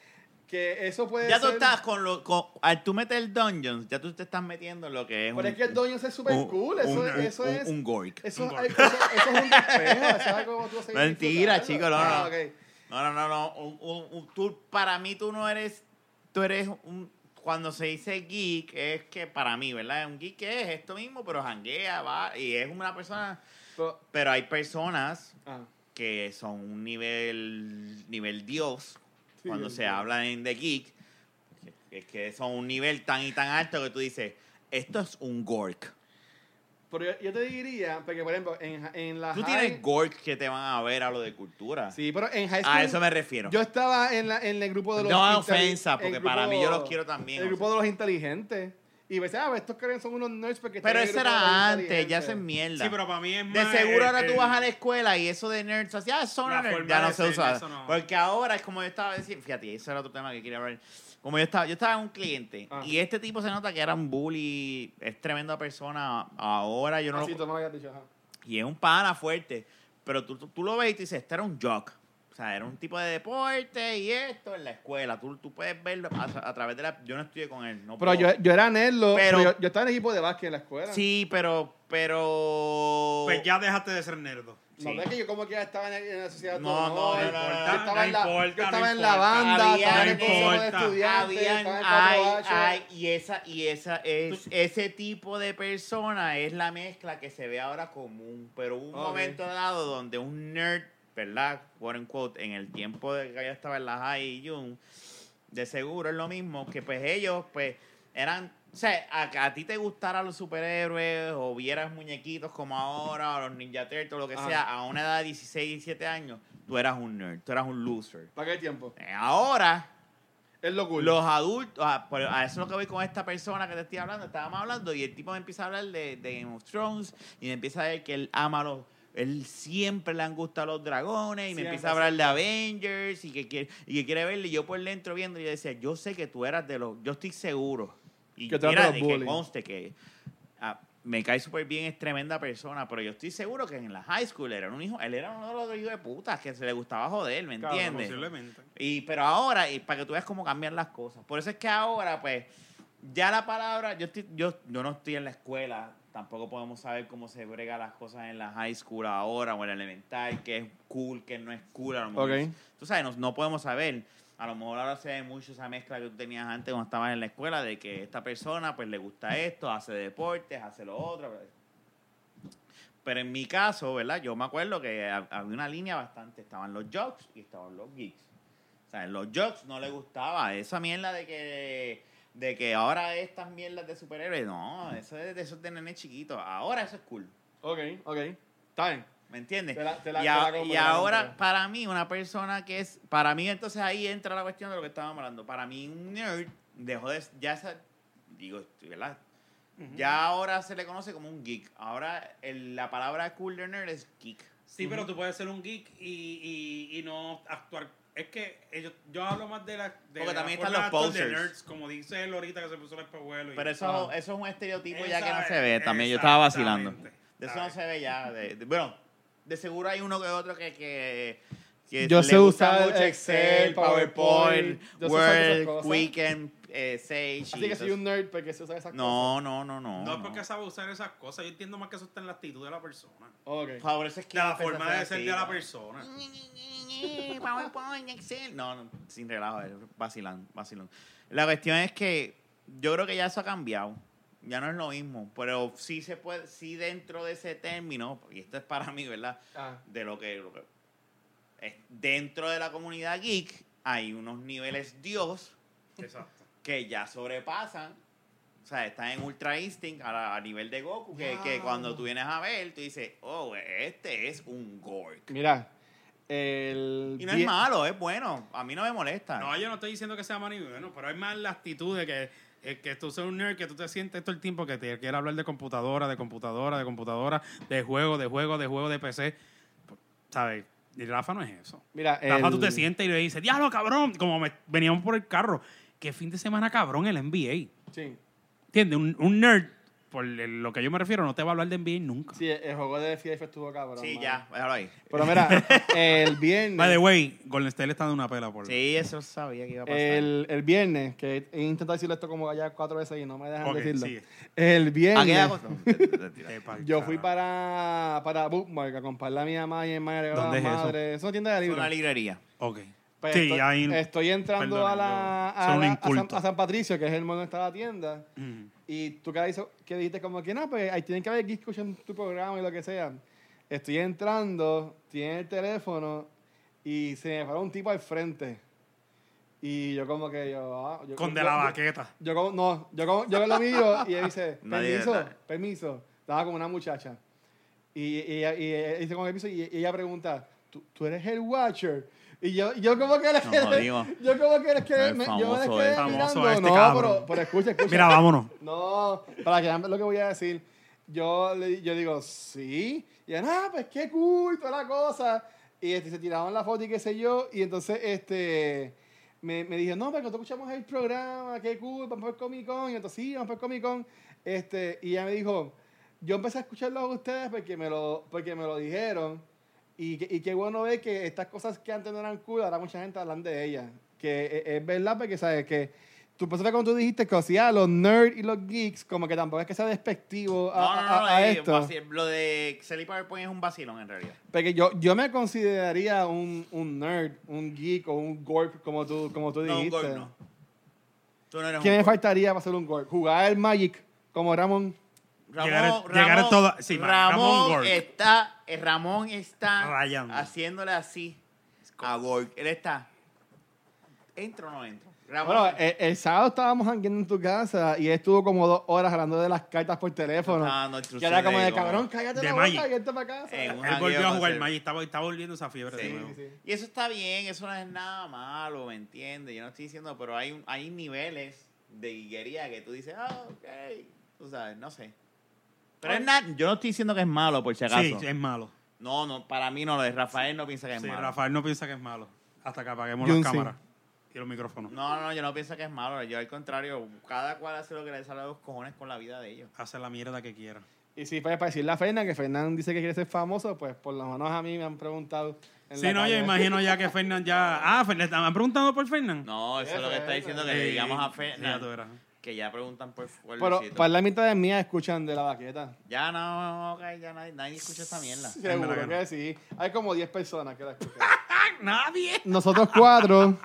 [SPEAKER 2] Que eso puede
[SPEAKER 3] Ya tú
[SPEAKER 2] ser...
[SPEAKER 3] estás con lo. Con, al tú meter el dungeons, ya tú te estás metiendo en lo que es.
[SPEAKER 2] Pero es que el Dungeons es súper
[SPEAKER 3] un-
[SPEAKER 2] cool, eso,
[SPEAKER 3] un-
[SPEAKER 2] eso
[SPEAKER 3] un-
[SPEAKER 2] es...
[SPEAKER 3] Un gork.
[SPEAKER 2] Eso,
[SPEAKER 1] Un
[SPEAKER 2] hay-
[SPEAKER 1] golpe.
[SPEAKER 2] eso, eso es un despejo, eso es algo como tú vas a seguir
[SPEAKER 3] [laughs] Mentira,
[SPEAKER 2] disfrutando.
[SPEAKER 3] chico, no,
[SPEAKER 2] Ah,
[SPEAKER 3] no.
[SPEAKER 2] ok.
[SPEAKER 3] No, no, no, no. Un- un- un- tú, para mí tú no eres. Tú eres un. Cuando se dice geek, es que para mí, ¿verdad? Un geek es esto mismo, pero janguea, va. Y es una persona.
[SPEAKER 2] Pero-
[SPEAKER 3] Pero hay personas
[SPEAKER 2] ah,
[SPEAKER 3] que son un nivel. Nivel Dios.
[SPEAKER 2] Sí,
[SPEAKER 3] cuando
[SPEAKER 2] el
[SPEAKER 3] se
[SPEAKER 2] Dios.
[SPEAKER 3] habla en de geek. Es que son un nivel tan y tan alto que tú dices, esto es un gork.
[SPEAKER 2] pero yo, yo te diría, porque por ejemplo, en, en la
[SPEAKER 3] Tú
[SPEAKER 2] high-
[SPEAKER 3] tienes gork que te van a ver a lo de cultura.
[SPEAKER 2] Sí, pero en high school...
[SPEAKER 3] a eso me refiero.
[SPEAKER 2] Yo estaba en, la, en el grupo de los...
[SPEAKER 3] No
[SPEAKER 2] inteli-
[SPEAKER 3] ofensa,
[SPEAKER 2] el
[SPEAKER 3] porque
[SPEAKER 2] grupo-
[SPEAKER 3] para mí yo los quiero también,
[SPEAKER 2] El
[SPEAKER 3] o
[SPEAKER 2] grupo de los inteligentes. Y me decía, ah, estos que son unos nerds porque... están
[SPEAKER 3] pero
[SPEAKER 2] en el
[SPEAKER 3] eso
[SPEAKER 2] grupo de los
[SPEAKER 3] era antes, ya
[SPEAKER 2] inteligentes".
[SPEAKER 3] eso es mierda.
[SPEAKER 1] Sí, pero para mí es más.
[SPEAKER 3] de seguro
[SPEAKER 1] el-
[SPEAKER 3] ahora tú
[SPEAKER 1] el-
[SPEAKER 3] vas a la escuela y eso de nerds, así, ah, son
[SPEAKER 1] La
[SPEAKER 3] nerds,
[SPEAKER 1] forma
[SPEAKER 3] ya no
[SPEAKER 1] de
[SPEAKER 3] se
[SPEAKER 1] ser,
[SPEAKER 3] usa.
[SPEAKER 1] eso no.
[SPEAKER 3] Porque ahora es como yo estaba diciendo, fíjate, ese era otro tema que quería hablar. Como yo estaba, yo estaba en un cliente
[SPEAKER 2] Ah.
[SPEAKER 3] y este tipo se nota que era un bully, es tremenda persona. Ahora yo no
[SPEAKER 2] Así,
[SPEAKER 3] lo,
[SPEAKER 2] Ah, tú me habías dicho, ajá.
[SPEAKER 3] Y es un pana fuerte. Pero tú, tú, tú lo ves y tú dices, este era un jock. O sea, era un tipo de deporte y esto en la escuela. Tú, tú puedes verlo a, tra- a través de la... Yo no estudié con él. No
[SPEAKER 2] Pero
[SPEAKER 3] puedo.
[SPEAKER 2] yo, yo era nerdo, pero,
[SPEAKER 3] Pero-
[SPEAKER 2] yo, yo estaba en el equipo de básquet en la escuela.
[SPEAKER 3] Sí, pero... pero...
[SPEAKER 1] Pues ya dejaste de ser nerdo.
[SPEAKER 2] No,
[SPEAKER 3] sí.
[SPEAKER 2] es que yo como que ya estaba en, en la sociedad
[SPEAKER 3] No,
[SPEAKER 2] todo,
[SPEAKER 3] no,
[SPEAKER 2] yo
[SPEAKER 3] no, no, no,
[SPEAKER 2] estaba
[SPEAKER 1] no, no
[SPEAKER 2] en la, yo
[SPEAKER 1] importa,
[SPEAKER 2] estaba
[SPEAKER 1] no
[SPEAKER 2] en la
[SPEAKER 1] importa.
[SPEAKER 2] banda, estaba en el
[SPEAKER 3] Habían-
[SPEAKER 2] consejo de
[SPEAKER 1] importa.
[SPEAKER 2] estudiantes,
[SPEAKER 3] Habían,
[SPEAKER 2] estaba en
[SPEAKER 3] hay,
[SPEAKER 2] cuatro H.
[SPEAKER 3] hay, y esa, y esa es, ese tipo de persona es la mezcla que se ve ahora común. Pero hubo un
[SPEAKER 2] Ok.
[SPEAKER 3] momento dado donde un nerd, ¿verdad? Quote unquote, en el tiempo de que yo estaba en la high y Jun, de seguro es lo mismo, que pues ellos, pues, eran. O sea, a, a ti te gustaran los superhéroes o vieras muñequitos como ahora, o los Ninja Turtles, lo que
[SPEAKER 2] Ah.
[SPEAKER 3] sea, a una edad de 16, 17 años, tú eras un nerd, tú eras un loser.
[SPEAKER 2] ¿Para qué tiempo?
[SPEAKER 3] Eh, Ahora,
[SPEAKER 2] Es lo cool.
[SPEAKER 3] los adultos, ah, por- a eso es lo que voy con esta persona que te estoy hablando, estábamos hablando y el tipo me empieza a hablar de, de Game of Thrones y me empieza a ver que él ama los, él siempre le han gustado los dragones y me
[SPEAKER 2] Siempre,
[SPEAKER 3] empieza a hablar de Avengers y que quiere, y que quiere verle y yo por dentro viendo y yo decía, yo sé que tú eras de los, yo estoy seguro y
[SPEAKER 2] Que tú eras de
[SPEAKER 3] mira,
[SPEAKER 2] los
[SPEAKER 3] de
[SPEAKER 2] bullies.
[SPEAKER 3] que conste que ah, me cae súper bien, es tremenda persona, pero yo estoy seguro que en la high school era un hijo, él era uno de los hijos de putas que se le gustaba joder, ¿me
[SPEAKER 2] Cabrón,
[SPEAKER 3] entiendes?
[SPEAKER 1] Posiblemente.
[SPEAKER 3] Y, pero ahora, y para que tú veas cómo cambian las cosas. Por eso es que ahora, pues, ya la palabra, yo, estoy- yo, yo no estoy en la escuela, tampoco podemos saber cómo se brega las cosas en la high school ahora o en la elemental, qué es cool, qué no es cool, a lo mejor.
[SPEAKER 2] Ok.
[SPEAKER 3] Tú sabes, no, no podemos saber. A lo mejor ahora se ve mucho esa mezcla que tú tenías antes cuando estabas en la escuela de que esta persona pues le gusta esto, hace deportes, hace lo otro. bla, bla. Pero en mi caso, ¿verdad? Yo me acuerdo que ha- había una línea bastante. Estaban los jocks y estaban los geeks. O sea, los jocks no les gustaba esa mierda de que, de que ahora estas mierdas de superhéroes. No, eso es de esos de nene chiquito. Ahora eso es cool.
[SPEAKER 2] Ok, ok. Está bien.
[SPEAKER 3] ¿Me entiendes?
[SPEAKER 2] Te la- te la-
[SPEAKER 3] y, a-
[SPEAKER 2] te la compro,
[SPEAKER 3] y
[SPEAKER 2] te la
[SPEAKER 3] ahora,
[SPEAKER 2] compro.
[SPEAKER 3] para mí, una persona que es. Para mí, entonces ahí entra la cuestión de lo que estábamos hablando. Para mí, un nerd dejó de. Ya esa- digo, ¿verdad? Ya ahora se le conoce como un geek. Ahora el- la palabra cool de nerd es geek.
[SPEAKER 1] Sí, pero tú puedes ser un geek y, y, y no actuar. Es que ellos, yo hablo más de la. De
[SPEAKER 3] Porque
[SPEAKER 1] la
[SPEAKER 3] también
[SPEAKER 1] forma
[SPEAKER 3] están
[SPEAKER 1] de
[SPEAKER 3] los
[SPEAKER 1] actuar de
[SPEAKER 3] posers.
[SPEAKER 1] nerds, como dice él ahorita que se puso el espejuelo. y-
[SPEAKER 3] Pero eso,
[SPEAKER 2] Ajá.
[SPEAKER 3] eso es un estereotipo ya que no
[SPEAKER 1] Esa-
[SPEAKER 3] se ve. También yo estaba vacilando.
[SPEAKER 1] exactamente.
[SPEAKER 3] De eso no se ve ya. de- de- bueno, de seguro hay uno que otro que. que que
[SPEAKER 2] Yo
[SPEAKER 3] le
[SPEAKER 2] sé
[SPEAKER 3] gusta
[SPEAKER 2] usar
[SPEAKER 3] mucho
[SPEAKER 2] Excel,
[SPEAKER 3] Excel, PowerPoint,
[SPEAKER 2] PowerPoint, yo sé usar esas
[SPEAKER 3] Word,
[SPEAKER 2] cosas.
[SPEAKER 3] Weekend, eh, Sage. y
[SPEAKER 2] Así que soy
[SPEAKER 3] entonces-
[SPEAKER 2] un nerd porque se usa esas
[SPEAKER 3] No, no, no, no.
[SPEAKER 1] No es porque sabe usar esas cosas. Yo entiendo más que eso está en la actitud de la persona.
[SPEAKER 2] cosas. Ok.
[SPEAKER 3] Favorece es que
[SPEAKER 1] De la
[SPEAKER 3] empezó a
[SPEAKER 1] forma de
[SPEAKER 3] hacer
[SPEAKER 1] ser
[SPEAKER 3] así,
[SPEAKER 1] de la
[SPEAKER 3] ¿no?
[SPEAKER 1] persona.
[SPEAKER 3] PowerPoint, Excel. No, no, sin eh, relajo, vacilando, vacilón. La cuestión es que yo creo que ya eso ha cambiado. Ya no es lo mismo, pero sí se puede, sí dentro de ese término, y esto es para mí, ¿verdad?
[SPEAKER 2] Ah,
[SPEAKER 3] de lo que, lo que- es- dentro de la comunidad geek hay unos niveles dios
[SPEAKER 1] Exacto.
[SPEAKER 3] que ya sobrepasan o sea están en Ultra Instinct a, la- a nivel de Goku que, que
[SPEAKER 2] Wow.
[SPEAKER 3] cuando tú vienes a ver tú dices oh este es un Gork
[SPEAKER 2] mira, el.
[SPEAKER 3] y no es
[SPEAKER 2] die-
[SPEAKER 3] malo es bueno a mí no me molesta
[SPEAKER 1] No, yo no estoy diciendo que sea malo ni bueno, pero es más la actitud de que, eh, que tú seas un nerd, que tú te sientes todo el tiempo que te quiere hablar de computadora, de computadora, de computadora, de juego, de juego, de juego, de PC. Pues, ¿Sabes? Y Rafa no es eso.
[SPEAKER 2] Mira,
[SPEAKER 1] Rafa, tú
[SPEAKER 2] el-
[SPEAKER 1] te sientes y le dices, diablo, cabrón, como me- veníamos por el carro. ¿Qué fin de semana, cabrón, el NBA?
[SPEAKER 2] Sí,
[SPEAKER 1] ¿Entiendes? Un, un nerd, por el- lo que yo me refiero, no te va a hablar de NBA nunca.
[SPEAKER 2] sí, el juego de FIFA estuvo cabrón.
[SPEAKER 3] sí
[SPEAKER 2] mano.
[SPEAKER 3] ya déjalo ahí
[SPEAKER 2] Pero
[SPEAKER 3] [laughs]
[SPEAKER 2] mira, el viernes.
[SPEAKER 1] By the way, Golden State le está dando una pela por
[SPEAKER 3] sí eso sabía que iba a pasar
[SPEAKER 2] El, el viernes, que he intentado decirle esto como allá cuatro veces y no me dejan
[SPEAKER 1] Ok,
[SPEAKER 2] decirlo.
[SPEAKER 1] sigue.
[SPEAKER 2] El
[SPEAKER 3] Ah, ¿qué
[SPEAKER 2] viernes,
[SPEAKER 3] hago? No, te- [laughs] te- te- tira.
[SPEAKER 1] Eh, pa'l
[SPEAKER 2] yo fui
[SPEAKER 1] carajo.
[SPEAKER 2] para, para Bookmark a comprarle a mi mamá y a mi madre. a
[SPEAKER 1] ¿Dónde
[SPEAKER 2] mi
[SPEAKER 1] es eso?
[SPEAKER 2] madre. Es una tienda de
[SPEAKER 3] Es
[SPEAKER 2] libros.
[SPEAKER 3] una librería
[SPEAKER 1] Ok.
[SPEAKER 2] Pues
[SPEAKER 1] sí,
[SPEAKER 2] estoy,
[SPEAKER 1] ahí.
[SPEAKER 2] estoy entrando
[SPEAKER 1] Perdone,
[SPEAKER 2] a, la,
[SPEAKER 1] yo soy
[SPEAKER 2] a,
[SPEAKER 1] un
[SPEAKER 2] la- a San,
[SPEAKER 1] inculto.
[SPEAKER 2] a San Patricio, que es el mono donde está la tienda.
[SPEAKER 1] Mm.
[SPEAKER 2] Y tú que, dices- que dijiste como que no, pues ahí tienen que haber geeks en tu programa y lo que sea. Estoy entrando, tiene el teléfono y se me paró un tipo al frente. Y yo como que yo... ah, yo-
[SPEAKER 1] Con
[SPEAKER 2] yo-
[SPEAKER 1] de la
[SPEAKER 2] yo-
[SPEAKER 1] baqueta.
[SPEAKER 2] Yo como, no, yo como, yo lo mío y él dice,
[SPEAKER 3] [laughs] Nadie
[SPEAKER 2] permiso,
[SPEAKER 3] está-
[SPEAKER 2] permiso. Estaba con una muchacha. Y, y, ella- y ella dice con permiso y, y ella pregunta, ¿Tú, tú eres el Watcher? Y yo, y yo como que le
[SPEAKER 3] No,
[SPEAKER 2] quedé-
[SPEAKER 3] jodido.
[SPEAKER 2] yo como que le quedé,
[SPEAKER 3] El
[SPEAKER 2] me- yo le
[SPEAKER 3] famoso
[SPEAKER 2] quedé
[SPEAKER 3] este.
[SPEAKER 1] Famoso
[SPEAKER 2] mirando.
[SPEAKER 1] este
[SPEAKER 2] no,
[SPEAKER 1] cabrón.
[SPEAKER 2] pero, pero escucha, escucha.
[SPEAKER 1] Mira, vámonos.
[SPEAKER 2] No, para que vean lo que voy a decir. Yo, le, yo digo, sí. Y ella, ah, pues qué cool, toda la cosa. Y este, se tiraban la foto y qué sé yo. Y entonces este, me, me dijo, no, pero nosotros escuchamos el programa, qué cool, vamos por Comic Con. Y entonces, sí, vamos por Comic Con. Este, y ella me dijo, yo empecé a escucharlo a ustedes porque me lo, porque me lo dijeron. Y, que- y qué bueno ver que estas cosas que antes no eran cool, ahora mucha gente hablan de ellas. Que e- es, verdad, porque sabes que tú pensaste cuando tú dijiste que hacía los nerds y los geeks, como que tampoco es que sea despectivo a,
[SPEAKER 3] no no
[SPEAKER 2] a-
[SPEAKER 3] no
[SPEAKER 2] a
[SPEAKER 3] eh,
[SPEAKER 2] esto.
[SPEAKER 3] vaci- lo de Excel y PowerPoint es un vacilón en realidad
[SPEAKER 2] Porque yo, yo me consideraría un, un nerd, un geek o un gorp, como tú, como tú
[SPEAKER 3] no un
[SPEAKER 2] dijiste.
[SPEAKER 3] Gork no tú no eres
[SPEAKER 2] ¿Qué
[SPEAKER 3] un
[SPEAKER 2] me
[SPEAKER 3] Gork.
[SPEAKER 2] faltaría para ser un gorp? Jugar al Magic, como Ramón.
[SPEAKER 1] Llegar a- llegar a toda- sí, man, Ramón
[SPEAKER 3] Ramón
[SPEAKER 1] Gork.
[SPEAKER 3] está, eh, Ramón está
[SPEAKER 1] Rayando.
[SPEAKER 3] haciéndole así a Gork. Él está. ¿Entro o no entro? Ramón.
[SPEAKER 2] Bueno, el, el sábado estábamos hangueando en tu casa y él estuvo como dos horas hablando de las cartas por teléfono.
[SPEAKER 3] Ah, no,
[SPEAKER 2] que era como de
[SPEAKER 3] como-
[SPEAKER 2] cabrón, cállate
[SPEAKER 1] de
[SPEAKER 2] la boca y
[SPEAKER 1] Magic.
[SPEAKER 2] vete para casa.
[SPEAKER 3] Eh, un
[SPEAKER 1] Él volvió
[SPEAKER 3] jangueo
[SPEAKER 1] a jugar
[SPEAKER 3] con
[SPEAKER 1] Magic, estaba, está volviendo esa fiebre
[SPEAKER 3] Sí,
[SPEAKER 1] de
[SPEAKER 3] sí,
[SPEAKER 1] nuevo.
[SPEAKER 2] sí.
[SPEAKER 3] Y eso está bien, eso no es nada malo, ¿me entiendes? Yo no estoy diciendo, pero hay, un- hay niveles de guillería que tú dices, ah, ok. Tú sabes, no sé. Pero es na- yo no estoy diciendo que es malo, por si acaso.
[SPEAKER 1] Sí, es malo.
[SPEAKER 3] No, no, para mí no, lo de Rafael no piensa que es
[SPEAKER 1] Sí,
[SPEAKER 3] malo.
[SPEAKER 1] Rafael no piensa que es malo. Hasta que apaguemos
[SPEAKER 2] Jun
[SPEAKER 1] las
[SPEAKER 2] sí.
[SPEAKER 1] cámaras y los micrófonos.
[SPEAKER 3] No, no, yo no pienso que es malo. Yo al contrario, cada cual hace lo que le sale a los cojones con la vida de ellos.
[SPEAKER 1] Hace la mierda que quiera.
[SPEAKER 2] Y si fue para decirle a Fernan que Fernán dice que quiere ser famoso, pues por lo menos a mí me han preguntado. en
[SPEAKER 1] Sí,
[SPEAKER 2] la
[SPEAKER 1] no, yo
[SPEAKER 2] calle.
[SPEAKER 1] imagino ya que Fernán ya. Ah, Fernán, ¿me han preguntado por Fernán?
[SPEAKER 3] No, eso es lo que está diciendo que le
[SPEAKER 1] Sí,
[SPEAKER 3] digamos
[SPEAKER 1] sí,
[SPEAKER 3] a
[SPEAKER 1] ya tú
[SPEAKER 3] Fernan
[SPEAKER 1] verás.
[SPEAKER 3] que ya preguntan por por
[SPEAKER 2] Pero
[SPEAKER 3] Luisito.
[SPEAKER 2] para la mitad de mí escuchan de la baqueta.
[SPEAKER 3] Ya no, ok, ya nadie, nadie escucha esta mierda.
[SPEAKER 1] verdad que
[SPEAKER 2] Seguro
[SPEAKER 1] no.
[SPEAKER 2] que sí. Hay como 10 personas que la escuchan. [laughs]
[SPEAKER 1] ¡Ah, nadie!
[SPEAKER 2] Nosotros cuatro,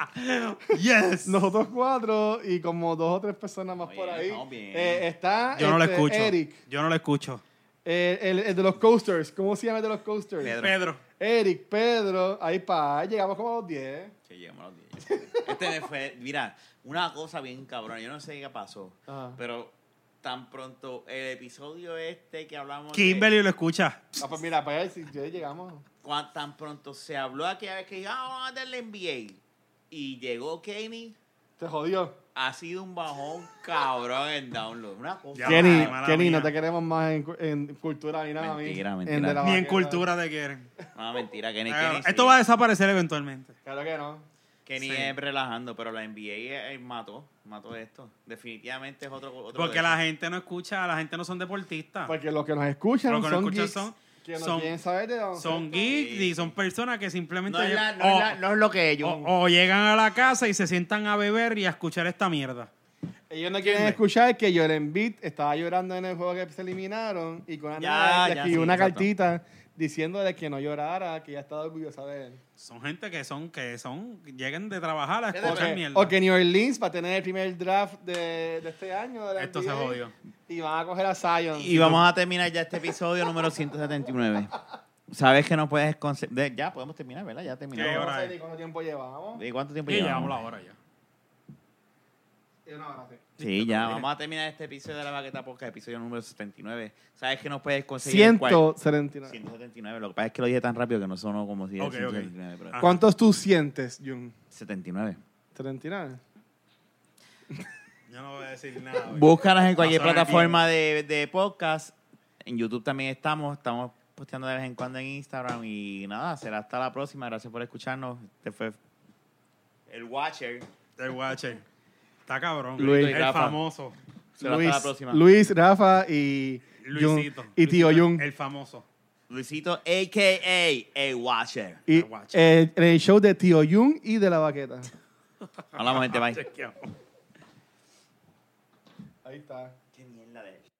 [SPEAKER 1] ¡Yes!
[SPEAKER 2] nosotros cuatro y como dos o tres personas más
[SPEAKER 3] Oye,
[SPEAKER 2] por ahí.
[SPEAKER 3] estamos bien.
[SPEAKER 2] Eh, está
[SPEAKER 1] Yo no lo
[SPEAKER 2] este,
[SPEAKER 1] escucho.
[SPEAKER 2] Eric,
[SPEAKER 1] Yo no lo escucho.
[SPEAKER 2] eh, el, el de los coasters. ¿Cómo se llama el de los coasters?
[SPEAKER 3] Pedro.
[SPEAKER 1] Pedro.
[SPEAKER 2] Eric, Pedro, ahí para, llegamos como a los 10.
[SPEAKER 3] Sí, llegamos a los 10. Este me fue, mira, una cosa bien cabrona, yo no sé qué pasó,
[SPEAKER 2] Ajá.
[SPEAKER 3] pero tan pronto el episodio este que hablamos de-
[SPEAKER 1] Kimberly lo escucha.
[SPEAKER 2] Ah, pues mira, para si ya llegamos.
[SPEAKER 3] cuan- tan pronto se habló aquella vez que ah, vamos a darle NBA y llegó Kenny
[SPEAKER 2] Te jodió.
[SPEAKER 3] ha sido un bajón cabrón en download. Una cosa.
[SPEAKER 1] Ya,
[SPEAKER 2] Kenny,
[SPEAKER 1] mala
[SPEAKER 2] Kenny,
[SPEAKER 1] mía.
[SPEAKER 2] no te queremos más en, cu- en cultura ni nada. a mí.
[SPEAKER 3] Mentira,
[SPEAKER 2] En
[SPEAKER 3] mentira.
[SPEAKER 2] de la
[SPEAKER 1] Ni en
[SPEAKER 2] vaquera.
[SPEAKER 1] cultura te quieren.
[SPEAKER 3] No, mentira, Kenny. Kenny
[SPEAKER 1] Ah,
[SPEAKER 3] sí.
[SPEAKER 1] Esto va a desaparecer eventualmente.
[SPEAKER 2] Claro que no.
[SPEAKER 3] Kenny
[SPEAKER 1] sí.
[SPEAKER 3] es relajando, pero la NBA eh, mató, mató esto. Definitivamente es otro. otro
[SPEAKER 1] Porque
[SPEAKER 3] de
[SPEAKER 1] la
[SPEAKER 3] esos.
[SPEAKER 1] gente no escucha, la gente no son deportistas.
[SPEAKER 2] Porque los que nos escuchan
[SPEAKER 1] Los que nos
[SPEAKER 2] son
[SPEAKER 1] escuchan
[SPEAKER 2] geeks
[SPEAKER 1] son-
[SPEAKER 2] que no
[SPEAKER 1] son-
[SPEAKER 2] quieren saber de dónde
[SPEAKER 1] Son geeks y son personas que simplemente
[SPEAKER 3] No es, la-
[SPEAKER 1] llegan-
[SPEAKER 3] no es
[SPEAKER 1] o-
[SPEAKER 3] la- no es lo que ellos.
[SPEAKER 1] o, o llegan a la casa y se sientan a beber y a escuchar esta mierda.
[SPEAKER 2] Ellos no quieren
[SPEAKER 1] ¿Entiendes?
[SPEAKER 2] escuchar que Joel Embiid estaba llorando en el juego que se eliminaron y con
[SPEAKER 3] Ya,
[SPEAKER 2] Ana le
[SPEAKER 3] ya,
[SPEAKER 2] escribió
[SPEAKER 3] sí,
[SPEAKER 2] una
[SPEAKER 3] exacto.
[SPEAKER 2] cartita diciéndole que no llorara, que ya estaba orgullosa de él.
[SPEAKER 1] Son gente que son, que son, llegan de trabajar a
[SPEAKER 3] Fíjate,
[SPEAKER 1] escuchar
[SPEAKER 2] O que-
[SPEAKER 1] mierda.
[SPEAKER 2] O que New Orleans va a tener el primer draft de, de este año. de la
[SPEAKER 1] Esto se
[SPEAKER 2] NBA.
[SPEAKER 1] jodió.
[SPEAKER 2] Y van a coger a Zion.
[SPEAKER 3] Y vamos a terminar ya este episodio número 179. Sabes que no puedes... conce- de- Ya, podemos terminar, ¿verdad? Ya
[SPEAKER 1] ¿Qué
[SPEAKER 2] No
[SPEAKER 3] terminamos.
[SPEAKER 1] hora?
[SPEAKER 2] sé ni cuánto tiempo llevamos.
[SPEAKER 3] ¿Y cuánto tiempo
[SPEAKER 1] Sí, llevamos
[SPEAKER 3] llevamos?
[SPEAKER 1] la hora ya.
[SPEAKER 2] Y una hora, sí.
[SPEAKER 3] Sí, ya. Vamos a terminar este episodio de La Baqueta Podcast, episodio número 79. ¿Sabes que no puedes conseguir? en cual-
[SPEAKER 2] 179.
[SPEAKER 3] 179. Lo que pasa es que lo dije tan rápido que no sonó como si era
[SPEAKER 1] Ok, ok.
[SPEAKER 3] 179. pero-
[SPEAKER 1] Ah.
[SPEAKER 2] ¿Cuántos tú sientes, Jun?
[SPEAKER 3] 79.
[SPEAKER 2] 39.
[SPEAKER 1] Yo no voy a decir nada. hoy.
[SPEAKER 3] Búscanos en cualquier
[SPEAKER 1] Pasó en el
[SPEAKER 3] plataforma de, de podcast. En YouTube también estamos. Estamos posteando de vez en cuando en Instagram. Y nada, será hasta la próxima. Gracias por escucharnos. Este fue el Watcher.
[SPEAKER 1] El Watcher. Está cabrón.
[SPEAKER 2] Luis.
[SPEAKER 1] el
[SPEAKER 3] Rafa.
[SPEAKER 1] famoso.
[SPEAKER 3] Será
[SPEAKER 2] Luis,
[SPEAKER 3] hasta la próxima.
[SPEAKER 2] Luis, Rafa y, Jun,
[SPEAKER 1] Luisito.
[SPEAKER 2] y tío
[SPEAKER 1] Luisito,
[SPEAKER 2] Jun.
[SPEAKER 1] El famoso.
[SPEAKER 3] Luisito, a.k.a. el Watcher.
[SPEAKER 2] Y,
[SPEAKER 1] El guacho.
[SPEAKER 2] eh, en el show de tío Jun y de la baqueta.
[SPEAKER 3] Ah, Hablamos, gente. Bye.
[SPEAKER 1] Chequeamos.
[SPEAKER 2] Ahí está.
[SPEAKER 3] Qué mierda de-